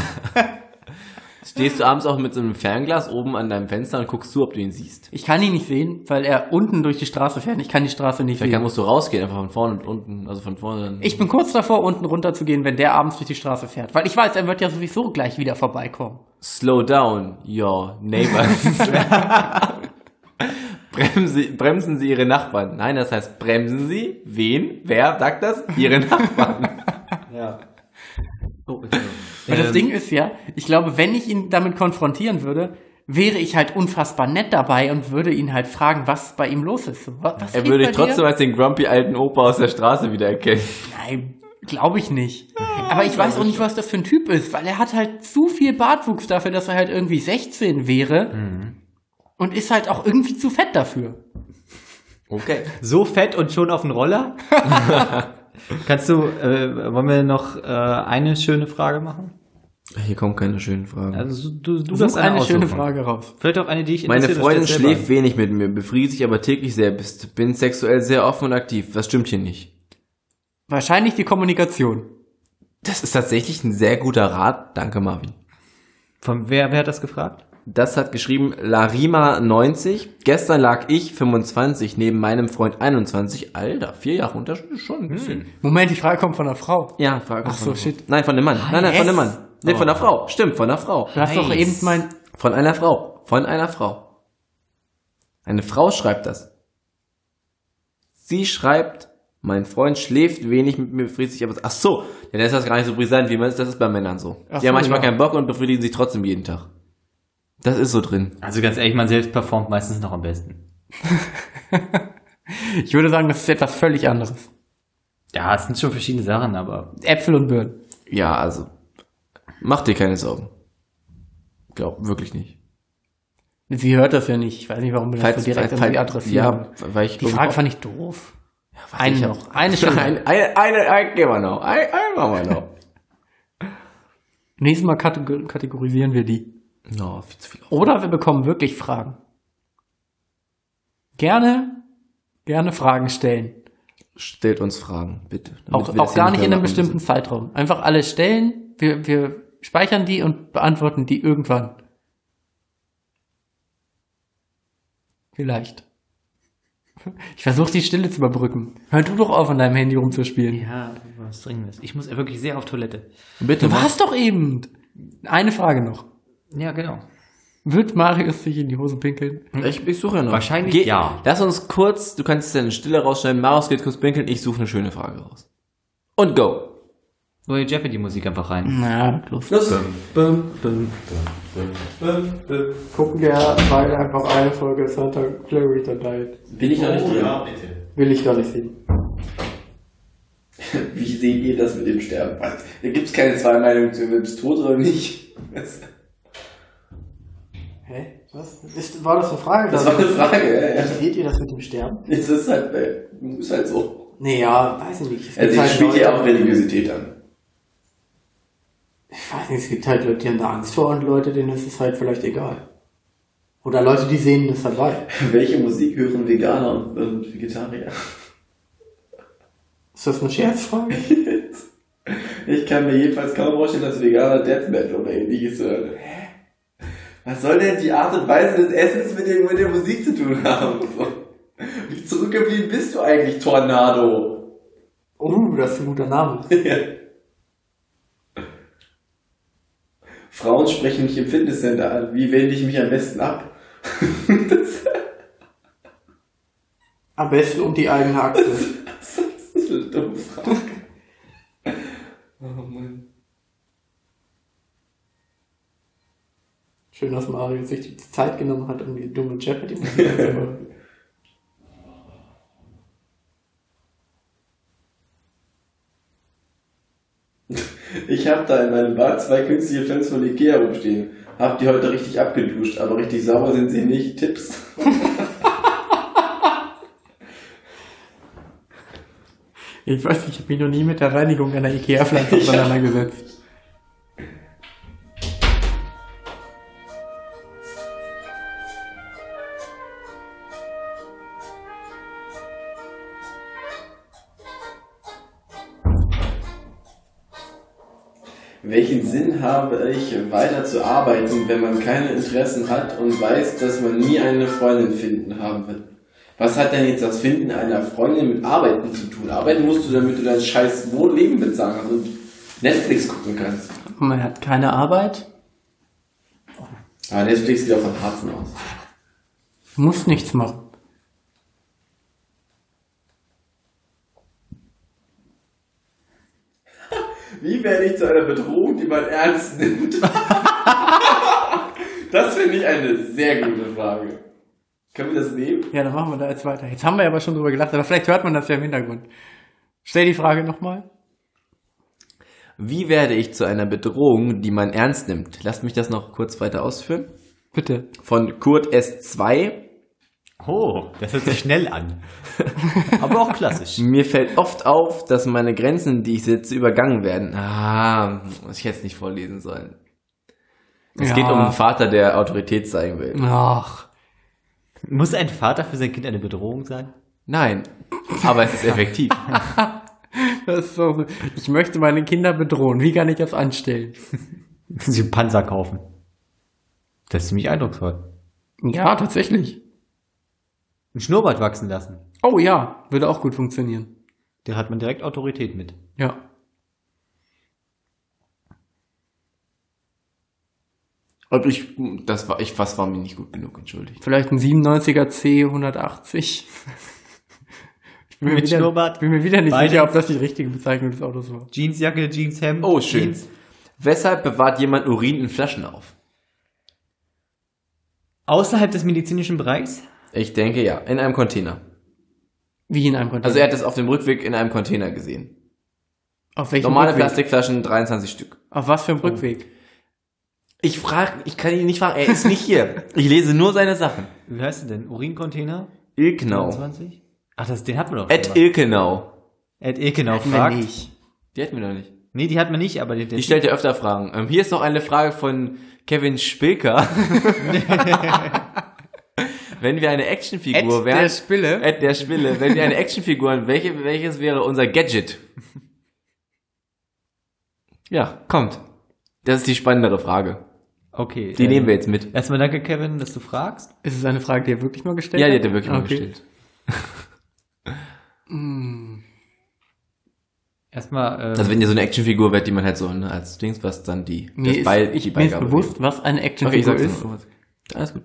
Speaker 2: Stehst du abends auch mit so einem Fernglas oben an deinem Fenster und guckst du, ob du ihn siehst?
Speaker 1: ich kann ihn nicht sehen, weil er unten durch die Straße fährt. Ich kann die Straße nicht
Speaker 2: Vielleicht
Speaker 1: sehen.
Speaker 2: musst du rausgehen, einfach von vorne und unten, also von vorne. Dann
Speaker 1: Ich bin kurz davor, unten runter zu gehen, wenn der abends durch die Straße fährt. Weil ich weiß, er wird ja sowieso gleich wieder vorbeikommen.
Speaker 2: Slow down, your neighbors. Bremse, bremsen Sie Ihre Nachbarn. Nein, das heißt, bremsen Sie wen? Wer sagt das? Ihre Nachbarn.
Speaker 3: ja.
Speaker 2: Oh,
Speaker 1: Weil das Ding ist ja, ich glaube, wenn ich ihn damit konfrontieren würde, wäre ich halt unfassbar nett dabei und würde ihn halt fragen, was bei ihm los ist. So, wa- Was
Speaker 2: Er
Speaker 1: geht
Speaker 2: würde
Speaker 1: bei
Speaker 2: ich trotzdem als den grumpy alten Opa aus der Straße wiedererkennen.
Speaker 1: Nein, glaube ich nicht. Aber ich weiß auch nicht, was das für ein Typ ist, weil er hat halt zu viel Bartwuchs dafür, dass er halt irgendwie 16 wäre und ist halt auch irgendwie zu fett dafür.
Speaker 2: Okay.
Speaker 3: So fett und schon auf den Roller? Kannst du, äh, wollen wir noch äh, eine schöne Frage machen?
Speaker 2: Hier kommen keine schönen Fragen.
Speaker 3: Also du, du
Speaker 1: Such
Speaker 3: darfst
Speaker 1: eine schöne
Speaker 3: aussuchen.
Speaker 1: Frage raus.
Speaker 3: Vielleicht auch eine, die ich
Speaker 2: Meine
Speaker 3: interessiert,
Speaker 2: Freundin
Speaker 3: das stellt selber
Speaker 2: schläft wenig mit mir, befriedigt sich aber täglich selbst, bin sexuell sehr offen und aktiv. Was stimmt hier nicht?
Speaker 1: Wahrscheinlich die Kommunikation.
Speaker 2: Das ist tatsächlich ein sehr guter Rat. Danke, Marvin.
Speaker 3: an. Von wer, wer hat das gefragt?
Speaker 2: Das hat geschrieben Larima90. Gestern lag ich 25 neben meinem Freund 21. Alter, vier Jahre Unterschied ist schon ein bisschen.
Speaker 3: Hm.
Speaker 1: Moment, die Frage kommt von einer Frau.
Speaker 2: Ja, Frage.
Speaker 1: Ach so, shit.
Speaker 2: Nein, von dem Mann. Nein, nein, von
Speaker 1: yes.
Speaker 2: dem Mann. Nee, von der Frau. Stimmt, von der Frau.
Speaker 1: Du hast doch
Speaker 3: Nice.
Speaker 1: eben mein...
Speaker 2: Von einer Frau. Von einer Frau. Eine Frau schreibt das. Sie schreibt, Mein Freund schläft wenig mit mir, befriedigt sich aber. Ach so, dann ist das gar nicht so brisant, wie man es, das ist bei Männern so.
Speaker 1: Ach
Speaker 2: die haben
Speaker 1: so,
Speaker 2: manchmal
Speaker 1: ja.
Speaker 2: keinen Bock und befriedigen sich trotzdem jeden Tag. Das ist so drin.
Speaker 3: Also ganz ehrlich, man selbst performt meistens noch am besten.
Speaker 1: Ich würde sagen, das ist etwas völlig anderes.
Speaker 3: Ja, es sind schon verschiedene Sachen, aber
Speaker 1: Äpfel und Birnen.
Speaker 2: Ja, also. Mach dir keine Sorgen. Glaub, wirklich nicht.
Speaker 1: Sie hört das ja nicht. Ich weiß nicht, warum wir das so direkt an sie adressieren.
Speaker 2: Ja, weil ich
Speaker 1: Die
Speaker 2: glaub,
Speaker 1: Frage
Speaker 2: ich-
Speaker 1: fand ich doof.
Speaker 2: weiß
Speaker 1: Einen
Speaker 2: ich
Speaker 1: noch. Eine Stunde.
Speaker 2: Eine, eine, eine, eine gehen wir noch. Eine, eine machen wir noch.
Speaker 1: Nächstes Mal kategor- kategorisieren wir die.
Speaker 2: No, viel zu viel.
Speaker 1: Oder wir bekommen wirklich Fragen. Gerne, gerne Fragen stellen.
Speaker 2: Stellt uns Fragen, bitte. damit
Speaker 1: Auch,
Speaker 2: wir das
Speaker 1: auch
Speaker 2: hier
Speaker 1: gar nicht in
Speaker 2: mehr
Speaker 1: einem
Speaker 2: machen
Speaker 1: bestimmten
Speaker 2: müssen.
Speaker 1: Zeitraum. Einfach alle stellen. Wir, wir speichern die und beantworten die irgendwann. Vielleicht. Ich versuche die Stille zu überbrücken. Hör du doch auf, an deinem Handy rumzuspielen.
Speaker 3: ja, was dringendes. Ich muss wirklich sehr auf Toilette.
Speaker 2: Bitte,
Speaker 1: Du
Speaker 2: was?
Speaker 1: warst doch eben. Eine Frage noch.
Speaker 3: Ja, genau.
Speaker 1: Wird Marius sich in die Hose pinkeln?
Speaker 2: Ich, ich suche ja noch.
Speaker 3: Wahrscheinlich
Speaker 2: Geh,
Speaker 3: ja.
Speaker 2: Lass uns kurz, du kannst deine Stille rausschneiden. Marius geht kurz pinkeln, ich suche eine schöne Frage raus. Und go.
Speaker 3: Neue Jeopardy-Musik einfach rein.
Speaker 1: Na, los.
Speaker 2: Los.
Speaker 1: Gucken wir beide einfach eine Folge Santa Clarita Diet.
Speaker 2: Bin ich noch nicht
Speaker 1: Oh,
Speaker 2: drin.
Speaker 1: Will ich gar nicht sehen.
Speaker 2: Wie seht ihr das mit dem Sterben? Was? Da gibt es keine zwei Meinungen zu, ob es tot oder nicht. Das,
Speaker 1: Hä? Was? Ist, war das eine Frage? Also,
Speaker 2: das war eine Frage. ja, ja.
Speaker 1: Seht ihr das mit dem Sterben?
Speaker 2: Es ist halt, äh, ist halt so.
Speaker 1: Nee, ja, weiß ich nicht. Es
Speaker 2: Also ich
Speaker 1: halt
Speaker 2: spielt
Speaker 1: Leute,
Speaker 2: ja auch Religiosität an.
Speaker 1: Ich weiß nicht, es gibt halt Leute, die haben da Angst vor und Leute, denen ist es halt vielleicht egal. Oder Leute, die sehen das halt dabei.
Speaker 2: Welche Musik hören Veganer und, und Vegetarier?
Speaker 1: Ist das eine Scherzfrage?
Speaker 2: Ich kann mir jedenfalls kaum vorstellen, dass Veganer Death Metal oder ähnliches hören. Hä? Was soll denn die Art und Weise des Essens mit, dem, mit der Musik zu tun haben? So. Wie zurückgeblieben bist du eigentlich, Tornado?
Speaker 1: Oh, das ist ein guter Name.
Speaker 2: Frauen sprechen mich im Fitnesscenter an. Wie wende ich mich am besten ab? das,
Speaker 1: Am besten um die eigene Achse.
Speaker 2: das ist eine dumme Frage. Oh Mann.
Speaker 1: Schön, dass Mario sich die Zeit genommen hat, um die dumme Jeopardy zu machen.
Speaker 2: Ich habe da in meinem Bad zwei künstliche Fans von Ikea rumstehen. Hab die heute richtig abgeduscht, aber richtig sauber sind sie nicht. Tipps.
Speaker 1: Ich weiß nicht, ich habe mich noch nie mit der Reinigung einer Ikea-Pflanze auseinandergesetzt.
Speaker 2: Welchen Sinn habe ich, weiter zu arbeiten, wenn man keine Interessen hat und weiß, dass man nie eine Freundin finden haben wird? Was hat denn jetzt das Finden einer Freundin mit Arbeiten zu tun? Arbeiten musst du, damit du dein scheiß Wohl- Leben bezahlen kannst und Netflix gucken kannst.
Speaker 1: Man hat keine Arbeit,
Speaker 2: Aber Ah, Netflix geht auch von Herzen aus.
Speaker 1: muss nichts machen.
Speaker 2: Wie werde ich zu einer Bedrohung, die man ernst nimmt? das finde ich eine sehr gute Frage. Können wir das nehmen?
Speaker 1: Ja, dann machen wir da jetzt weiter. Jetzt haben wir aber schon drüber gelacht, aber vielleicht hört man das ja im Hintergrund. Stell die Frage nochmal.
Speaker 2: Wie werde ich zu einer Bedrohung, die man ernst nimmt? Lasst mich das noch kurz weiter ausführen.
Speaker 1: Bitte.
Speaker 2: Von Kurt S2.
Speaker 3: Oh, das hört sich schnell an. aber auch klassisch.
Speaker 2: Mir fällt oft auf, dass meine Grenzen, die ich setze, übergangen werden. Ah, muss ich jetzt nicht vorlesen sollen. Es
Speaker 1: Ja.
Speaker 2: geht um einen Vater, der Autorität zeigen will.
Speaker 1: Ach.
Speaker 3: Muss ein Vater für sein Kind eine Bedrohung sein?
Speaker 2: Nein, aber es ist effektiv.
Speaker 1: Das ist so, ich möchte meine Kinder bedrohen. Wie kann ich das anstellen?
Speaker 3: Sie Panzer kaufen. Das ist ziemlich eindrucksvoll.
Speaker 1: Ja, tatsächlich.
Speaker 3: Ein Schnurrbart wachsen lassen.
Speaker 1: Oh ja, würde auch gut funktionieren.
Speaker 3: Da hat man direkt Autorität mit.
Speaker 1: Ja.
Speaker 2: Und ich, das war, ich, was war mir nicht gut genug, entschuldigt.
Speaker 1: Vielleicht ein 97er C180. Ich bin mir
Speaker 3: Mit
Speaker 1: wieder,
Speaker 3: Schnurrbart.
Speaker 1: Bin mir wieder nicht
Speaker 3: Beides.
Speaker 1: sicher, ob das die richtige Bezeichnung des Autos war.
Speaker 3: Jeansjacke, Jeanshemd.
Speaker 2: Oh, schön.
Speaker 3: Jeans.
Speaker 2: Weshalb bewahrt jemand Urin in Flaschen auf?
Speaker 3: Außerhalb des medizinischen Bereichs?
Speaker 2: Ich denke ja, in einem Container.
Speaker 1: Wie in einem Container.
Speaker 2: Also er hat es auf dem Rückweg in einem Container gesehen.
Speaker 1: auf welchem
Speaker 2: Normale Oh.
Speaker 1: Rückweg?
Speaker 2: Plastikflaschen, 23 Stück.
Speaker 1: Auf was für einem Rückweg?
Speaker 2: Ich frage, ich kann ihn nicht fragen, er ist nicht hier. Ich lese nur seine Sachen.
Speaker 3: Wie heißt der denn? Urincontainer?
Speaker 2: Ilkenau.
Speaker 3: 25? Ach, das, den hatten wir doch
Speaker 2: Ed
Speaker 3: mal.
Speaker 2: Ilkenau.
Speaker 3: Ed Ilkenau
Speaker 1: Wenn
Speaker 3: genau, fragt.
Speaker 1: nicht.
Speaker 2: Die hatten wir noch nicht.
Speaker 3: Nee, die hatten wir nicht, aber den, den
Speaker 2: Die stellt ja öfter Fragen. Ähm, hier ist noch eine Frage von Kevin Spilker. Wenn wir eine Actionfigur
Speaker 1: Ed der
Speaker 2: wären.
Speaker 1: Spille.
Speaker 2: Ed der Spille. Wenn wir eine Actionfigur wären, welche, welches wäre unser Gadget? Ja, kommt. Das ist die spannendere Frage.
Speaker 3: Okay. ähm,
Speaker 2: Die nehmen wir jetzt mit.
Speaker 3: Erstmal danke, Kevin, dass du fragst.
Speaker 1: Ist es eine Frage, die er wirklich mal gestellt
Speaker 2: Ja,
Speaker 1: hat?
Speaker 2: die hat er wirklich mal
Speaker 1: Okay.
Speaker 2: gestellt.
Speaker 3: Erstmal, äh,
Speaker 2: Also wenn ihr so eine Actionfigur werdet, die man halt so ne, als Dings, was dann die,
Speaker 1: Mir ist,
Speaker 2: Beil-
Speaker 1: ich, mir ist
Speaker 2: Beigabe
Speaker 1: bewusst, was eine
Speaker 2: wäre. Okay,
Speaker 1: Actionfigur
Speaker 2: ich sag's
Speaker 1: ist.
Speaker 2: nur. Alles gut.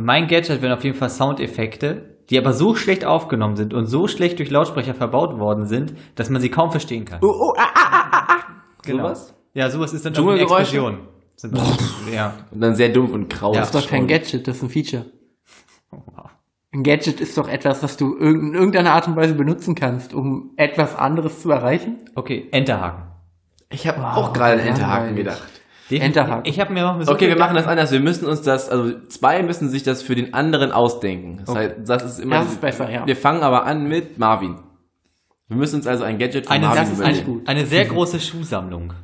Speaker 3: mein Gadget wären auf jeden Fall Soundeffekte, die aber so schlecht aufgenommen sind und so schlecht durch Lautsprecher verbaut worden sind, dass man sie kaum verstehen kann. Genau.
Speaker 2: Oh, ah, ah, ah, ah. Sowas?
Speaker 3: Ja, sowas ist dann
Speaker 2: Dschungelgeräusche?
Speaker 3: Sind das- ja.
Speaker 2: Und dann sehr dumpf und grau.
Speaker 3: Ja,
Speaker 2: ist
Speaker 1: Das ist doch kein
Speaker 2: schon.
Speaker 1: Gadget, das ist ein Feature. Ein Gadget ist doch etwas, was du irgend- in irgendeiner Art und Weise benutzen kannst, um etwas anderes zu erreichen.
Speaker 3: Okay, Enterhaken.
Speaker 2: Ich habe
Speaker 1: Wow,
Speaker 2: auch gerade an Enterhaken
Speaker 1: langweilig.
Speaker 2: gedacht.
Speaker 1: Enterhaken.
Speaker 3: Ich habe mir noch so
Speaker 2: Okay, wir
Speaker 3: viel-
Speaker 2: machen das anders. Wir müssen uns das, also zwei müssen sich das für den anderen ausdenken. Das, heißt, das ist immer.
Speaker 1: Oh. Das ist besser, ja.
Speaker 2: Wir fangen aber an mit Marvin. Wir müssen uns also ein Gadget für
Speaker 3: eine,
Speaker 2: Marvin
Speaker 3: das ist
Speaker 1: eigentlich
Speaker 3: eine,
Speaker 2: überlegen.
Speaker 1: gut.
Speaker 3: eine sehr große Schuhsammlung.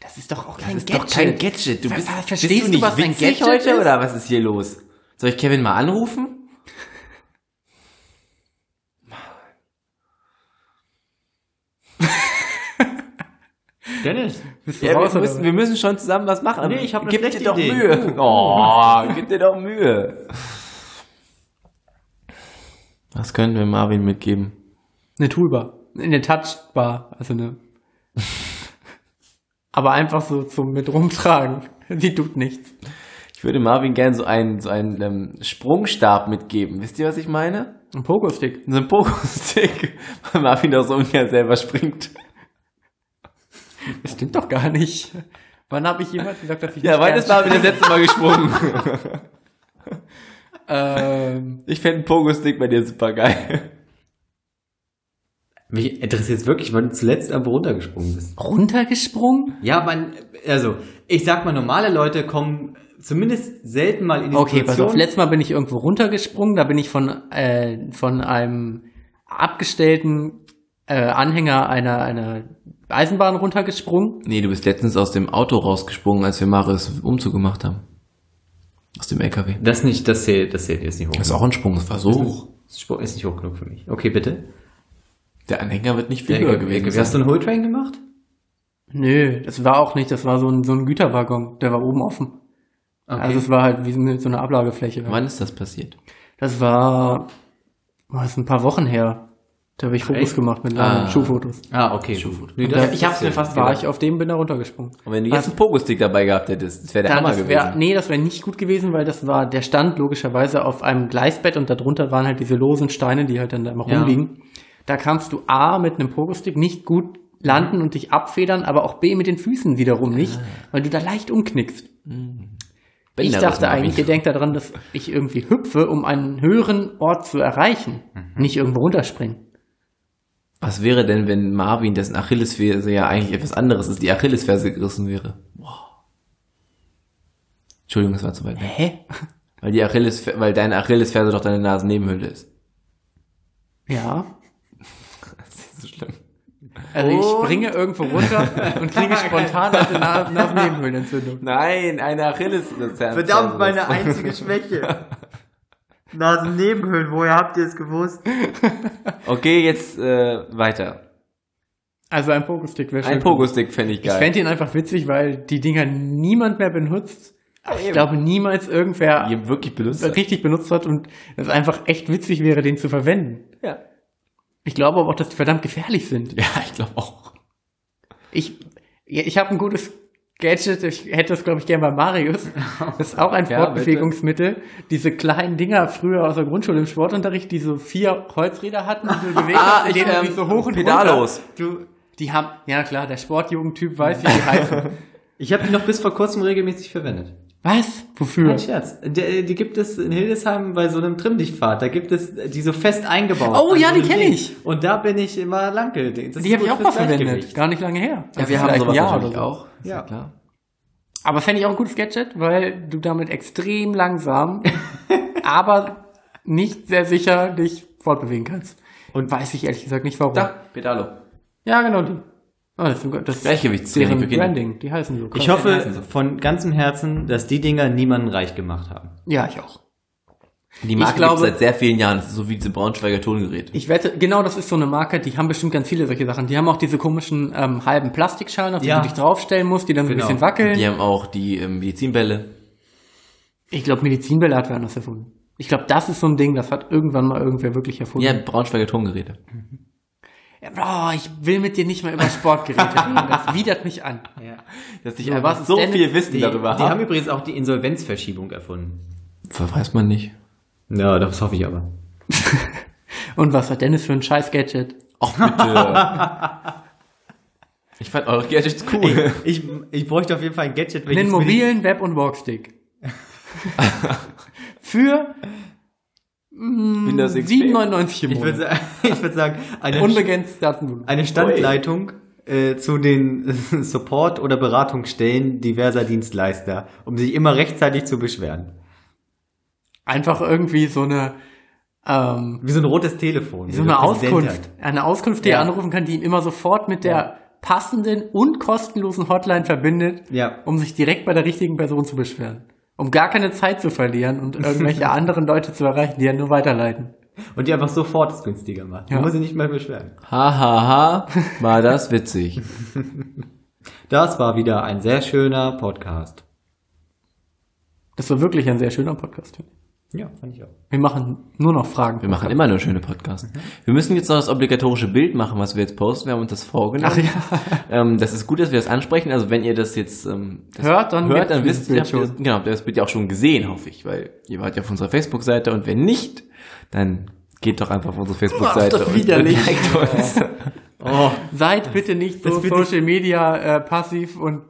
Speaker 1: Das ist doch auch
Speaker 2: Das
Speaker 1: kein
Speaker 2: ist doch kein Gadget. Du
Speaker 1: Ver-
Speaker 2: bist,
Speaker 1: ver-
Speaker 2: bist
Speaker 1: verstehst
Speaker 2: du
Speaker 1: du,
Speaker 2: nicht
Speaker 1: was ein
Speaker 2: witzig
Speaker 1: Gadget
Speaker 2: heute
Speaker 1: ist?
Speaker 2: oder was ist hier los? Soll ich Kevin mal anrufen?
Speaker 3: Dennis,
Speaker 1: Bist du
Speaker 2: Ja,
Speaker 1: raus,
Speaker 2: wir,
Speaker 1: oder
Speaker 2: müssen,
Speaker 1: was?
Speaker 2: wir müssen schon zusammen was machen.
Speaker 3: Nee, ich hab eine
Speaker 2: gib dir
Speaker 3: schlechte
Speaker 2: doch
Speaker 3: Idee.
Speaker 2: Mühe. Oh, gib dir doch Mühe. Was könnten wir Marvin mitgeben?
Speaker 1: eine Toolbar. Eine Touchbar. Also eine. Aber einfach so zum mit rumtragen. Die tut nichts.
Speaker 2: Ich würde Marvin gern so einen, so einen ähm, Sprungstab mitgeben. Wisst ihr, was ich meine?
Speaker 1: Ein Pogo-Stick.
Speaker 2: So einen Pogo-Stick, weil Marvin doch so ungern selber springt.
Speaker 1: Das stimmt doch gar nicht. Wann habe ich jemals gesagt, dass ich
Speaker 2: Ja,
Speaker 1: nicht
Speaker 2: wann
Speaker 1: gern
Speaker 2: ist Marvin das letzte Mal gesprungen?
Speaker 1: Ähm,
Speaker 2: Ich fände einen Pogo-Stick bei dir super geil.
Speaker 3: mich interessiert wirklich, wann du zuletzt irgendwo runtergesprungen bist.
Speaker 1: runtergesprungen?
Speaker 3: Ja, man, also, ich sag mal, normale Leute kommen zumindest selten mal in die
Speaker 1: Okay, pass auf.
Speaker 3: Situation.
Speaker 1: Letztes Mal bin ich irgendwo runtergesprungen. Da bin ich von, äh, von einem abgestellten äh, Anhänger einer, einer Eisenbahn runtergesprungen.
Speaker 2: Nee, du bist letztens aus dem Auto rausgesprungen, als wir Marius Umzug gemacht haben. Aus dem LKW.
Speaker 3: Das nicht, das zählt, das zählt jetzt nicht hoch.
Speaker 2: Das ist auch ein Sprung, das war so hoch.
Speaker 3: Das Spruch ist nicht hoch genug für mich. Okay, bitte.
Speaker 2: Der Anhänger wird nicht viel
Speaker 3: Der
Speaker 2: höher
Speaker 3: LKW.
Speaker 2: gewesen
Speaker 3: Hast du
Speaker 2: sein.
Speaker 3: einen Hohltrain gemacht?
Speaker 1: Nö, das war auch nicht. Das war so ein, so ein Güterwaggon. Der war oben offen. Also es war halt wie so eine, so eine Ablagefläche.
Speaker 2: Wann ist das passiert?
Speaker 1: Das war oh, das ist ein paar Wochen her. Da habe ich Fotos
Speaker 3: echt?
Speaker 1: gemacht mit langen
Speaker 2: Ah.
Speaker 1: Schuhfotos.
Speaker 3: ah, okay. Nee,
Speaker 1: Und
Speaker 3: das,
Speaker 1: da- ich hab's mir fast war ich auf dem bin da runtergesprungen.
Speaker 2: Und wenn du
Speaker 1: Was-
Speaker 2: jetzt einen Pogo-Stick dabei gehabt hättest, das wäre der
Speaker 1: Dann,
Speaker 2: Hammer
Speaker 1: das wär,
Speaker 2: gewesen.
Speaker 1: nee, das wäre nicht gut gewesen, weil das war, der stand logischerweise auf einem Gleisbett und darunter waren halt diese losen Steine, die halt dann da immer
Speaker 3: Ja.
Speaker 1: rumliegen. Da kannst du A mit einem Pogo-Stick nicht gut landen und dich abfedern, aber auch B mit den Füßen
Speaker 2: Ah.
Speaker 1: wiederum nicht, weil du da leicht umknickst. Ich
Speaker 2: Bänder
Speaker 1: dachte
Speaker 2: müssen
Speaker 1: eigentlich, ihr
Speaker 2: wir-
Speaker 1: denkt daran, dass ich irgendwie hüpfe, um einen höheren Ort zu erreichen,
Speaker 2: Mhm.
Speaker 1: nicht irgendwo runterspringen.
Speaker 2: Was wäre denn, wenn Marvin, dessen Achillesferse ja eigentlich etwas anderes ist, die Achillesferse gerissen wäre? Wow. Entschuldigung, das war zu weit weg.
Speaker 1: Hä?
Speaker 2: Weil, die Achilles, weil deine Achillesferse doch deine Nasennebenhöhle ist.
Speaker 1: Ja.
Speaker 2: Das ist so schlimm.
Speaker 1: Also
Speaker 2: Und-
Speaker 1: ich springe irgendwo runter und kriege spontan eine Na- Nasennebenhöhlenentzündung.
Speaker 2: Nein, eine Achillesferse.
Speaker 3: einzige Schwäche. Nasennebenhöhlen, woher habt ihr es gewusst?
Speaker 2: Okay, jetzt äh, weiter.
Speaker 1: Also ein Pogo-Stick wäre schön.
Speaker 2: Ein Pogo-Stick fände ich
Speaker 1: Ich
Speaker 2: geil.
Speaker 1: fände ihn einfach witzig, weil die Dinger niemand mehr benutzt. Ich
Speaker 2: Ah, eben.
Speaker 1: glaube, niemals irgendwer
Speaker 2: Ihr wirklich benutzt.
Speaker 1: richtig benutzt hat und es einfach echt witzig wäre, den zu verwenden.
Speaker 2: Ja.
Speaker 1: Ich glaube aber auch, dass die verdammt gefährlich sind.
Speaker 2: ja, ich glaube auch.
Speaker 1: Ich, ja, ich habe ein gutes Gadget, ich hätte das, glaube ich, gerne bei Marius. Das ist auch ein
Speaker 2: Ja,
Speaker 1: Fortbewegungsmittel. Diese kleinen Dinger früher aus der Grundschule im Sportunterricht, die so vier Holzräder hatten, die du bewegt hast, in denen du die so hoch und
Speaker 2: Ah, ähm, Pedalos.
Speaker 1: runter. Du, die haben, ja klar, der Sportjugendtyp weiß, wie die heißen.
Speaker 3: Ich habe die noch bis vor kurzem regelmäßig verwendet.
Speaker 1: Was? Wofür?
Speaker 3: Kein Scherz. Die, die gibt es in Hildesheim bei so einem Trimmdichtfahrt. Da gibt es äh, die so fest eingebaut.
Speaker 1: Oh,
Speaker 3: an
Speaker 1: ja,
Speaker 3: so
Speaker 1: die
Speaker 3: einem
Speaker 1: kenn
Speaker 3: Ding.
Speaker 1: ich.
Speaker 3: Und da bin ich immer lang gedehnt. Das
Speaker 1: Die
Speaker 3: ist
Speaker 1: habe ich
Speaker 3: gut
Speaker 1: auch mal
Speaker 3: fürs
Speaker 1: verwendet.
Speaker 3: Gleichgewicht.
Speaker 1: gar nicht lange her.
Speaker 2: Ja,
Speaker 1: Also
Speaker 2: wir haben
Speaker 1: vielleicht ein
Speaker 2: sowas
Speaker 1: Jahr oder
Speaker 2: natürlich
Speaker 1: so.
Speaker 2: auch. Ist
Speaker 3: Ja.
Speaker 2: klar.
Speaker 1: Aber fände ich auch ein gutes Gadget, weil du damit extrem langsam, aber nicht sehr sicher dich fortbewegen kannst. Und weiß ich ehrlich gesagt nicht warum.
Speaker 2: Da, Pedalo.
Speaker 1: Ja, genau die. Oh, das ist, ein- das ist
Speaker 2: Gleichgewichtstraining für
Speaker 1: deren
Speaker 2: Kinder.
Speaker 1: Branding. Die heißen so.
Speaker 3: Ich hoffe von ganzem Herzen, dass die Dinger niemanden reich gemacht haben.
Speaker 1: Ja, ich auch.
Speaker 2: Die Marke
Speaker 1: glaube-
Speaker 2: gibt's seit sehr vielen Jahren. Das ist so wie diese Braunschweiger Tongeräte.
Speaker 1: Ich wette, genau das ist so eine Marke, die haben bestimmt ganz viele solche Sachen. Die haben auch diese komischen ähm, halben Plastikschalen, auf die
Speaker 3: Ja.
Speaker 1: du dich draufstellen musst, die dann so
Speaker 3: Genau.
Speaker 1: ein bisschen wackeln.
Speaker 2: Die haben auch die ähm, Medizinbälle.
Speaker 1: Ich glaube, Medizinbälle hat wer anders erfunden. Ich glaube, das ist so ein Ding, das hat irgendwann mal irgendwer wirklich erfunden.
Speaker 2: Ja, Braunschweiger Tongeräte.
Speaker 1: Oh, ich will mit dir nicht mal über Sportgeräte reden. Das widert mich an.
Speaker 3: Ja.
Speaker 2: Dass ich
Speaker 1: So,
Speaker 2: einfach
Speaker 1: was
Speaker 2: so
Speaker 1: denn-
Speaker 2: viel Wissen
Speaker 3: Die,
Speaker 2: darüber
Speaker 3: die haben
Speaker 2: habe.
Speaker 3: übrigens auch die Insolvenzverschiebung erfunden.
Speaker 2: Weiß man nicht.
Speaker 3: Ja, das hoffe ich aber.
Speaker 1: Und was hat Dennis für ein scheiß Gadget?
Speaker 2: Ach bitte. ich fand eure Gadgets cool.
Speaker 3: Ich, ich bräuchte auf jeden Fall ein Gadget. welches
Speaker 1: Einen
Speaker 3: mir die-
Speaker 1: mobilen Web- und Walkstick. für
Speaker 2: Windows
Speaker 1: 7,99 im
Speaker 3: Ich würde
Speaker 1: Monat.
Speaker 3: sagen, ich würd sagen eine,
Speaker 1: Unbegrenzt Datenvolumen.
Speaker 3: eine Standleitung äh, zu den äh, Support- oder Beratungsstellen diverser Dienstleister, um sich immer rechtzeitig zu beschweren.
Speaker 1: Einfach irgendwie so eine, ähm,
Speaker 3: Wie so ein rotes Telefon.
Speaker 1: so eine Auskunft.
Speaker 3: Präsidentin.
Speaker 1: Eine Auskunft, die
Speaker 3: Ja.
Speaker 1: er anrufen kann, die ihn immer sofort mit der
Speaker 3: Ja.
Speaker 1: passenden und kostenlosen Hotline verbindet,
Speaker 3: Ja.
Speaker 1: um sich direkt bei der richtigen Person zu beschweren. Um gar keine Zeit zu verlieren und irgendwelche anderen Leute zu erreichen, die ja nur weiterleiten.
Speaker 3: Und die einfach sofort es günstiger macht.
Speaker 1: Ja.
Speaker 3: Man muss sich nicht mehr beschweren.
Speaker 2: Hahaha, ha, ha. war das witzig.
Speaker 3: Das war wieder ein sehr schöner Podcast.
Speaker 1: Das war wirklich ein sehr schöner Podcast.
Speaker 3: Ja, fand ich auch.
Speaker 1: Wir machen nur noch Fragen.
Speaker 2: Wir machen immer nur schöne Podcasts. Wir müssen jetzt noch das obligatorische Bild machen, was wir jetzt posten. Wir haben uns das vorgenommen.
Speaker 1: Ach ja.
Speaker 2: Ähm, das ist gut, dass wir das ansprechen. Also wenn ihr das jetzt ähm, das
Speaker 1: Hört, dann
Speaker 2: hört, dann
Speaker 1: gibt's
Speaker 2: wisst
Speaker 1: dieses Bild
Speaker 2: ihr habt ihr das, genau, habt ihr das Bild ja auch schon gesehen, hoffe ich, weil ihr wart ja auf unserer Facebook-Seite und wenn nicht, dann geht doch einfach auf unsere Facebook-Seite
Speaker 1: das
Speaker 2: und, und
Speaker 1: widerlich.
Speaker 2: liked uns.
Speaker 1: Seid bitte nicht so
Speaker 3: das wird sich-
Speaker 1: Social Media äh, passiv und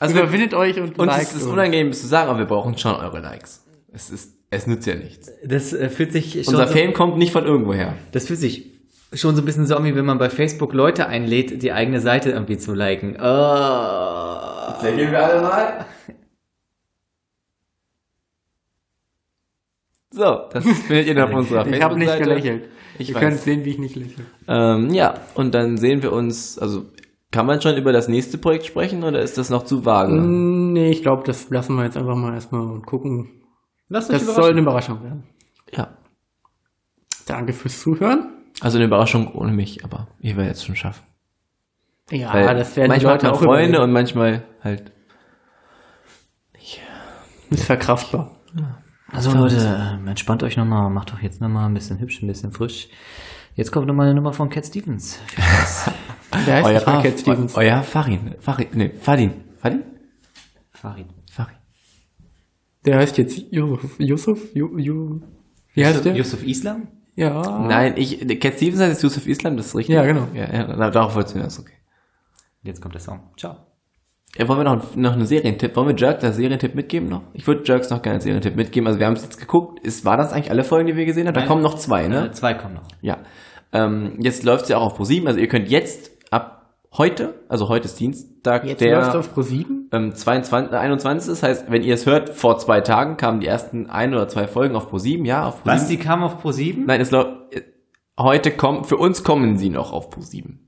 Speaker 2: Also wir,
Speaker 1: überwindet euch und
Speaker 2: uns
Speaker 1: liked
Speaker 2: ist es
Speaker 1: uns.
Speaker 2: unangenehm es zu sagen, aber wir brauchen schon eure Likes. Es ist es nützt ja nichts.
Speaker 3: Das äh, fühlt sich schon
Speaker 2: Unser
Speaker 3: so,
Speaker 2: Fame kommt nicht von irgendwoher.
Speaker 3: das fühlt sich schon so ein bisschen so an, wie wenn man bei Facebook Leute einlädt, die eigene Seite irgendwie zu liken. Oh.
Speaker 2: Segeln wir alle mal. So, das findet ihr auf unserer
Speaker 1: Ich habe nicht
Speaker 2: Facebook-Seite.
Speaker 1: gelächelt.
Speaker 2: Ich
Speaker 1: Ihr
Speaker 2: weiß.
Speaker 1: könnt sehen, wie ich nicht lächle.
Speaker 2: Ähm, ja, und dann sehen wir uns, also kann man schon über das nächste Projekt sprechen oder ist das noch zu vage?
Speaker 1: Mm. Hm, Nee, ich glaube, das lassen wir jetzt einfach mal erstmal und gucken.
Speaker 3: Lasst euch
Speaker 1: Das soll eine Überraschung werden.
Speaker 2: Ja.
Speaker 1: Danke fürs Zuhören.
Speaker 2: Also eine Überraschung ohne mich, aber ich werde jetzt schon schaffen.
Speaker 1: Ja,
Speaker 2: Weil
Speaker 1: Ah, das werden die
Speaker 2: manchmal
Speaker 1: Leute
Speaker 2: hat
Speaker 1: auch
Speaker 2: man Freunde
Speaker 1: Freunde
Speaker 2: und manchmal halt.
Speaker 1: ist verkraftbar.
Speaker 3: Also Leute, ähm, entspannt euch nochmal, macht doch jetzt nochmal ein bisschen hübsch, ein bisschen frisch. Jetzt kommt nochmal eine Nummer von Cat Stevens.
Speaker 1: Der heißt nicht mal Cat Stevens.
Speaker 2: euer Farin. Farin. Nee, Fadin. Fadin?
Speaker 3: Farid.
Speaker 2: Farin.
Speaker 1: Der heißt jetzt Yusuf. Yusuf? Ju, Ju, wie heißt der?
Speaker 3: Yusuf Islam?
Speaker 1: Ja.
Speaker 2: Nein, ich, Cat Stevens heißt Yusuf Islam, das ist richtig.
Speaker 1: Ja, genau.
Speaker 2: Ja, ja na, darauf wolltest du hinaus, okay.
Speaker 3: Jetzt kommt der Song. Ciao.
Speaker 2: Ja, wollen wir noch, noch einen Serientipp? Wollen wir Jerks als Serientipp mitgeben noch? Ich würde Jerks noch gerne als Serientipp mitgeben. Also wir haben es jetzt geguckt. Ist, war das eigentlich alle Folgen, die wir gesehen haben? Da
Speaker 3: Nein.
Speaker 2: kommen noch zwei, ne?
Speaker 3: Äh, zwei kommen noch.
Speaker 2: Ja. Ähm, jetzt läuft es ja auch auf ProSieben. Also ihr könnt jetzt ab heute, also heute ist Dienstag,
Speaker 1: Jetzt
Speaker 2: der
Speaker 1: läuft auf Pro 7.
Speaker 2: ähm, 22, äh, 21 ist. Heißt, wenn ihr es hört, vor zwei Tagen kamen die ersten ein oder zwei Folgen auf ProSieben. Ja, auf
Speaker 3: Was?
Speaker 2: ProSieben.
Speaker 3: Die kamen auf Pro 7?
Speaker 2: Nein, es läuft... äh, Heute kommen, für uns kommen sie noch auf ProSieben.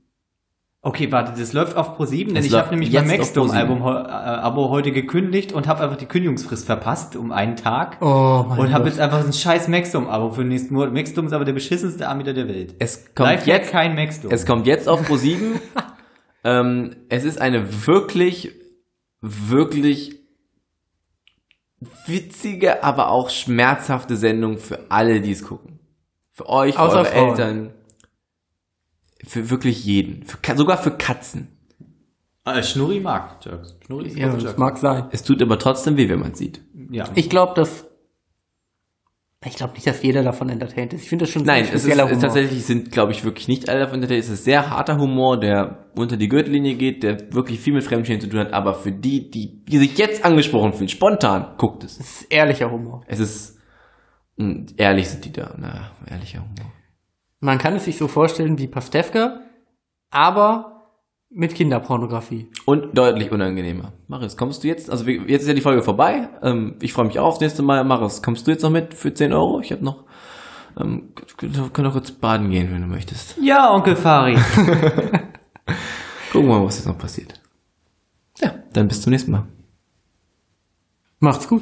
Speaker 3: Okay, warte, das läuft auf Pro 7, denn
Speaker 2: Das
Speaker 3: ich habe
Speaker 2: läuft
Speaker 3: nämlich mein
Speaker 2: jetzt auf
Speaker 3: Maxdome
Speaker 2: ProSieben.
Speaker 3: Album heu- äh, Abo heute gekündigt und habe einfach die Kündigungsfrist verpasst um einen Tag.
Speaker 1: Oh mein
Speaker 3: und habe
Speaker 1: Gott.
Speaker 3: jetzt einfach so ein scheiß Maxdome Abo für den nächsten Monat. Maxdome ist aber der beschissenste Anbieter der Welt.
Speaker 2: Es kommt
Speaker 3: Live
Speaker 2: jetzt
Speaker 3: kein Maxdome.
Speaker 2: Es kommt jetzt auf ProSieben. ähm, es ist eine wirklich, wirklich witzige, aber auch schmerzhafte Sendung für alle, die es gucken. Für euch, für
Speaker 1: Außer
Speaker 2: eure
Speaker 1: Frauen.
Speaker 2: Eltern. Für wirklich jeden. Für, Ka- sogar für Katzen.
Speaker 3: Äh, Schnurri mag Jerks.
Speaker 2: Schnurri ist
Speaker 1: Ja,
Speaker 2: auch
Speaker 1: das
Speaker 2: Jerk.
Speaker 1: mag sein.
Speaker 2: Es tut aber trotzdem weh, wenn man sieht.
Speaker 3: Ja.
Speaker 1: Ich glaube, dass. Ich glaube nicht, dass jeder davon entertained ist. Ich finde das schon
Speaker 2: Nein,
Speaker 1: ein
Speaker 2: es ist,
Speaker 1: spezieller
Speaker 2: es
Speaker 1: Humor.
Speaker 2: tatsächlich sind, glaube ich, wirklich nicht alle davon entertained. Es ist sehr harter Humor, der unter die Gürtellinie geht, der wirklich viel mit Fremdschämen zu tun hat. Aber für die, die, die sich jetzt angesprochen fühlen, spontan, guckt es.
Speaker 1: Es ist ehrlicher Humor.
Speaker 2: Es ist mh, ehrlich sind die da. Na, ehrlicher Humor.
Speaker 1: Man kann es sich so vorstellen wie Pastewka, aber mit Kinderpornografie.
Speaker 2: Und deutlich unangenehmer. Marius, kommst du jetzt? Also wir- jetzt ist ja die Folge vorbei. Ähm, ich freue mich auf. Das nächste Mal, Marius, kommst du jetzt noch mit für 10 Euro? Ich habe noch. Ähm, können wir noch kurz baden gehen, wenn du möchtest.
Speaker 3: Ja, Onkel Fari.
Speaker 2: Gucken wir mal, was jetzt noch passiert. Ja, dann bis zum nächsten Mal.
Speaker 1: Macht's gut.